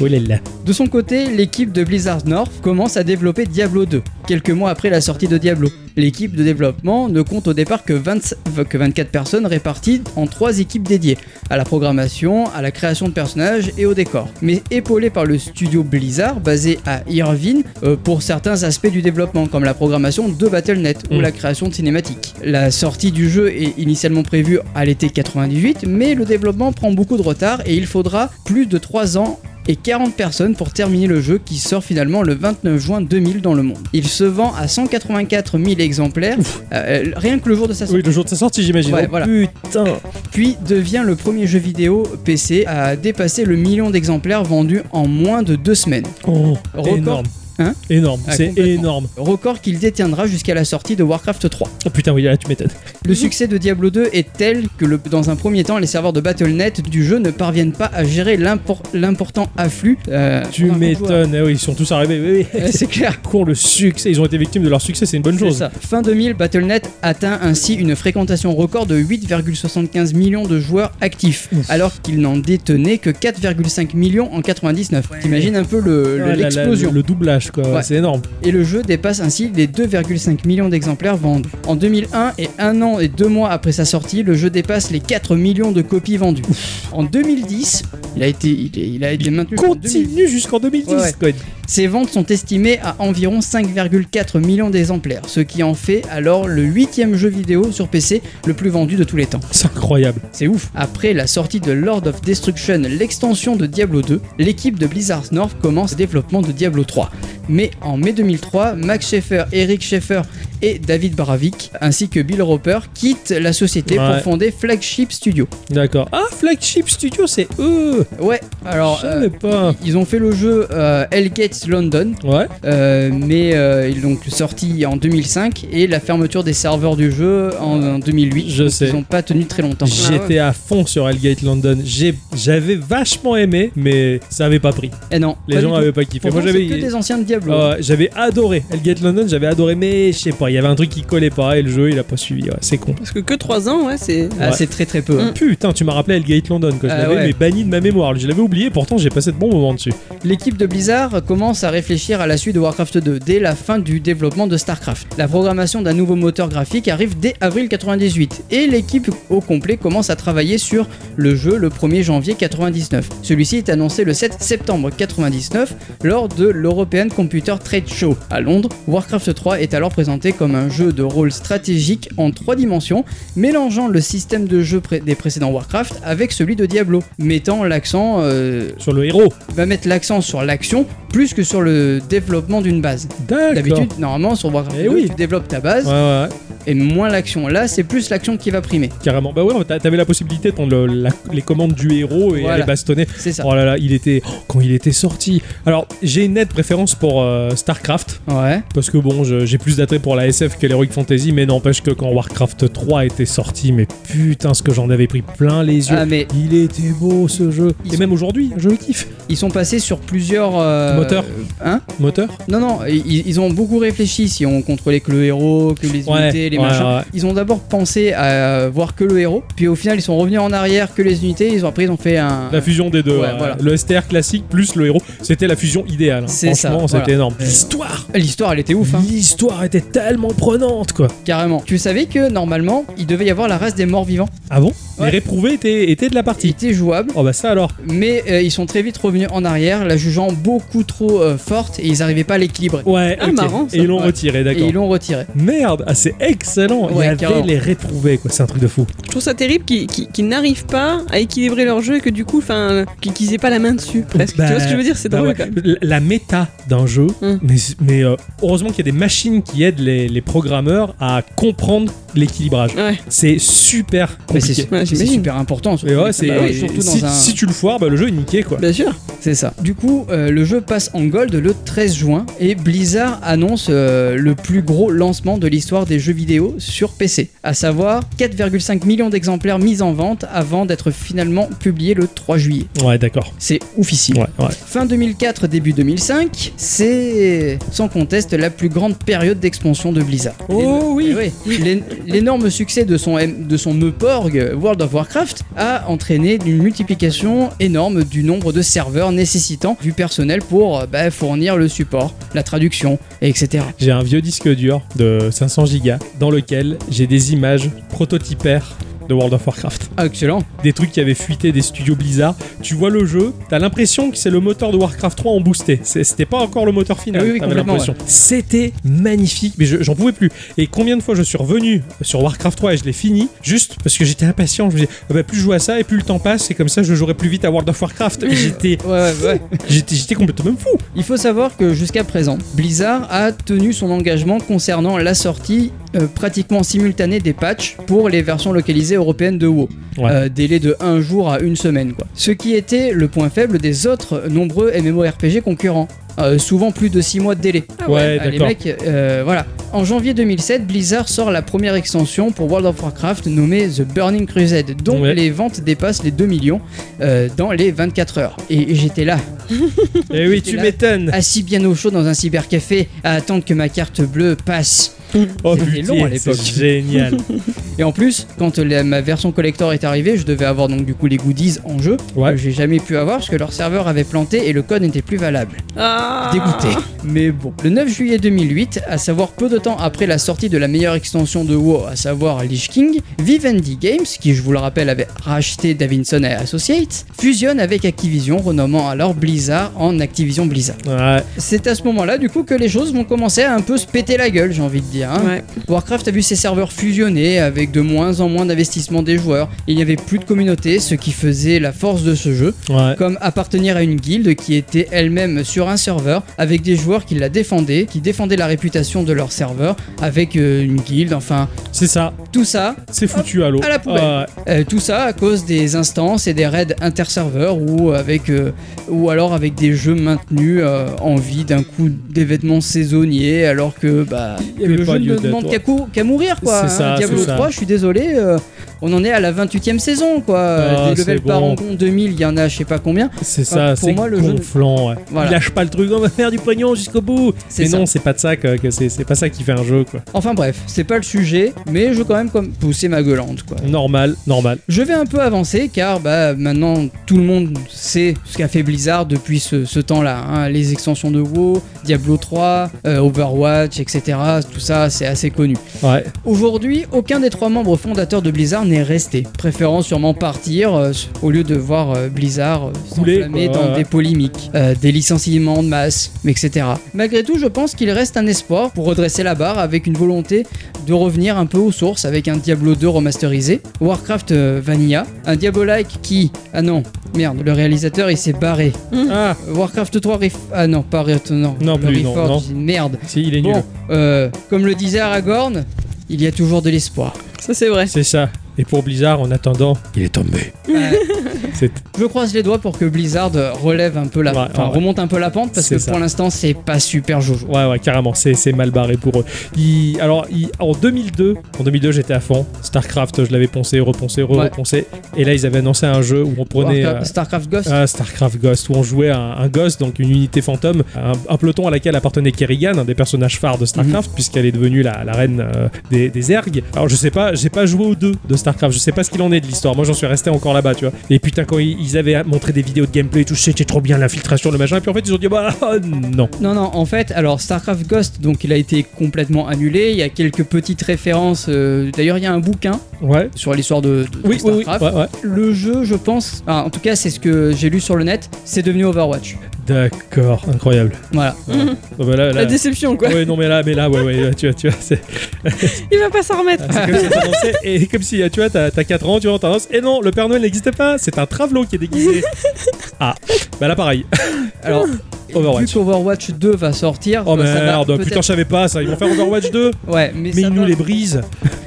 S1: Oula là.
S2: De son côté, l'équipe de Blizzard North commence à développer Diablo 2, quelques mois après la sortie de Diablo. L'équipe de développement ne compte au départ que, 20 que 24 personnes réparties en trois équipes dédiées, à la programmation, à la création de personnages et au décor. Mais épaulée par le studio Blizzard, basé à Irvine, euh, pour certains aspects du développement, comme la programmation de Battle.net ou
S1: Mm.
S2: la création de cinématiques. La sortie du jeu est initialement prévue à l'été 98, mais le développement prend beaucoup de retard et il faudra plus de 3 ans et 40 personnes pour terminer le jeu qui sort finalement le 29 juin 2000 dans le monde. Il se vend à 184 000 exemplaires, euh, rien que le jour de sa sortie,
S1: Oui, le jour de sa sortie, j'imagine.
S2: Ouais,
S1: Oh,
S2: voilà.
S1: Putain.
S2: puis devient le premier jeu vidéo PC à dépasser le million d'exemplaires vendus en moins de deux semaines.
S1: Oh,
S2: Record.
S1: énorme.
S2: Hein
S1: énorme,
S2: Ah,
S1: c'est
S2: complètement.
S1: énorme.
S2: Record qu'il détiendra jusqu'à la sortie de Warcraft 3.
S1: Oh putain, oui, là, tu m'étonnes.
S2: Le succès de Diablo 2 est tel que le- dans un premier temps, les serveurs de Battle.net du jeu ne parviennent pas à gérer l'impor- l'important afflux. euh,
S1: Tu
S2: d'un joueur.
S1: m'étonnes. Eh oui, ils sont tous arrivés. Oui, oui.
S2: Ouais, C'est clair.
S1: Con le succès, ils ont été victimes de leur succès, c'est une bonne
S2: C'est
S1: chose.
S2: ça. Fin 2000, Battle.net atteint ainsi une fréquentation record de 8,75 millions de joueurs actifs, alors qu'il n'en détenait que 4,5 millions en 99. T'imagines un peu le-
S1: Ah là
S2: le-
S1: là,
S2: l'explosion.
S1: le, le doublage, quoi.
S2: Ouais.
S1: C'est énorme.
S2: et le jeu dépasse ainsi les 2,5 millions d'exemplaires vendus. En 2001 et un an et deux mois après sa sortie, le jeu dépasse les 4 millions de copies vendues. En 2010, il a été, il, est- il a été maintenu. en 2010.
S1: Continue jusqu'en 2010,
S2: Ouais, ouais.
S1: quoi.
S2: Ses ventes sont estimées à environ 5,4 millions d'exemplaires, ce qui en fait alors le huitième jeu vidéo sur PC le plus vendu de tous les temps.
S1: C'est incroyable.
S2: C'est ouf. Après la sortie de Lord of Destruction, l'extension de Diablo 2, l'équipe de Blizzard North commence le développement de Diablo 3. Mais en mai 2003, Max Schaeffer, Eric Schaeffer et David Baravik, ainsi que Bill Roper, quittent la société
S1: Ouais.
S2: pour fonder Flagship Studio.
S1: D'accord. Ah, Flagship Studio, c'est eux.
S2: Ouais, alors...
S1: Je
S2: euh,
S1: savais pas.
S2: ils ont fait le jeu euh, Hellgate London,
S1: Ouais.
S2: euh, mais euh, ils l'ont sorti en 2005 et la fermeture des serveurs du jeu en, en 2008.
S1: Je
S2: donc
S1: sais.
S2: Ils n'ont pas tenu très longtemps.
S1: J'étais à fond sur Hellgate London. J'ai- J'avais vachement aimé, mais ça avait pas pris.
S2: Eh non,
S1: Les
S2: pas
S1: gens
S2: du tout.
S1: avaient pas kiffé.
S2: Pourtant,
S1: Moi,
S2: c'est
S1: j'avais.
S2: que des anciens de Diablo.
S1: Ah ouais, j'avais adoré Hellgate London, j'avais adoré, mais je sais pas, il y avait un truc qui collait pas et le jeu il a pas suivi, ouais, c'est con.
S3: Parce que que 3 ans, ouais, c'est.
S2: Ah,
S1: Ouais.
S2: C'est très très peu. hein.
S1: Putain, tu m'as rappelé Hellgate London, quoi. Je
S2: Ah
S1: l'avais
S2: ouais.
S1: mais banni de ma mémoire, je l'avais oublié, pourtant j'ai passé de bons moments dessus.
S2: L'équipe de Blizzard commence à réfléchir à la suite de Warcraft 2 dès la fin du développement de Starcraft. La programmation d'un nouveau moteur graphique arrive dès avril 98 et l'équipe au complet commence à travailler sur le jeu le 1er janvier 99. Celui-ci est annoncé le 7 septembre 99 lors de l'European Computer Trade Show à Londres. Warcraft 3 est alors présenté comme un jeu de rôle stratégique en trois dimensions mélangeant le système de jeu pré- des précédents Warcraft avec celui de Diablo, mettant l'accent euh,
S1: Sur le héros.
S2: va mettre l'accent sur l'action plus que sur le développement d'une base.
S1: D'accord.
S2: D'habitude, normalement, sur Warcraft
S1: Eh
S2: 2,
S1: oui.
S2: tu développes ta base
S1: Ouais, ouais, ouais.
S2: et moins l'action. Là, c'est plus l'action qui va primer.
S1: Carrément. Bah ouais, t'a- t'avais la possibilité de prendre le- la- les commandes du héros et
S2: Voilà.
S1: les bastonner.
S2: C'est ça.
S1: Oh là là, il était oh, quand il était sorti. Alors j'ai une nette préférence pour euh, Starcraft
S2: Ouais.
S1: parce que bon, je- j'ai plus d'attrait pour la SF que l'Heroic Fantasy, mais n'empêche que quand Warcraft 3 était sorti, mais putain, ce que j'en avais pris plein les yeux.
S2: Ah, mais
S1: Il était beau ce jeu.
S2: Ils
S1: Et
S2: sont-
S1: même aujourd'hui, je le kiffe.
S2: ils sont passés sur plusieurs. euh,
S1: Moteurs.
S2: Hein
S1: Moteur
S2: Non, non, ils, ils ont beaucoup réfléchi si on contrôlait que le héros, que les
S1: Ouais,
S2: unités, les
S1: ouais,
S2: machins.
S1: ouais.
S2: Ils ont d'abord pensé à voir que le héros, puis au final, ils sont revenus en arrière que les unités, ils ont après, ils ont fait un.
S1: La fusion des deux.
S2: Ouais,
S1: ouais.
S2: voilà.
S1: Le STR classique plus le héros. C'était la fusion idéale. hein.
S2: C'est ça,
S1: Franchement,
S2: voilà.
S1: c'était énorme.
S2: Euh,
S1: L'histoire
S2: L'histoire, elle était ouf, hein,
S1: L'histoire était tellement prenante, quoi.
S2: carrément. Tu savais que normalement, il devait y avoir la race des morts vivants.
S1: Ah bon
S2: Ouais.
S1: Les réprouvés étaient, étaient de la
S2: Il
S1: partie.
S2: était jouable,
S1: Oh bah ça alors.
S2: mais euh, ils sont très vite revenus en arrière, la jugeant beaucoup trop euh, forte et ils n'arrivaient pas à l'équilibrer.
S1: Ouais,
S3: Ah,
S1: ok.
S3: marrant, ça.
S1: Et ils l'ont
S2: Ouais.
S1: retiré,
S2: Et
S1: d'accord.
S2: ils l'ont retiré.
S1: Merde, ah, c'est excellent. Il y
S2: Ouais,
S1: avait
S2: carrément.
S1: les réprouvés, quoi. C'est un truc de fou.
S3: Je trouve ça terrible qu'ils qu'ils- qu'ils n'arrivent pas à équilibrer leur jeu et que du coup, enfin, qu'ils qu'ils aient pas la main dessus presque.
S1: Bah,
S3: tu vois ce que je veux dire C'est
S1: bah
S3: drôle
S1: ouais.
S3: quand même.
S1: La- La méta d'un jeu,
S3: Hum.
S1: mais, mais, euh, heureusement qu'il y a des machines qui aident les, les programmeurs à comprendre l'équilibrage.
S3: Ouais.
S1: C'est super
S2: Mais
S1: compliqué.
S2: c'est
S3: Ouais,
S2: c'est
S3: j'imagine.
S2: super important. surtout-
S1: Et ouais, c'est
S2: Bah oui,
S1: et
S2: surtout dans
S1: si,
S2: un.
S1: si tu le foires, bah, le jeu est niqué quoi.
S3: Bien sûr.
S2: C'est ça. Du coup, euh, le jeu passe en gold le 13 juin et Blizzard annonce euh, le plus gros lancement de l'histoire des jeux vidéo sur PC, à savoir 4,5 millions d'exemplaires mis en vente avant d'être finalement publié le 3 juillet.
S1: Ouais, d'accord.
S2: C'est oufissime.
S1: Ouais, ouais.
S2: Fin 2004, début 2005, c'est sans conteste la plus grande période d'expansion de Blizzard.
S1: Oh
S2: Eh ouais. L'é- L'énorme succès de son, M- de son Meuporg World of Warcraft a entraîné une multiplication énorme du nombre de serveurs nécessitant du personnel pour euh, bah, fournir le support, la traduction, etc.
S1: J'ai un vieux disque dur de 500 gigas dans lequel j'ai des images prototypaires de World of Warcraft.
S2: Ah, excellent.
S1: Des trucs qui avaient fuité des studios Blizzard. Tu vois le jeu, t'as l'impression que c'est le moteur de Warcraft 3 en boosté. C'est- C'était pas encore le moteur final.
S2: Ah oui, oui,
S1: t'avais
S2: complètement,
S1: l'impression. C'était magnifique, mais je- j'en pouvais plus. Et combien de fois je suis revenu sur Warcraft 3 et je l'ai fini, juste parce que j'étais impatient. Je me disais, Ah bah, plus je joue à ça et plus le temps passe, et comme ça je jouerai plus vite à World of Warcraft. Et J'étais
S2: Ouais, ouais, ouais.
S1: j'étais- j'étais complètement fou.
S2: Il faut savoir que jusqu'à présent, Blizzard a tenu son engagement concernant la sortie euh, pratiquement simultanée des patchs pour les versions localisées européennes de WoW.
S1: Ouais.
S2: Euh, délai de un jour à une semaine, quoi. Ce qui était le point faible des autres nombreux MMORPG concurrents. Euh, souvent plus de 6 mois de délai.
S1: ouais, Ouais,
S2: Ah, les
S1: d'accord.
S2: mecs, euh, voilà. En janvier 2007, Blizzard sort la première extension pour World of Warcraft nommée The Burning Crusade, dont
S1: Ouais.
S2: les ventes dépassent les 2 millions euh, dans les 24 heures. Et j'étais là,
S1: Et Eh oui,
S2: J'étais
S1: tu
S2: là. Ah,
S1: m'étonnes.
S2: assis bien au chaud dans un cybercafé à attendre que ma carte bleue passe.
S1: Oh
S2: C'était
S1: putain,
S2: long à
S1: c'est
S2: l'époque.
S1: génial.
S2: Et en plus, quand la- ma version collector est arrivée, je devais avoir donc du coup les goodies en jeu
S1: Ouais.
S2: que j'ai jamais pu avoir parce que leur serveur avait planté et le code n'était plus valable.
S3: Ah.
S2: Dégoûté. Mais bon. Le 9 juillet 2008, à savoir peu de temps après la sortie de la meilleure extension de WoW, à savoir Lich King, Vivendi Games, qui je vous le rappelle avait racheté Davinson et Associates, fusionne avec Activision, renommant alors Blizzard en Activision Blizzard.
S1: Ouais.
S2: C'est à ce moment-là, du coup, que les choses vont commencer à un peu se péter la gueule, j'ai envie de dire. hein.
S3: Ouais.
S2: Warcraft a vu ses serveurs fusionner avec de moins en moins d'investissement des joueurs. Il n'y avait plus de communauté, ce qui faisait la force de ce jeu,
S1: Ouais.
S2: comme appartenir à une guilde qui était elle-même sur un serveur, avec des joueurs qui la défendaient, qui défendaient la réputation de leur serveur, avec euh, une guilde, enfin,
S1: C'est ça,
S2: tout ça,
S1: c'est foutu à l'eau.
S2: à la poubelle.
S1: Ah,
S2: euh, tout ça à cause des instances et des raids interserveurs ou avec euh, ou alors avec des jeux maintenus euh, en vie d'un coup des vêtements saisonniers alors que bah
S1: Il y avait
S2: le
S1: pas
S2: jeu
S1: lieu
S2: ne
S1: d'être,
S2: demande
S1: ouais.
S2: qu'à cou- qu'à mourir quoi.
S1: C'est ça,
S2: Diablo
S1: c'est ça.
S2: 3, je suis désolé, euh, on en est à la 28e saison quoi.
S1: Ah,
S2: des levels
S1: c'est
S2: par
S1: bon.
S2: rencontre 2000, il y en a je sais pas combien.
S1: c'est ça,
S2: pour
S1: c'est
S2: moi, le jeu-
S1: gonflant. ouais.
S2: Voilà.
S1: Il lâche pas le truc, on va faire du pognon jusqu'au bout.
S2: C'est
S1: Mais
S2: ça.
S1: non, c'est pas de ça que, que c'est, c'est pas ça qui fait un jeu quoi.
S2: Enfin bref, c'est pas le sujet, mais je veux quand même comme pousser ma gueulante quoi.
S1: Normal, normal.
S2: Je vais un peu avancer car bah, maintenant tout le monde sait ce qu'a fait Blizzard depuis ce, ce temps-là. hein. Les extensions de WoW, Diablo 3, euh, Overwatch, etc. Tout ça, c'est assez connu.
S1: Ouais.
S2: Aujourd'hui, aucun des trois membres fondateurs de Blizzard n'est resté, préférant sûrement partir euh, au lieu de voir euh, Blizzard euh,
S1: Couler,
S2: s'enflammer
S1: quoi,
S2: dans
S1: ouais.
S2: des polémiques, euh, des licenciements de masse, etc. Malgré tout, je pense qu'il reste un espoir pour redresser la barre avec une volonté de revenir un peu aux sources avec un Diablo 2 remasterisé, Warcraft euh, Vanilla, un Diablo-like qui... Ah non, merde, le réalisateur il s'est barré.
S1: Ah,
S2: Warcraft 3 Ref... Ah non, pas Ref... Non,
S1: Non
S2: le
S1: plus, non,
S2: Reforged,
S1: non.
S2: Merde.
S1: si il est nul.
S2: Bon, euh, comme le disait Aragorn, il y a toujours de l'espoir.
S3: Ça, c'est vrai.
S1: C'est ça. Et pour Blizzard, en attendant, il est tombé.
S2: Ouais.
S1: C'est-
S2: Euh, Je croise les doigts pour que Blizzard relève un peu la,
S1: Ouais,
S2: enfin,
S1: ouais.
S2: remonte un peu la pente parce
S1: C'est
S2: que
S1: ça.
S2: pour l'instant c'est pas super jojo.
S1: Ouais, ouais, carrément, c'est c'est mal barré pour eux. Ils- alors, ils- en 2002, en 2002 j'étais à fond. StarCraft, je l'avais poncé, reponcé,
S2: Ouais.
S1: re-reponcé. Et là, ils avaient annoncé un jeu où on prenait.
S2: Warcraft-
S1: euh,
S2: Starcraft Ghost.
S1: ah, StarCraft Ghost, où on jouait un, un Ghost, donc une unité fantôme, un, un peloton à laquelle appartenait Kerrigan, un des personnages phares de StarCraft, puisqu'elle est devenue la, la reine euh, des, des ergs. Alors je sais pas, j'ai pas joué aux deux de StarCraft, je sais pas ce qu'il en est de l'histoire. Moi j'en suis resté encore là-bas, tu vois. Et putain, quand ils, ils avaient montré des vidéos de gameplay et tout, c'était trop bien l'infiltration, le machin, et puis en fait ils ont dit, bah non.
S2: Non, non, en fait, alors StarCraft Ghost, donc il a été complètement annulé. Il y a quelques petites références. euh, D'ailleurs, il y a un bouquin
S1: Ouais.
S2: sur l'histoire de, de- de
S1: Oui, oui, oui.
S2: StarCraft.
S1: ouais, ouais.
S2: Le jeu, je pense, ah, en tout cas, c'est ce que j'ai lu sur le net, c'est devenu Overwatch.
S1: D'accord, incroyable.
S2: Voilà.
S1: Ah bah là, là-
S3: La déception, quoi.
S1: Ouais, non mais là, mais là, ouais, ouais, là, tu vois, tu vois, c'est
S3: Il va pas s'en remettre.
S1: c'est comme si t'as lancé- et comme si tu vois, t'as, t'as 4 ans, tu vois, on t'annonce, et non, le Père Noël n'existe pas, c'est un travelot qui est déguisé. Ah, bah là pareil.
S2: Alors,
S1: Overwatch.
S2: vu qu'Overwatch 2 va sortir,
S1: Oh
S2: bah, ça va
S1: merde,
S2: peut-être-
S1: putain, je savais pas ça, ils vont faire Overwatch 2,
S2: Ouais, mais,
S1: mais
S2: ça
S1: ils nous
S2: va-
S1: les brisent.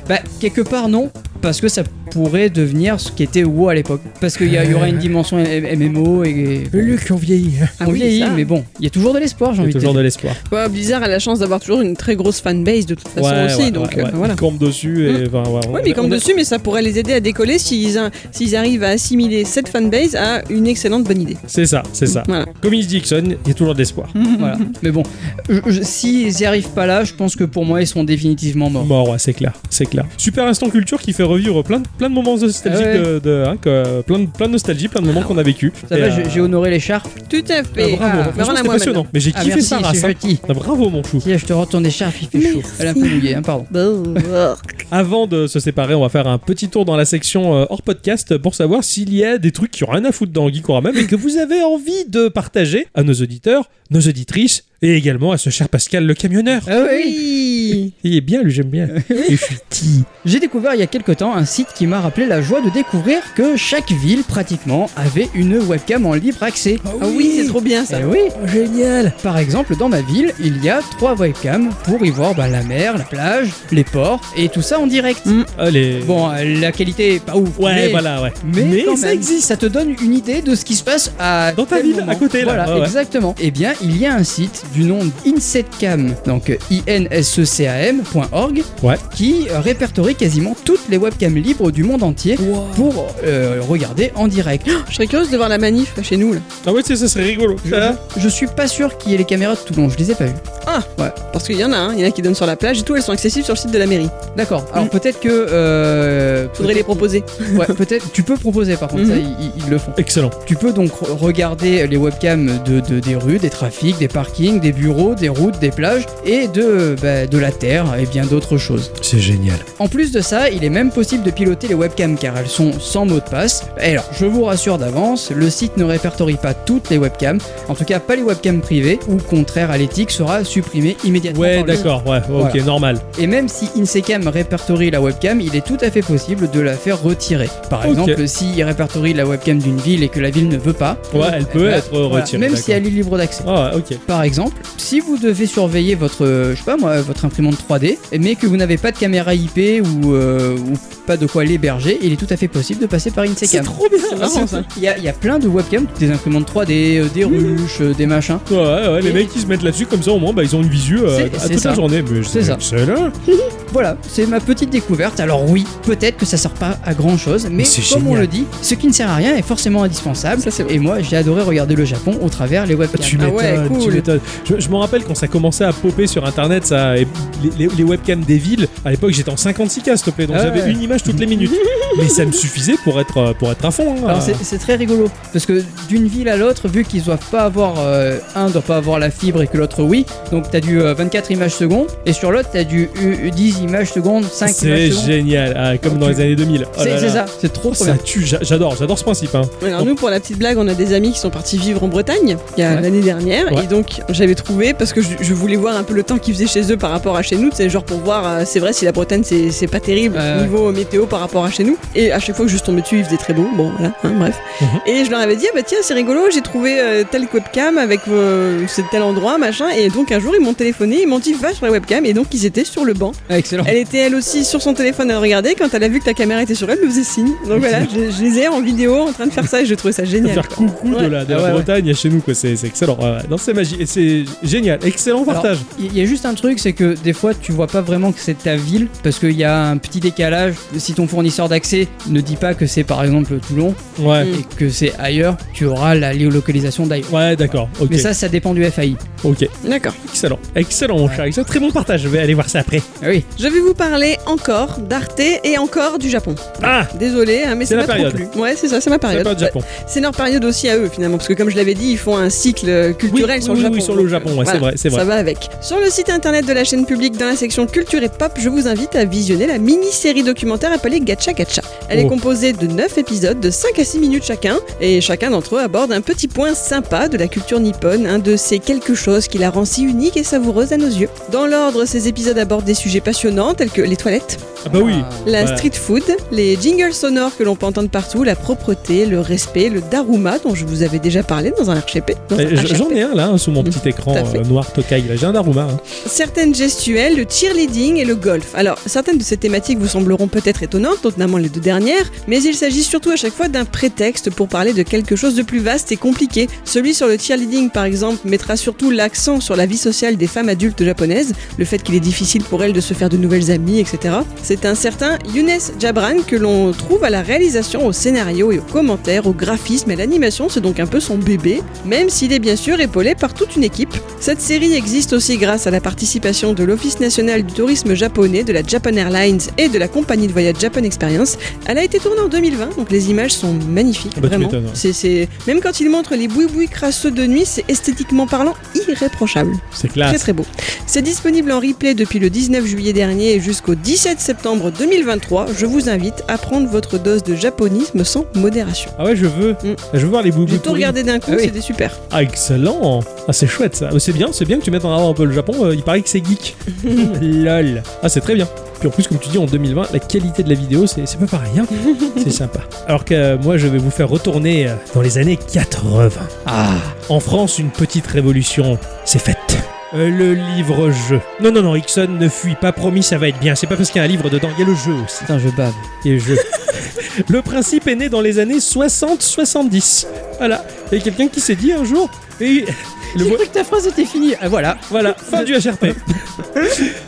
S2: Bah, quelque part, non. Parce que ça pourrait devenir ce qui était WoW à l'époque. Parce qu'il y, a- il y aura une dimension M- MMO et.
S1: Luc, on vieillit.
S2: On
S3: Ah oui,
S2: vieillit,
S3: ça.
S2: mais bon, il y a toujours de l'espoir,
S1: Il
S2: j'ai
S1: y
S2: envie
S1: a
S2: de
S1: toujours
S2: dire.
S1: de l'espoir.
S3: Ouais, Blizzard a la chance d'avoir toujours une très grosse fanbase de toute façon aussi, donc euh, voilà.
S1: Ils campent dessus et
S2: Mmh.
S1: enfin, ouais, on-
S3: Oui, mais ils campent
S1: on-
S3: dessus, mais ça pourrait les aider à décoller s'ils a- s'ils arrivent à assimiler cette fanbase à une excellente bonne idée.
S1: C'est ça, c'est ça.
S3: Voilà.
S2: Mmh.
S1: Comme il dit Dixon, il y a toujours de l'espoir.
S2: Voilà. Mais bon, je- je- s'ils n'y arrivent pas là, je pense que pour moi, ils sont définitivement morts.
S1: Mort, ouais, c'est clair, c'est clair. Super instant culture qui fait revivre plein de, plein de moments nostalgiques,
S2: Ah ouais. Ah.
S1: de, de- hein, que- plein, de, plein de nostalgie, plein de moments qu'on a vécu.
S2: Ça
S1: Et,
S2: va,
S1: euh,
S2: j'ai- j'ai honoré l'écharpe.
S3: Tout à fait.
S1: ah, bravo, franchement,
S3: Ah, mais on a
S1: c'était
S3: moi
S1: passionnant. Mais j'ai
S2: Ah,
S1: kiffé
S2: merci,
S1: ça, race.
S2: c'est
S1: hein.
S2: gentil.
S1: Ah, bravo, mon chou.
S2: Tiens, je te retourne l'écharpe, il fait chaud. Elle est un peu mouillée, hein, pardon.
S3: maintenant.
S1: Avant de se séparer, on va faire un petit tour dans la section euh, hors podcast pour savoir s'il y a des trucs qui ont rien à foutre dans Geekorama mais que vous avez envie de partager à nos auditeurs, nos auditrices et également à ce cher Pascal le camionneur.
S2: Ah oui
S3: Oui.
S1: Il est bien, lui, j'aime bien. Et je suis petit.
S2: J'ai découvert il y a quelque temps un site qui m'a rappelé la joie de découvrir que chaque ville, pratiquement, avait une webcam en libre accès.
S3: Ah oui, c'est trop bien ça.
S2: Eh oui, génial Par exemple, dans ma ville, il y a trois webcams pour y voir bah, la mer, la plage, les ports et tout ça en direct.
S3: Mm.
S1: Allez.
S2: Bon, euh, la qualité est pas ouf.
S1: ouais,
S2: mais-
S1: voilà, ouais.
S2: Mais, quand
S1: ça
S2: même,
S1: existe.
S2: Ça te donne une idée de ce qui se passe à
S1: Dans ta
S2: tel
S1: ville,
S2: moment.
S1: à côté, là.
S2: Voilà,
S1: Ouais, ouais.
S2: exactement. Eh bien, il y a un site du nom insetcam, donc E insecam.org,
S1: Ouais.
S2: qui euh, répertorie quasiment toutes les webcams libres du monde entier pour euh, regarder en direct.
S1: Oh
S3: Je serais curieuse de voir la manif là, chez nous là.
S1: Ah ouais, tu sais, ça serait rigolo.
S2: Je, je- je suis pas sûr qu'il y ait les caméras de Toulon, je les ai pas vues.
S3: Parce qu'il y en a, hein. il y en a qui donnent sur la plage et tout, elles sont accessibles sur le site de la mairie.
S2: D'accord. Alors
S3: Mm.
S2: peut-être que euh,
S3: Faudrait les proposer.
S2: Ouais, peut-être. Tu peux proposer par contre,
S3: Mhm.
S2: ça, ils, ils le font.
S1: Excellent.
S2: Tu peux donc re- regarder les webcams de, de- des rues, des trafics, des parkings, des bureaux, des routes, des plages et de bah, de la terre et bien d'autres choses.
S1: C'est génial.
S2: En plus de ça, il est même possible de piloter les webcams car elles sont sans mot de passe. Et alors, je vous rassure d'avance, le site ne répertorie pas toutes les webcams, en tout cas pas les webcams privées ou contraire à l'éthique sera supprimé immédiatement.
S1: Ouais,
S2: par le
S1: d'accord, ouais, ok,
S2: Voilà.
S1: normal.
S2: Et même si Insecam répertorie la webcam, il est tout à fait possible de la faire retirer. Par
S1: Ok.
S2: exemple, s'il répertorie la webcam d'une ville et que la ville ne veut pas,
S1: Ouais, elle peut
S2: va-
S1: être
S2: voilà,
S1: retirée.
S2: même si elle est libre d'accès.
S1: Ah, ouais, ok.
S2: Par exemple, si vous devez surveiller votre, euh, je sais pas moi, votre imprimante 3D, mais que vous n'avez pas de caméra IP ou, euh, ou pas de quoi l'héberger, il est tout à fait possible de passer par Insecam.
S3: trop bien, c'est
S2: Hein
S3: marrant ça.
S2: Il y, a, il y a plein de webcams, des imprimantes 3D, euh, des ruches, euh, des machins.
S1: Ouais, ouais, ouais, les
S2: Et-
S1: mecs qui se mettent là-dessus, comme ça, au moins, bah, ils ont une visu euh,
S2: C'est-
S1: à
S2: c'est
S1: toute la
S2: ça.
S1: journée. Mais
S2: C'est ça. Ah,
S1: excellent.
S2: Voilà, c'est ma petite découverte. Alors oui, peut-être que ça sert pas à grand chose, mais
S1: C'est
S2: comme on
S1: génial.
S2: le dit, ce qui ne sert à rien est forcément indispensable.
S3: Ça, c'est vrai.
S2: Et moi, j'ai adoré regarder le Japon au travers les webcams.
S1: Tu
S3: Ah
S1: m'étonnes,
S3: ouais,
S1: tu
S3: cool.
S1: m'étonnes. Je, je m'en rappelle quand ça commençait à popper sur internet, ça, et les, les- les webcams des villes. À l'époque, j'étais en 56K, s'il te plaît, donc
S2: Ah
S1: j'avais
S2: ouais.
S1: une image toutes les minutes. mais ça me suffisait pour être, euh, pour être à fond. hein.
S2: Alors Ah, c'est- c'est très rigolo parce que d'une ville à l'autre, vu qu'ils doivent pas avoir euh, un doit pas avoir la fibre et que l'autre oui, donc t'as du euh, 24 images secondes et sur l'autre t'as du euh, 10 images secondes, 5
S1: c'est
S2: images secondes.
S1: génial, ah, comme dans
S2: Tu-
S1: les années 2000. Oh là
S2: C'est c'est
S1: là.
S2: ça, c'est trop
S1: Ça
S2: trop bien.
S1: tue, j'a- j'adore, j'adore ce principe. hein.
S3: Alors nous, pour la petite blague, on a des amis qui sont partis vivre en Bretagne il y a
S2: Ouais.
S3: l'année dernière,
S1: Ouais.
S3: et donc j'avais trouvé parce que je, je voulais voir un peu le temps qu'ils faisaient chez eux par rapport à chez nous, c'est genre pour voir, euh, c'est vrai si la Bretagne c'est c'est pas terrible
S2: Ouais.
S3: niveau météo par rapport à chez nous, et à chaque fois que je suis tombée dessus, il faisait très beau, bon voilà, hein, bref.
S1: Mhm.
S3: Et je leur avais dit ah bah tiens c'est rigolo, j'ai trouvé euh, telle webcam avec euh, c'est tel endroit machin, et donc un jour ils m'ont téléphoné, ils m'ont dit va sur la webcam, et donc ils étaient sur le banc
S2: Avec excellent.
S3: Elle était elle aussi sur son téléphone à le regarder. Quand elle a vu que ta caméra était sur elle, elle nous faisait signe. Donc voilà, je, je les ai en vidéo en train de faire ça et je trouvais ça génial.
S1: Faire
S3: quoi.
S1: coucou de
S3: Ouais.
S1: la, de la
S2: Ah ouais, ouais.
S1: Bretagne à chez nous, quoi. C'est c'est excellent. Ouais, ouais. Non, c'est magique. Et C'est génial. Excellent
S2: Alors,
S1: partage.
S2: Il y a juste un truc, c'est que des fois tu vois pas vraiment que c'est ta ville parce qu'il y a un petit décalage. Si ton fournisseur d'accès ne dit pas que c'est par exemple Toulon
S1: ouais.
S2: et que c'est ailleurs, tu auras la géolocalisation d'ailleurs.
S1: Ouais, d'accord. Ok.
S2: Mais ça, ça dépend du FAI.
S1: Ok.
S3: D'accord.
S1: Excellent. Excellent, mon cher. Excellent. Très bon partage. Je vais aller voir ça après.
S2: Ah oui,
S3: Je vais vous parler encore d'Arte et encore du Japon.
S1: Ah
S3: Désolé, hein, mais
S1: C'est
S3: c'est
S1: la
S3: pas trop
S1: période.
S3: plu. Ouais, c'est ça, c'est ma
S1: C'est
S3: période. Bah,
S1: pas du Japon.
S3: C'est leur période aussi à eux finalement, parce que comme je l'avais dit, ils font un cycle culturel
S1: Oui,
S3: sur
S1: oui,
S3: le
S1: oui,
S3: Japon.
S1: sur le
S3: Donc,
S1: Japon, ouais,
S3: euh,
S1: c'est vrai, c'est vrai.
S3: Ça va avec. Sur le site internet de la chaîne publique, dans la section culture et pop, je vous invite à visionner la mini-série documentaire appelée Gacha Gacha. Elle
S1: Oh.
S3: est composée de 9 épisodes de 5 à 6 minutes chacun, et chacun d'entre eux aborde un petit point sympa de la culture nippone, un de ces quelque chose qui la rend si unique et savoureuse à nos yeux. Dans l'ordre, ces épisodes abordent des sujets passionnants tels que les toilettes,
S1: Ah bah oui.
S3: la
S1: Voilà.
S3: street food, les jingles sonores que l'on peut entendre partout, la propreté, le respect, le daruma dont je vous avais déjà parlé dans un RHP. dans un
S1: Eh, j-
S3: HRP.
S1: J'en ai un là, hein, sous mon
S3: Mmh,
S1: petit écran
S3: tout à fait.
S1: euh, noir Tokai. là. J'ai un Daruma. hein.
S3: Certaines gestuelles, le cheerleading et le golf. Alors, certaines de ces thématiques vous sembleront peut-être étonnantes, notamment les deux dernières, mais il s'agit surtout à chaque fois d'un prétexte pour parler de quelque chose de plus vaste et compliqué. Celui sur le cheerleading, par exemple, mettra surtout l'accent sur la vie sociale des femmes adultes japonaises, le fait qu'il est difficile pour elles de se faire de nouvelles amies, etc. C'est un certain Younes Jabran que l'on trouve à la réalisation, au scénario et aux commentaires, au graphisme et à l'animation, c'est donc un peu son bébé, même s'il est bien sûr épaulé par toute une équipe. Cette série existe aussi grâce à la participation de l'Office national du tourisme japonais, de la Japan Airlines et de la compagnie de voyage Japan Experience. Elle a été tournée en 2020, donc les images sont magnifiques,
S1: Ah bah, tu
S3: vraiment.
S1: m'étonnes, ouais.
S3: C'est- c'est- Même quand ils montrent les boui-boui crasseux de nuit, c'est esthétiquement parlant irréprochable.
S1: C'est
S3: Très
S1: classe.
S3: très beau. C'est disponible en replay depuis le 19 juillet dernier et jusqu'au 17 septembre 2023. Je vous invite à prendre votre dose de japonisme sans modération.
S1: Ah ouais, je veux.
S3: Mm.
S1: Je veux voir les boubous.
S3: J'ai tout regardé d'un coup,
S2: Ah oui.
S3: c'était super.
S1: Ah excellent. Ah c'est chouette ça. C'est bien, c'est bien que tu mettes en avant un peu le Japon. euh, il paraît que c'est geek. Lol. Ah c'est très bien. Puis en plus, comme tu dis, en 2020, la qualité de la vidéo, c'est c'est pas pareil. hein. c'est sympa. Alors que euh, moi, je vais vous faire retourner euh, dans les années 80.
S2: Ah,
S1: En France, une petite révolution c'est faite. Euh, le livre-jeu. Non, non, non, Ixon, ne fuis pas, promis, ça va être bien. C'est pas parce qu'il y a un livre dedans, il y a le jeu aussi.
S2: putain, je bave.
S1: Et je- le principe est né dans les années 60-70. Voilà. Il y a quelqu'un qui s'est dit un jour. Et le vo-
S2: J'ai cru que ta phrase était finie. Ah, voilà.
S1: voilà, fin du HRP.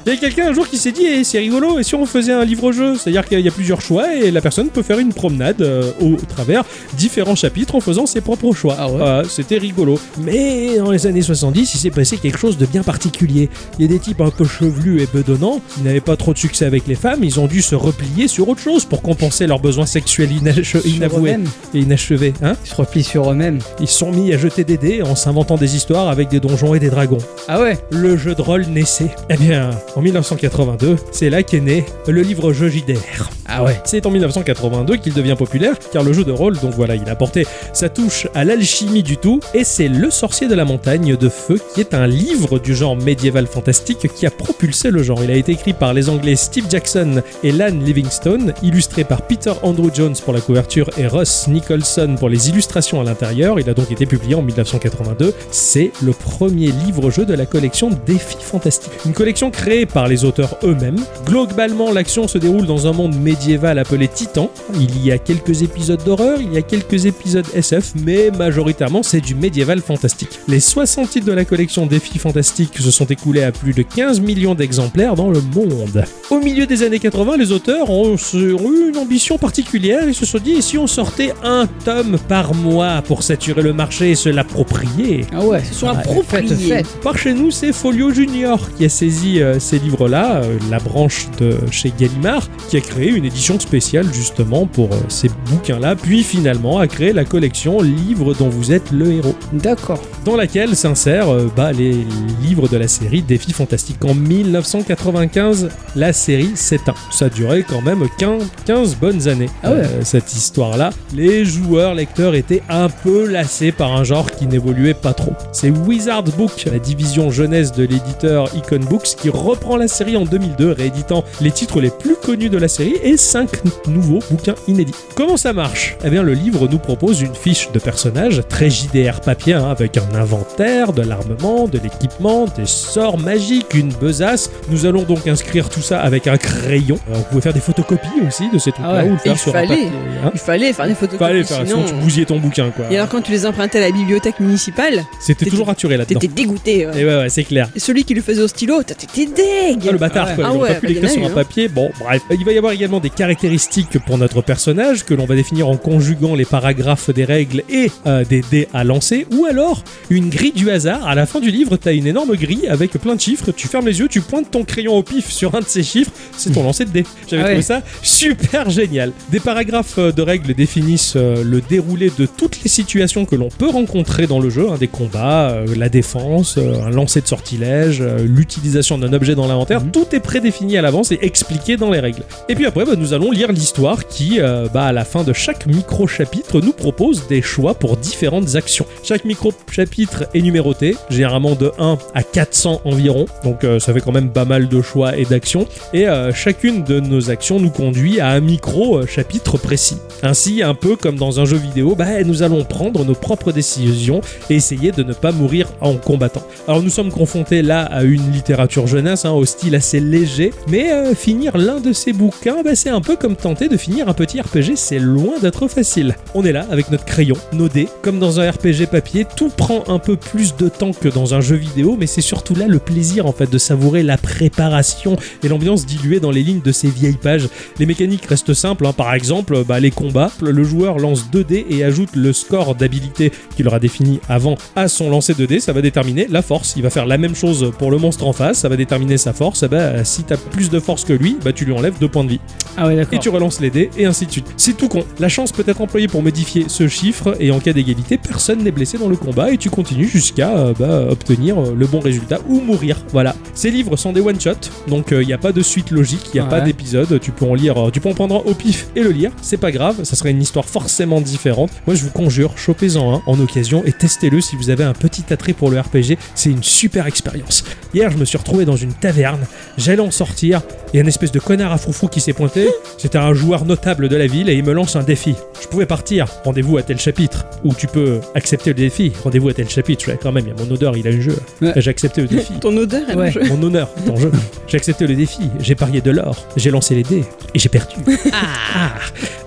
S1: Il y a quelqu'un un jour qui s'est dit eh, c'est rigolo, et si on faisait un livre-jeu C'est-à-dire qu'il y a plusieurs choix et la personne peut faire une promenade euh, au travers différents chapitres en faisant ses propres choix.
S2: Ah ouais
S1: Euh, C'était rigolo. Mais dans les années 70, il s'est passé quelque chose de bien particulier. Il y a des types un peu chevelus et bedonnants qui n'avaient pas trop de succès avec les femmes, ils ont dû se replier sur autre chose pour compenser leurs besoins sexuels inache-
S2: Sur
S1: inavoués
S2: eux-mêmes.
S1: et inachevés. Hein
S2: Ils se replient sur eux-mêmes.
S1: ils se sont mis à jeter des dés en s'inventant des histoires avec des donjons et des dragons
S2: Ah ouais
S1: le jeu de rôle naissait Eh bien, en 1982, c'est là qu'est né le livre-jeu JDR.
S2: Ah ouais.
S1: C'est en 1982 qu'il devient populaire, car le jeu de rôle, donc voilà, il a apporté sa touche à l'alchimie du tout, et c'est Le Sorcier de la Montagne de Feu, qui est un livre du genre médiéval fantastique qui a propulsé le genre. Il a été écrit par les Anglais Steve Jackson et Lan Livingstone, illustré par Peter Andrew Jones pour la couverture et Russ Nicholson pour les illustrations à l'intérieur. Il a donc été publié en 1982. C'est le premier livre-jeu de la collection Défis Fantastiques. Une collection créée par les auteurs eux-mêmes. Globalement, l'action se déroule dans un monde médiéval appelé Titan. Il y a quelques épisodes d'horreur, il y a quelques épisodes SF, mais majoritairement c'est du médiéval fantastique. Les 60 titres de la collection Défis Fantastiques se sont écoulés à plus de 15 millions d'exemplaires dans le monde. Au milieu des années 80, les auteurs ont, se- ont eu une ambition particulière et se sont dit si on sortait un tome par mois pour saturer le marché et se l'approprier
S2: Ah ouais.
S3: Ils sont
S1: Ouais,
S3: appropriés.
S2: Faites, faites.
S1: par chez nous, c'est Folio Junior qui a saisi euh, ces livres-là, euh, la branche de chez Gallimard, qui a créé une édition spéciale justement pour euh, ces bouquins-là, puis finalement a créé la collection Livres dont vous êtes le héros
S2: D'accord.
S1: dans laquelle s'insèrent euh, bah, les livres de la série Défi Fantastique. En 1995, la série s'éteint. Ça a duré quand même 15, 15 bonnes années,
S2: Ah ouais.
S1: euh, cette histoire-là. Les joueurs, lecteurs étaient un peu lassés par un genre qui n'évoluait pas trop. c'est Wizard Book, la division jeunesse de l'éditeur Icon Books, qui reprend la série en 2002, rééditant les titres les plus connus de la série et 5 nouveaux bouquins inédits. Comment ça marche Eh bien, le livre nous propose une fiche de personnages très JDR papier, hein, avec un inventaire, de l'armement, de l'équipement, des sorts magiques, une besace. Nous allons donc inscrire tout ça avec un crayon. Euh, on pouvait faire des photocopies aussi de ces trucs-là
S2: Ah ouais.
S1: ou le faire
S3: Il
S1: sur un
S3: fallait.
S1: papier. hein.
S3: Il fallait faire des photos.
S1: Fallait faire, sinon tu bousillais ton bouquin quoi.
S3: euh, Et alors quand tu les empruntais à la bibliothèque municipale,
S1: C'était
S3: t'étais-
S1: toujours raturé là-dedans.
S3: t'étais dégoûté. ouais.
S1: Et ouais, ouais, c'est clair.
S3: Et celui qui le faisait au stylo, t'as- t'étais deg.
S1: Ah, le bâtard, quoi.
S3: Ah
S1: Ils ont
S3: ouais,
S1: pas pu
S3: bah,
S1: l'écrire
S3: y en a
S1: sur un
S3: eu, hein.
S1: papier. Bon, bref. Il va y avoir également des caractéristiques pour notre personnage que l'on va définir en conjuguant les paragraphes des règles et euh, des dés à lancer. Ou alors, une grille du hasard. À la fin du livre, t'as une énorme grille avec plein de chiffres. Tu fermes les yeux, tu pointes ton crayon au pif sur un de ces chiffres. C'est ton lancer de dés. J'avais
S2: Ah ouais.
S1: trouvé ça super génial. Des paragraphes euh, de règles définissent euh, le déroulé de toutes les situations que l'on peut rencontrer dans le jeu, hein, des combats, euh, la défense, euh, un lancer de sortilège, euh, l'utilisation d'un objet dans l'inventaire.
S2: Mhm.
S1: Tout est prédéfini à l'avance et expliqué dans les règles. Et puis après, bah, nous allons lire l'histoire qui, euh, bah, à la fin de chaque micro-chapitre, nous propose des choix pour différentes actions. Chaque micro-chapitre est numéroté, généralement de 1 à 400 environ, donc euh, ça fait quand même pas mal de choix et d'actions et euh, chacune de nos actions nous conduit à un micro euh, chapitre précis. Ainsi, un peu comme dans un jeu vidéo, bah, nous allons prendre nos propres décisions et essayer de ne pas mourir en combattant. Alors nous sommes confrontés là à une littérature jeunesse, hein, au style assez léger, mais euh, finir l'un de ces bouquins, bah, c'est un peu comme tenter de finir un petit RPG, c'est loin d'être facile. On est là avec notre crayon, nos dés, comme dans un RPG papier, tout prend un peu plus de temps que dans un jeu vidéo, mais c'est surtout là le plaisir en fait de savourer la préparation et l'ambiance diluée dans les lignes de ces vieilles pages. Les mécaniques restent simples, hein. par exemple bah, les combats, le joueur lance 2 dés et ajoute le score d'habilité qu'il aura défini avant à son lancer 2 dés, ça va déterminer la force. Il va faire la même chose pour le monstre en face, ça va déterminer sa force, et bah, si t'as plus de force que lui, bah, tu lui enlèves 2 points de vie
S2: Ah ouais,
S1: et
S2: d'accord.
S1: tu relances les dés, et ainsi de suite. C'est tout con. La chance peut être employée pour modifier ce chiffre, et en cas d'égalité, personne n'est blessé dans le combat, et tu continues jusqu'à euh, bah, obtenir euh, le bon résultat ou mourir. Voilà. Ces livres sont des one-shot, donc il n'y a pas de suite logique, il n'y a
S2: Ouais.
S1: pas d'épisode, tu peux en lire, euh, tu peux en prendre un au pif et le lire, c'est pas grave, ça serait une histoire forcément différente. Moi je vous conjure, chopez-en un en occasion et testez-le si vous avez un petit attrait pour le RPG, c'est une super expérience. Hier, je me suis retrouvé dans une taverne, j'allais en sortir, il y a une espèce de connard à froufrou qui s'est pointé. C'était un joueur notable de la ville et il me lance un défi. Je pouvais partir, rendez-vous à tel chapitre, ou tu peux accepter le défi, rendez-vous à tel chapitre. Je suis là, quand même, il y a mon odeur, il a un jeu.
S2: Ouais.
S1: J'ai accepté le défi.
S3: Ton odeur, elle
S2: Ouais.
S3: me-
S1: Mon honneur est en jeu. J'ai accepté le défi, j'ai parié de l'or, j'ai lancé les dés et j'ai perdu. Ah.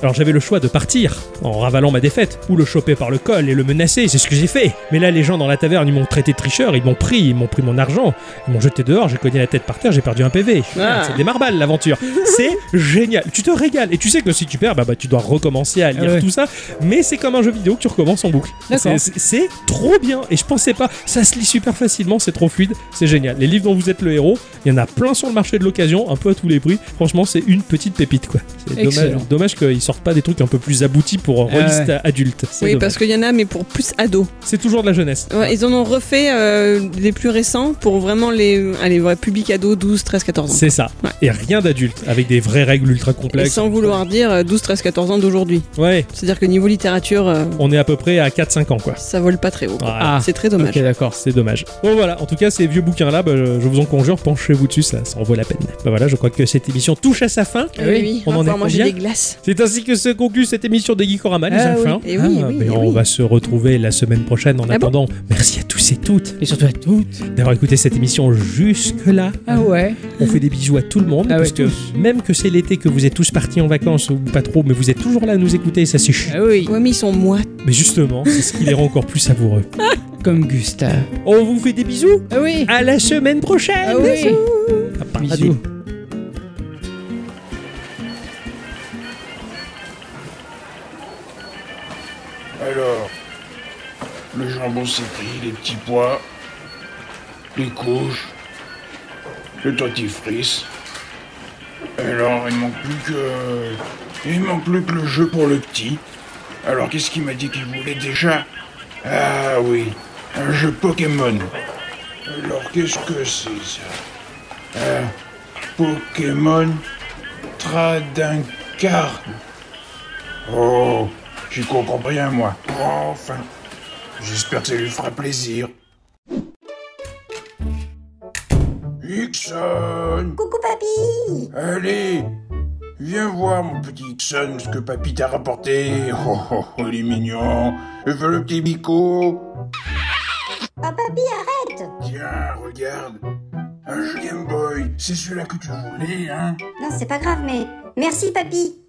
S1: Alors j'avais le choix de partir en ravalant ma défaite ou le choper par le col et le menacer, c'est ce que j'ai fait. Mais là, les gens dans la taverne, ils m'ont traité de tricheur, ils m'ont pris, ils m'ont pris mon argent, ils m'ont jeté dehors, j'ai cogné la tête par terre, j'ai perdu un PV.
S3: Ah.
S1: C'est des marballes l'aventure. C'est génial. Tu te régales et tu sais que si tu perds, bah, bah, tu dois recommencer à lire
S2: Ah ouais.
S1: tout ça. Mais c'est comme un jeu vidéo que tu recommences en boucle.
S2: D'accord.
S1: C'est- c'est- C'est trop bien et je pensais pas. Ça se lit super facilement, c'est trop fluide, c'est génial. Les livres dont vous êtes le héros, il y en a plein sur le marché de l'occasion, un peu à tous les prix. Franchement, c'est une petite pépite quoi. C'est dommage,
S2: Excellent.
S1: dommage qu'ils sortent pas des trucs un peu plus aboutis pour euh,
S2: Ah ouais.
S1: relistes adultes. C'est
S3: Oui,
S1: dommage.
S3: parce qu'il y en a, mais pour plus ados.
S1: C'est toujours de la jeunesse.
S3: Ouais, Ils en ont refait euh, les plus récents pour vraiment les, euh, allez, vrais publics ados 12, 13, 14 ans.
S1: C'est ça.
S3: Ouais.
S1: Et rien d'adulte, avec des vraies règles ultra
S3: Et
S1: complexes.
S3: sans vouloir dire euh, 12, 13, 14 ans d'aujourd'hui.
S1: Ouais,
S3: C'est-à-dire que niveau littérature, euh,
S1: on est à peu près à 4-5 ans quoi.
S3: ça vole pas très haut. quoi.
S1: Voilà.
S2: Ah.
S3: C'est très dommage.
S2: Ok, d'accord.
S1: C'est dommage. Bon voilà, en tout cas ces vieux bouquins là, je vous en conjure, penchez-vous dessus, ça, ça en vaut la peine. Bah voilà, je crois que cette émission touche à sa fin.
S3: Eh
S1: On
S3: va
S1: en est
S3: pouvoir manger
S1: combien
S3: des glaces.
S1: C'est ainsi que se conclut cette émission des Geekorama, les
S2: Ah
S1: enfants.
S3: oui, eh oui,
S1: Ah,
S3: oui,
S1: mais
S3: eh
S1: on
S3: oui.
S1: va se retrouver la semaine prochaine. En
S3: Ah bon
S1: attendant, merci à tous et toutes
S2: Et surtout à toutes.
S1: d'avoir écouté cette émission jusque-là.
S2: Ah ouais.
S1: On fait des bisous à tout le monde,
S2: Ah
S1: parce
S2: ouais,
S1: que
S2: tous.
S1: même que c'est l'été, que vous êtes tous partis en vacances, ou pas trop, mais vous êtes toujours là à nous écouter, ça c'est chou.
S2: Ah oui.
S3: Ouais, mais ils sont moites.
S1: Mais justement, c'est ce qui les rend encore plus savoureux.
S2: Comme Gustave.
S1: On vous fait des bisous
S2: Ah oui.
S1: à la semaine prochaine
S2: Ah oui.
S1: Ah, pardon.
S2: Bisous.
S6: Alors, le jambon c'est pris, les petits pois, les couches, le dentifrice. Alors, il manque plus que. Il manque plus que le jeu pour le petit. Alors, qu'est-ce qu'il m'a dit qu'il voulait déjà Ah oui, un jeu Pokémon. Alors, qu'est-ce que c'est ça Euh, Pokémon Tradincard. Oh, j'y comprends rien, moi. Enfin, j'espère que ça lui fera plaisir. Ixon
S7: Coucou papy
S6: Allez Viens voir, mon petit Ixon, ce que papy t'a rapporté. Oh, oh, oh, il est mignon. Je veux le petit bico.
S7: Ah papy, arrête
S6: Tiens, regarde. Un jeu Game Boy, c'est celui-là que tu voulais, hein
S7: Non, c'est pas grave, mais... Merci papy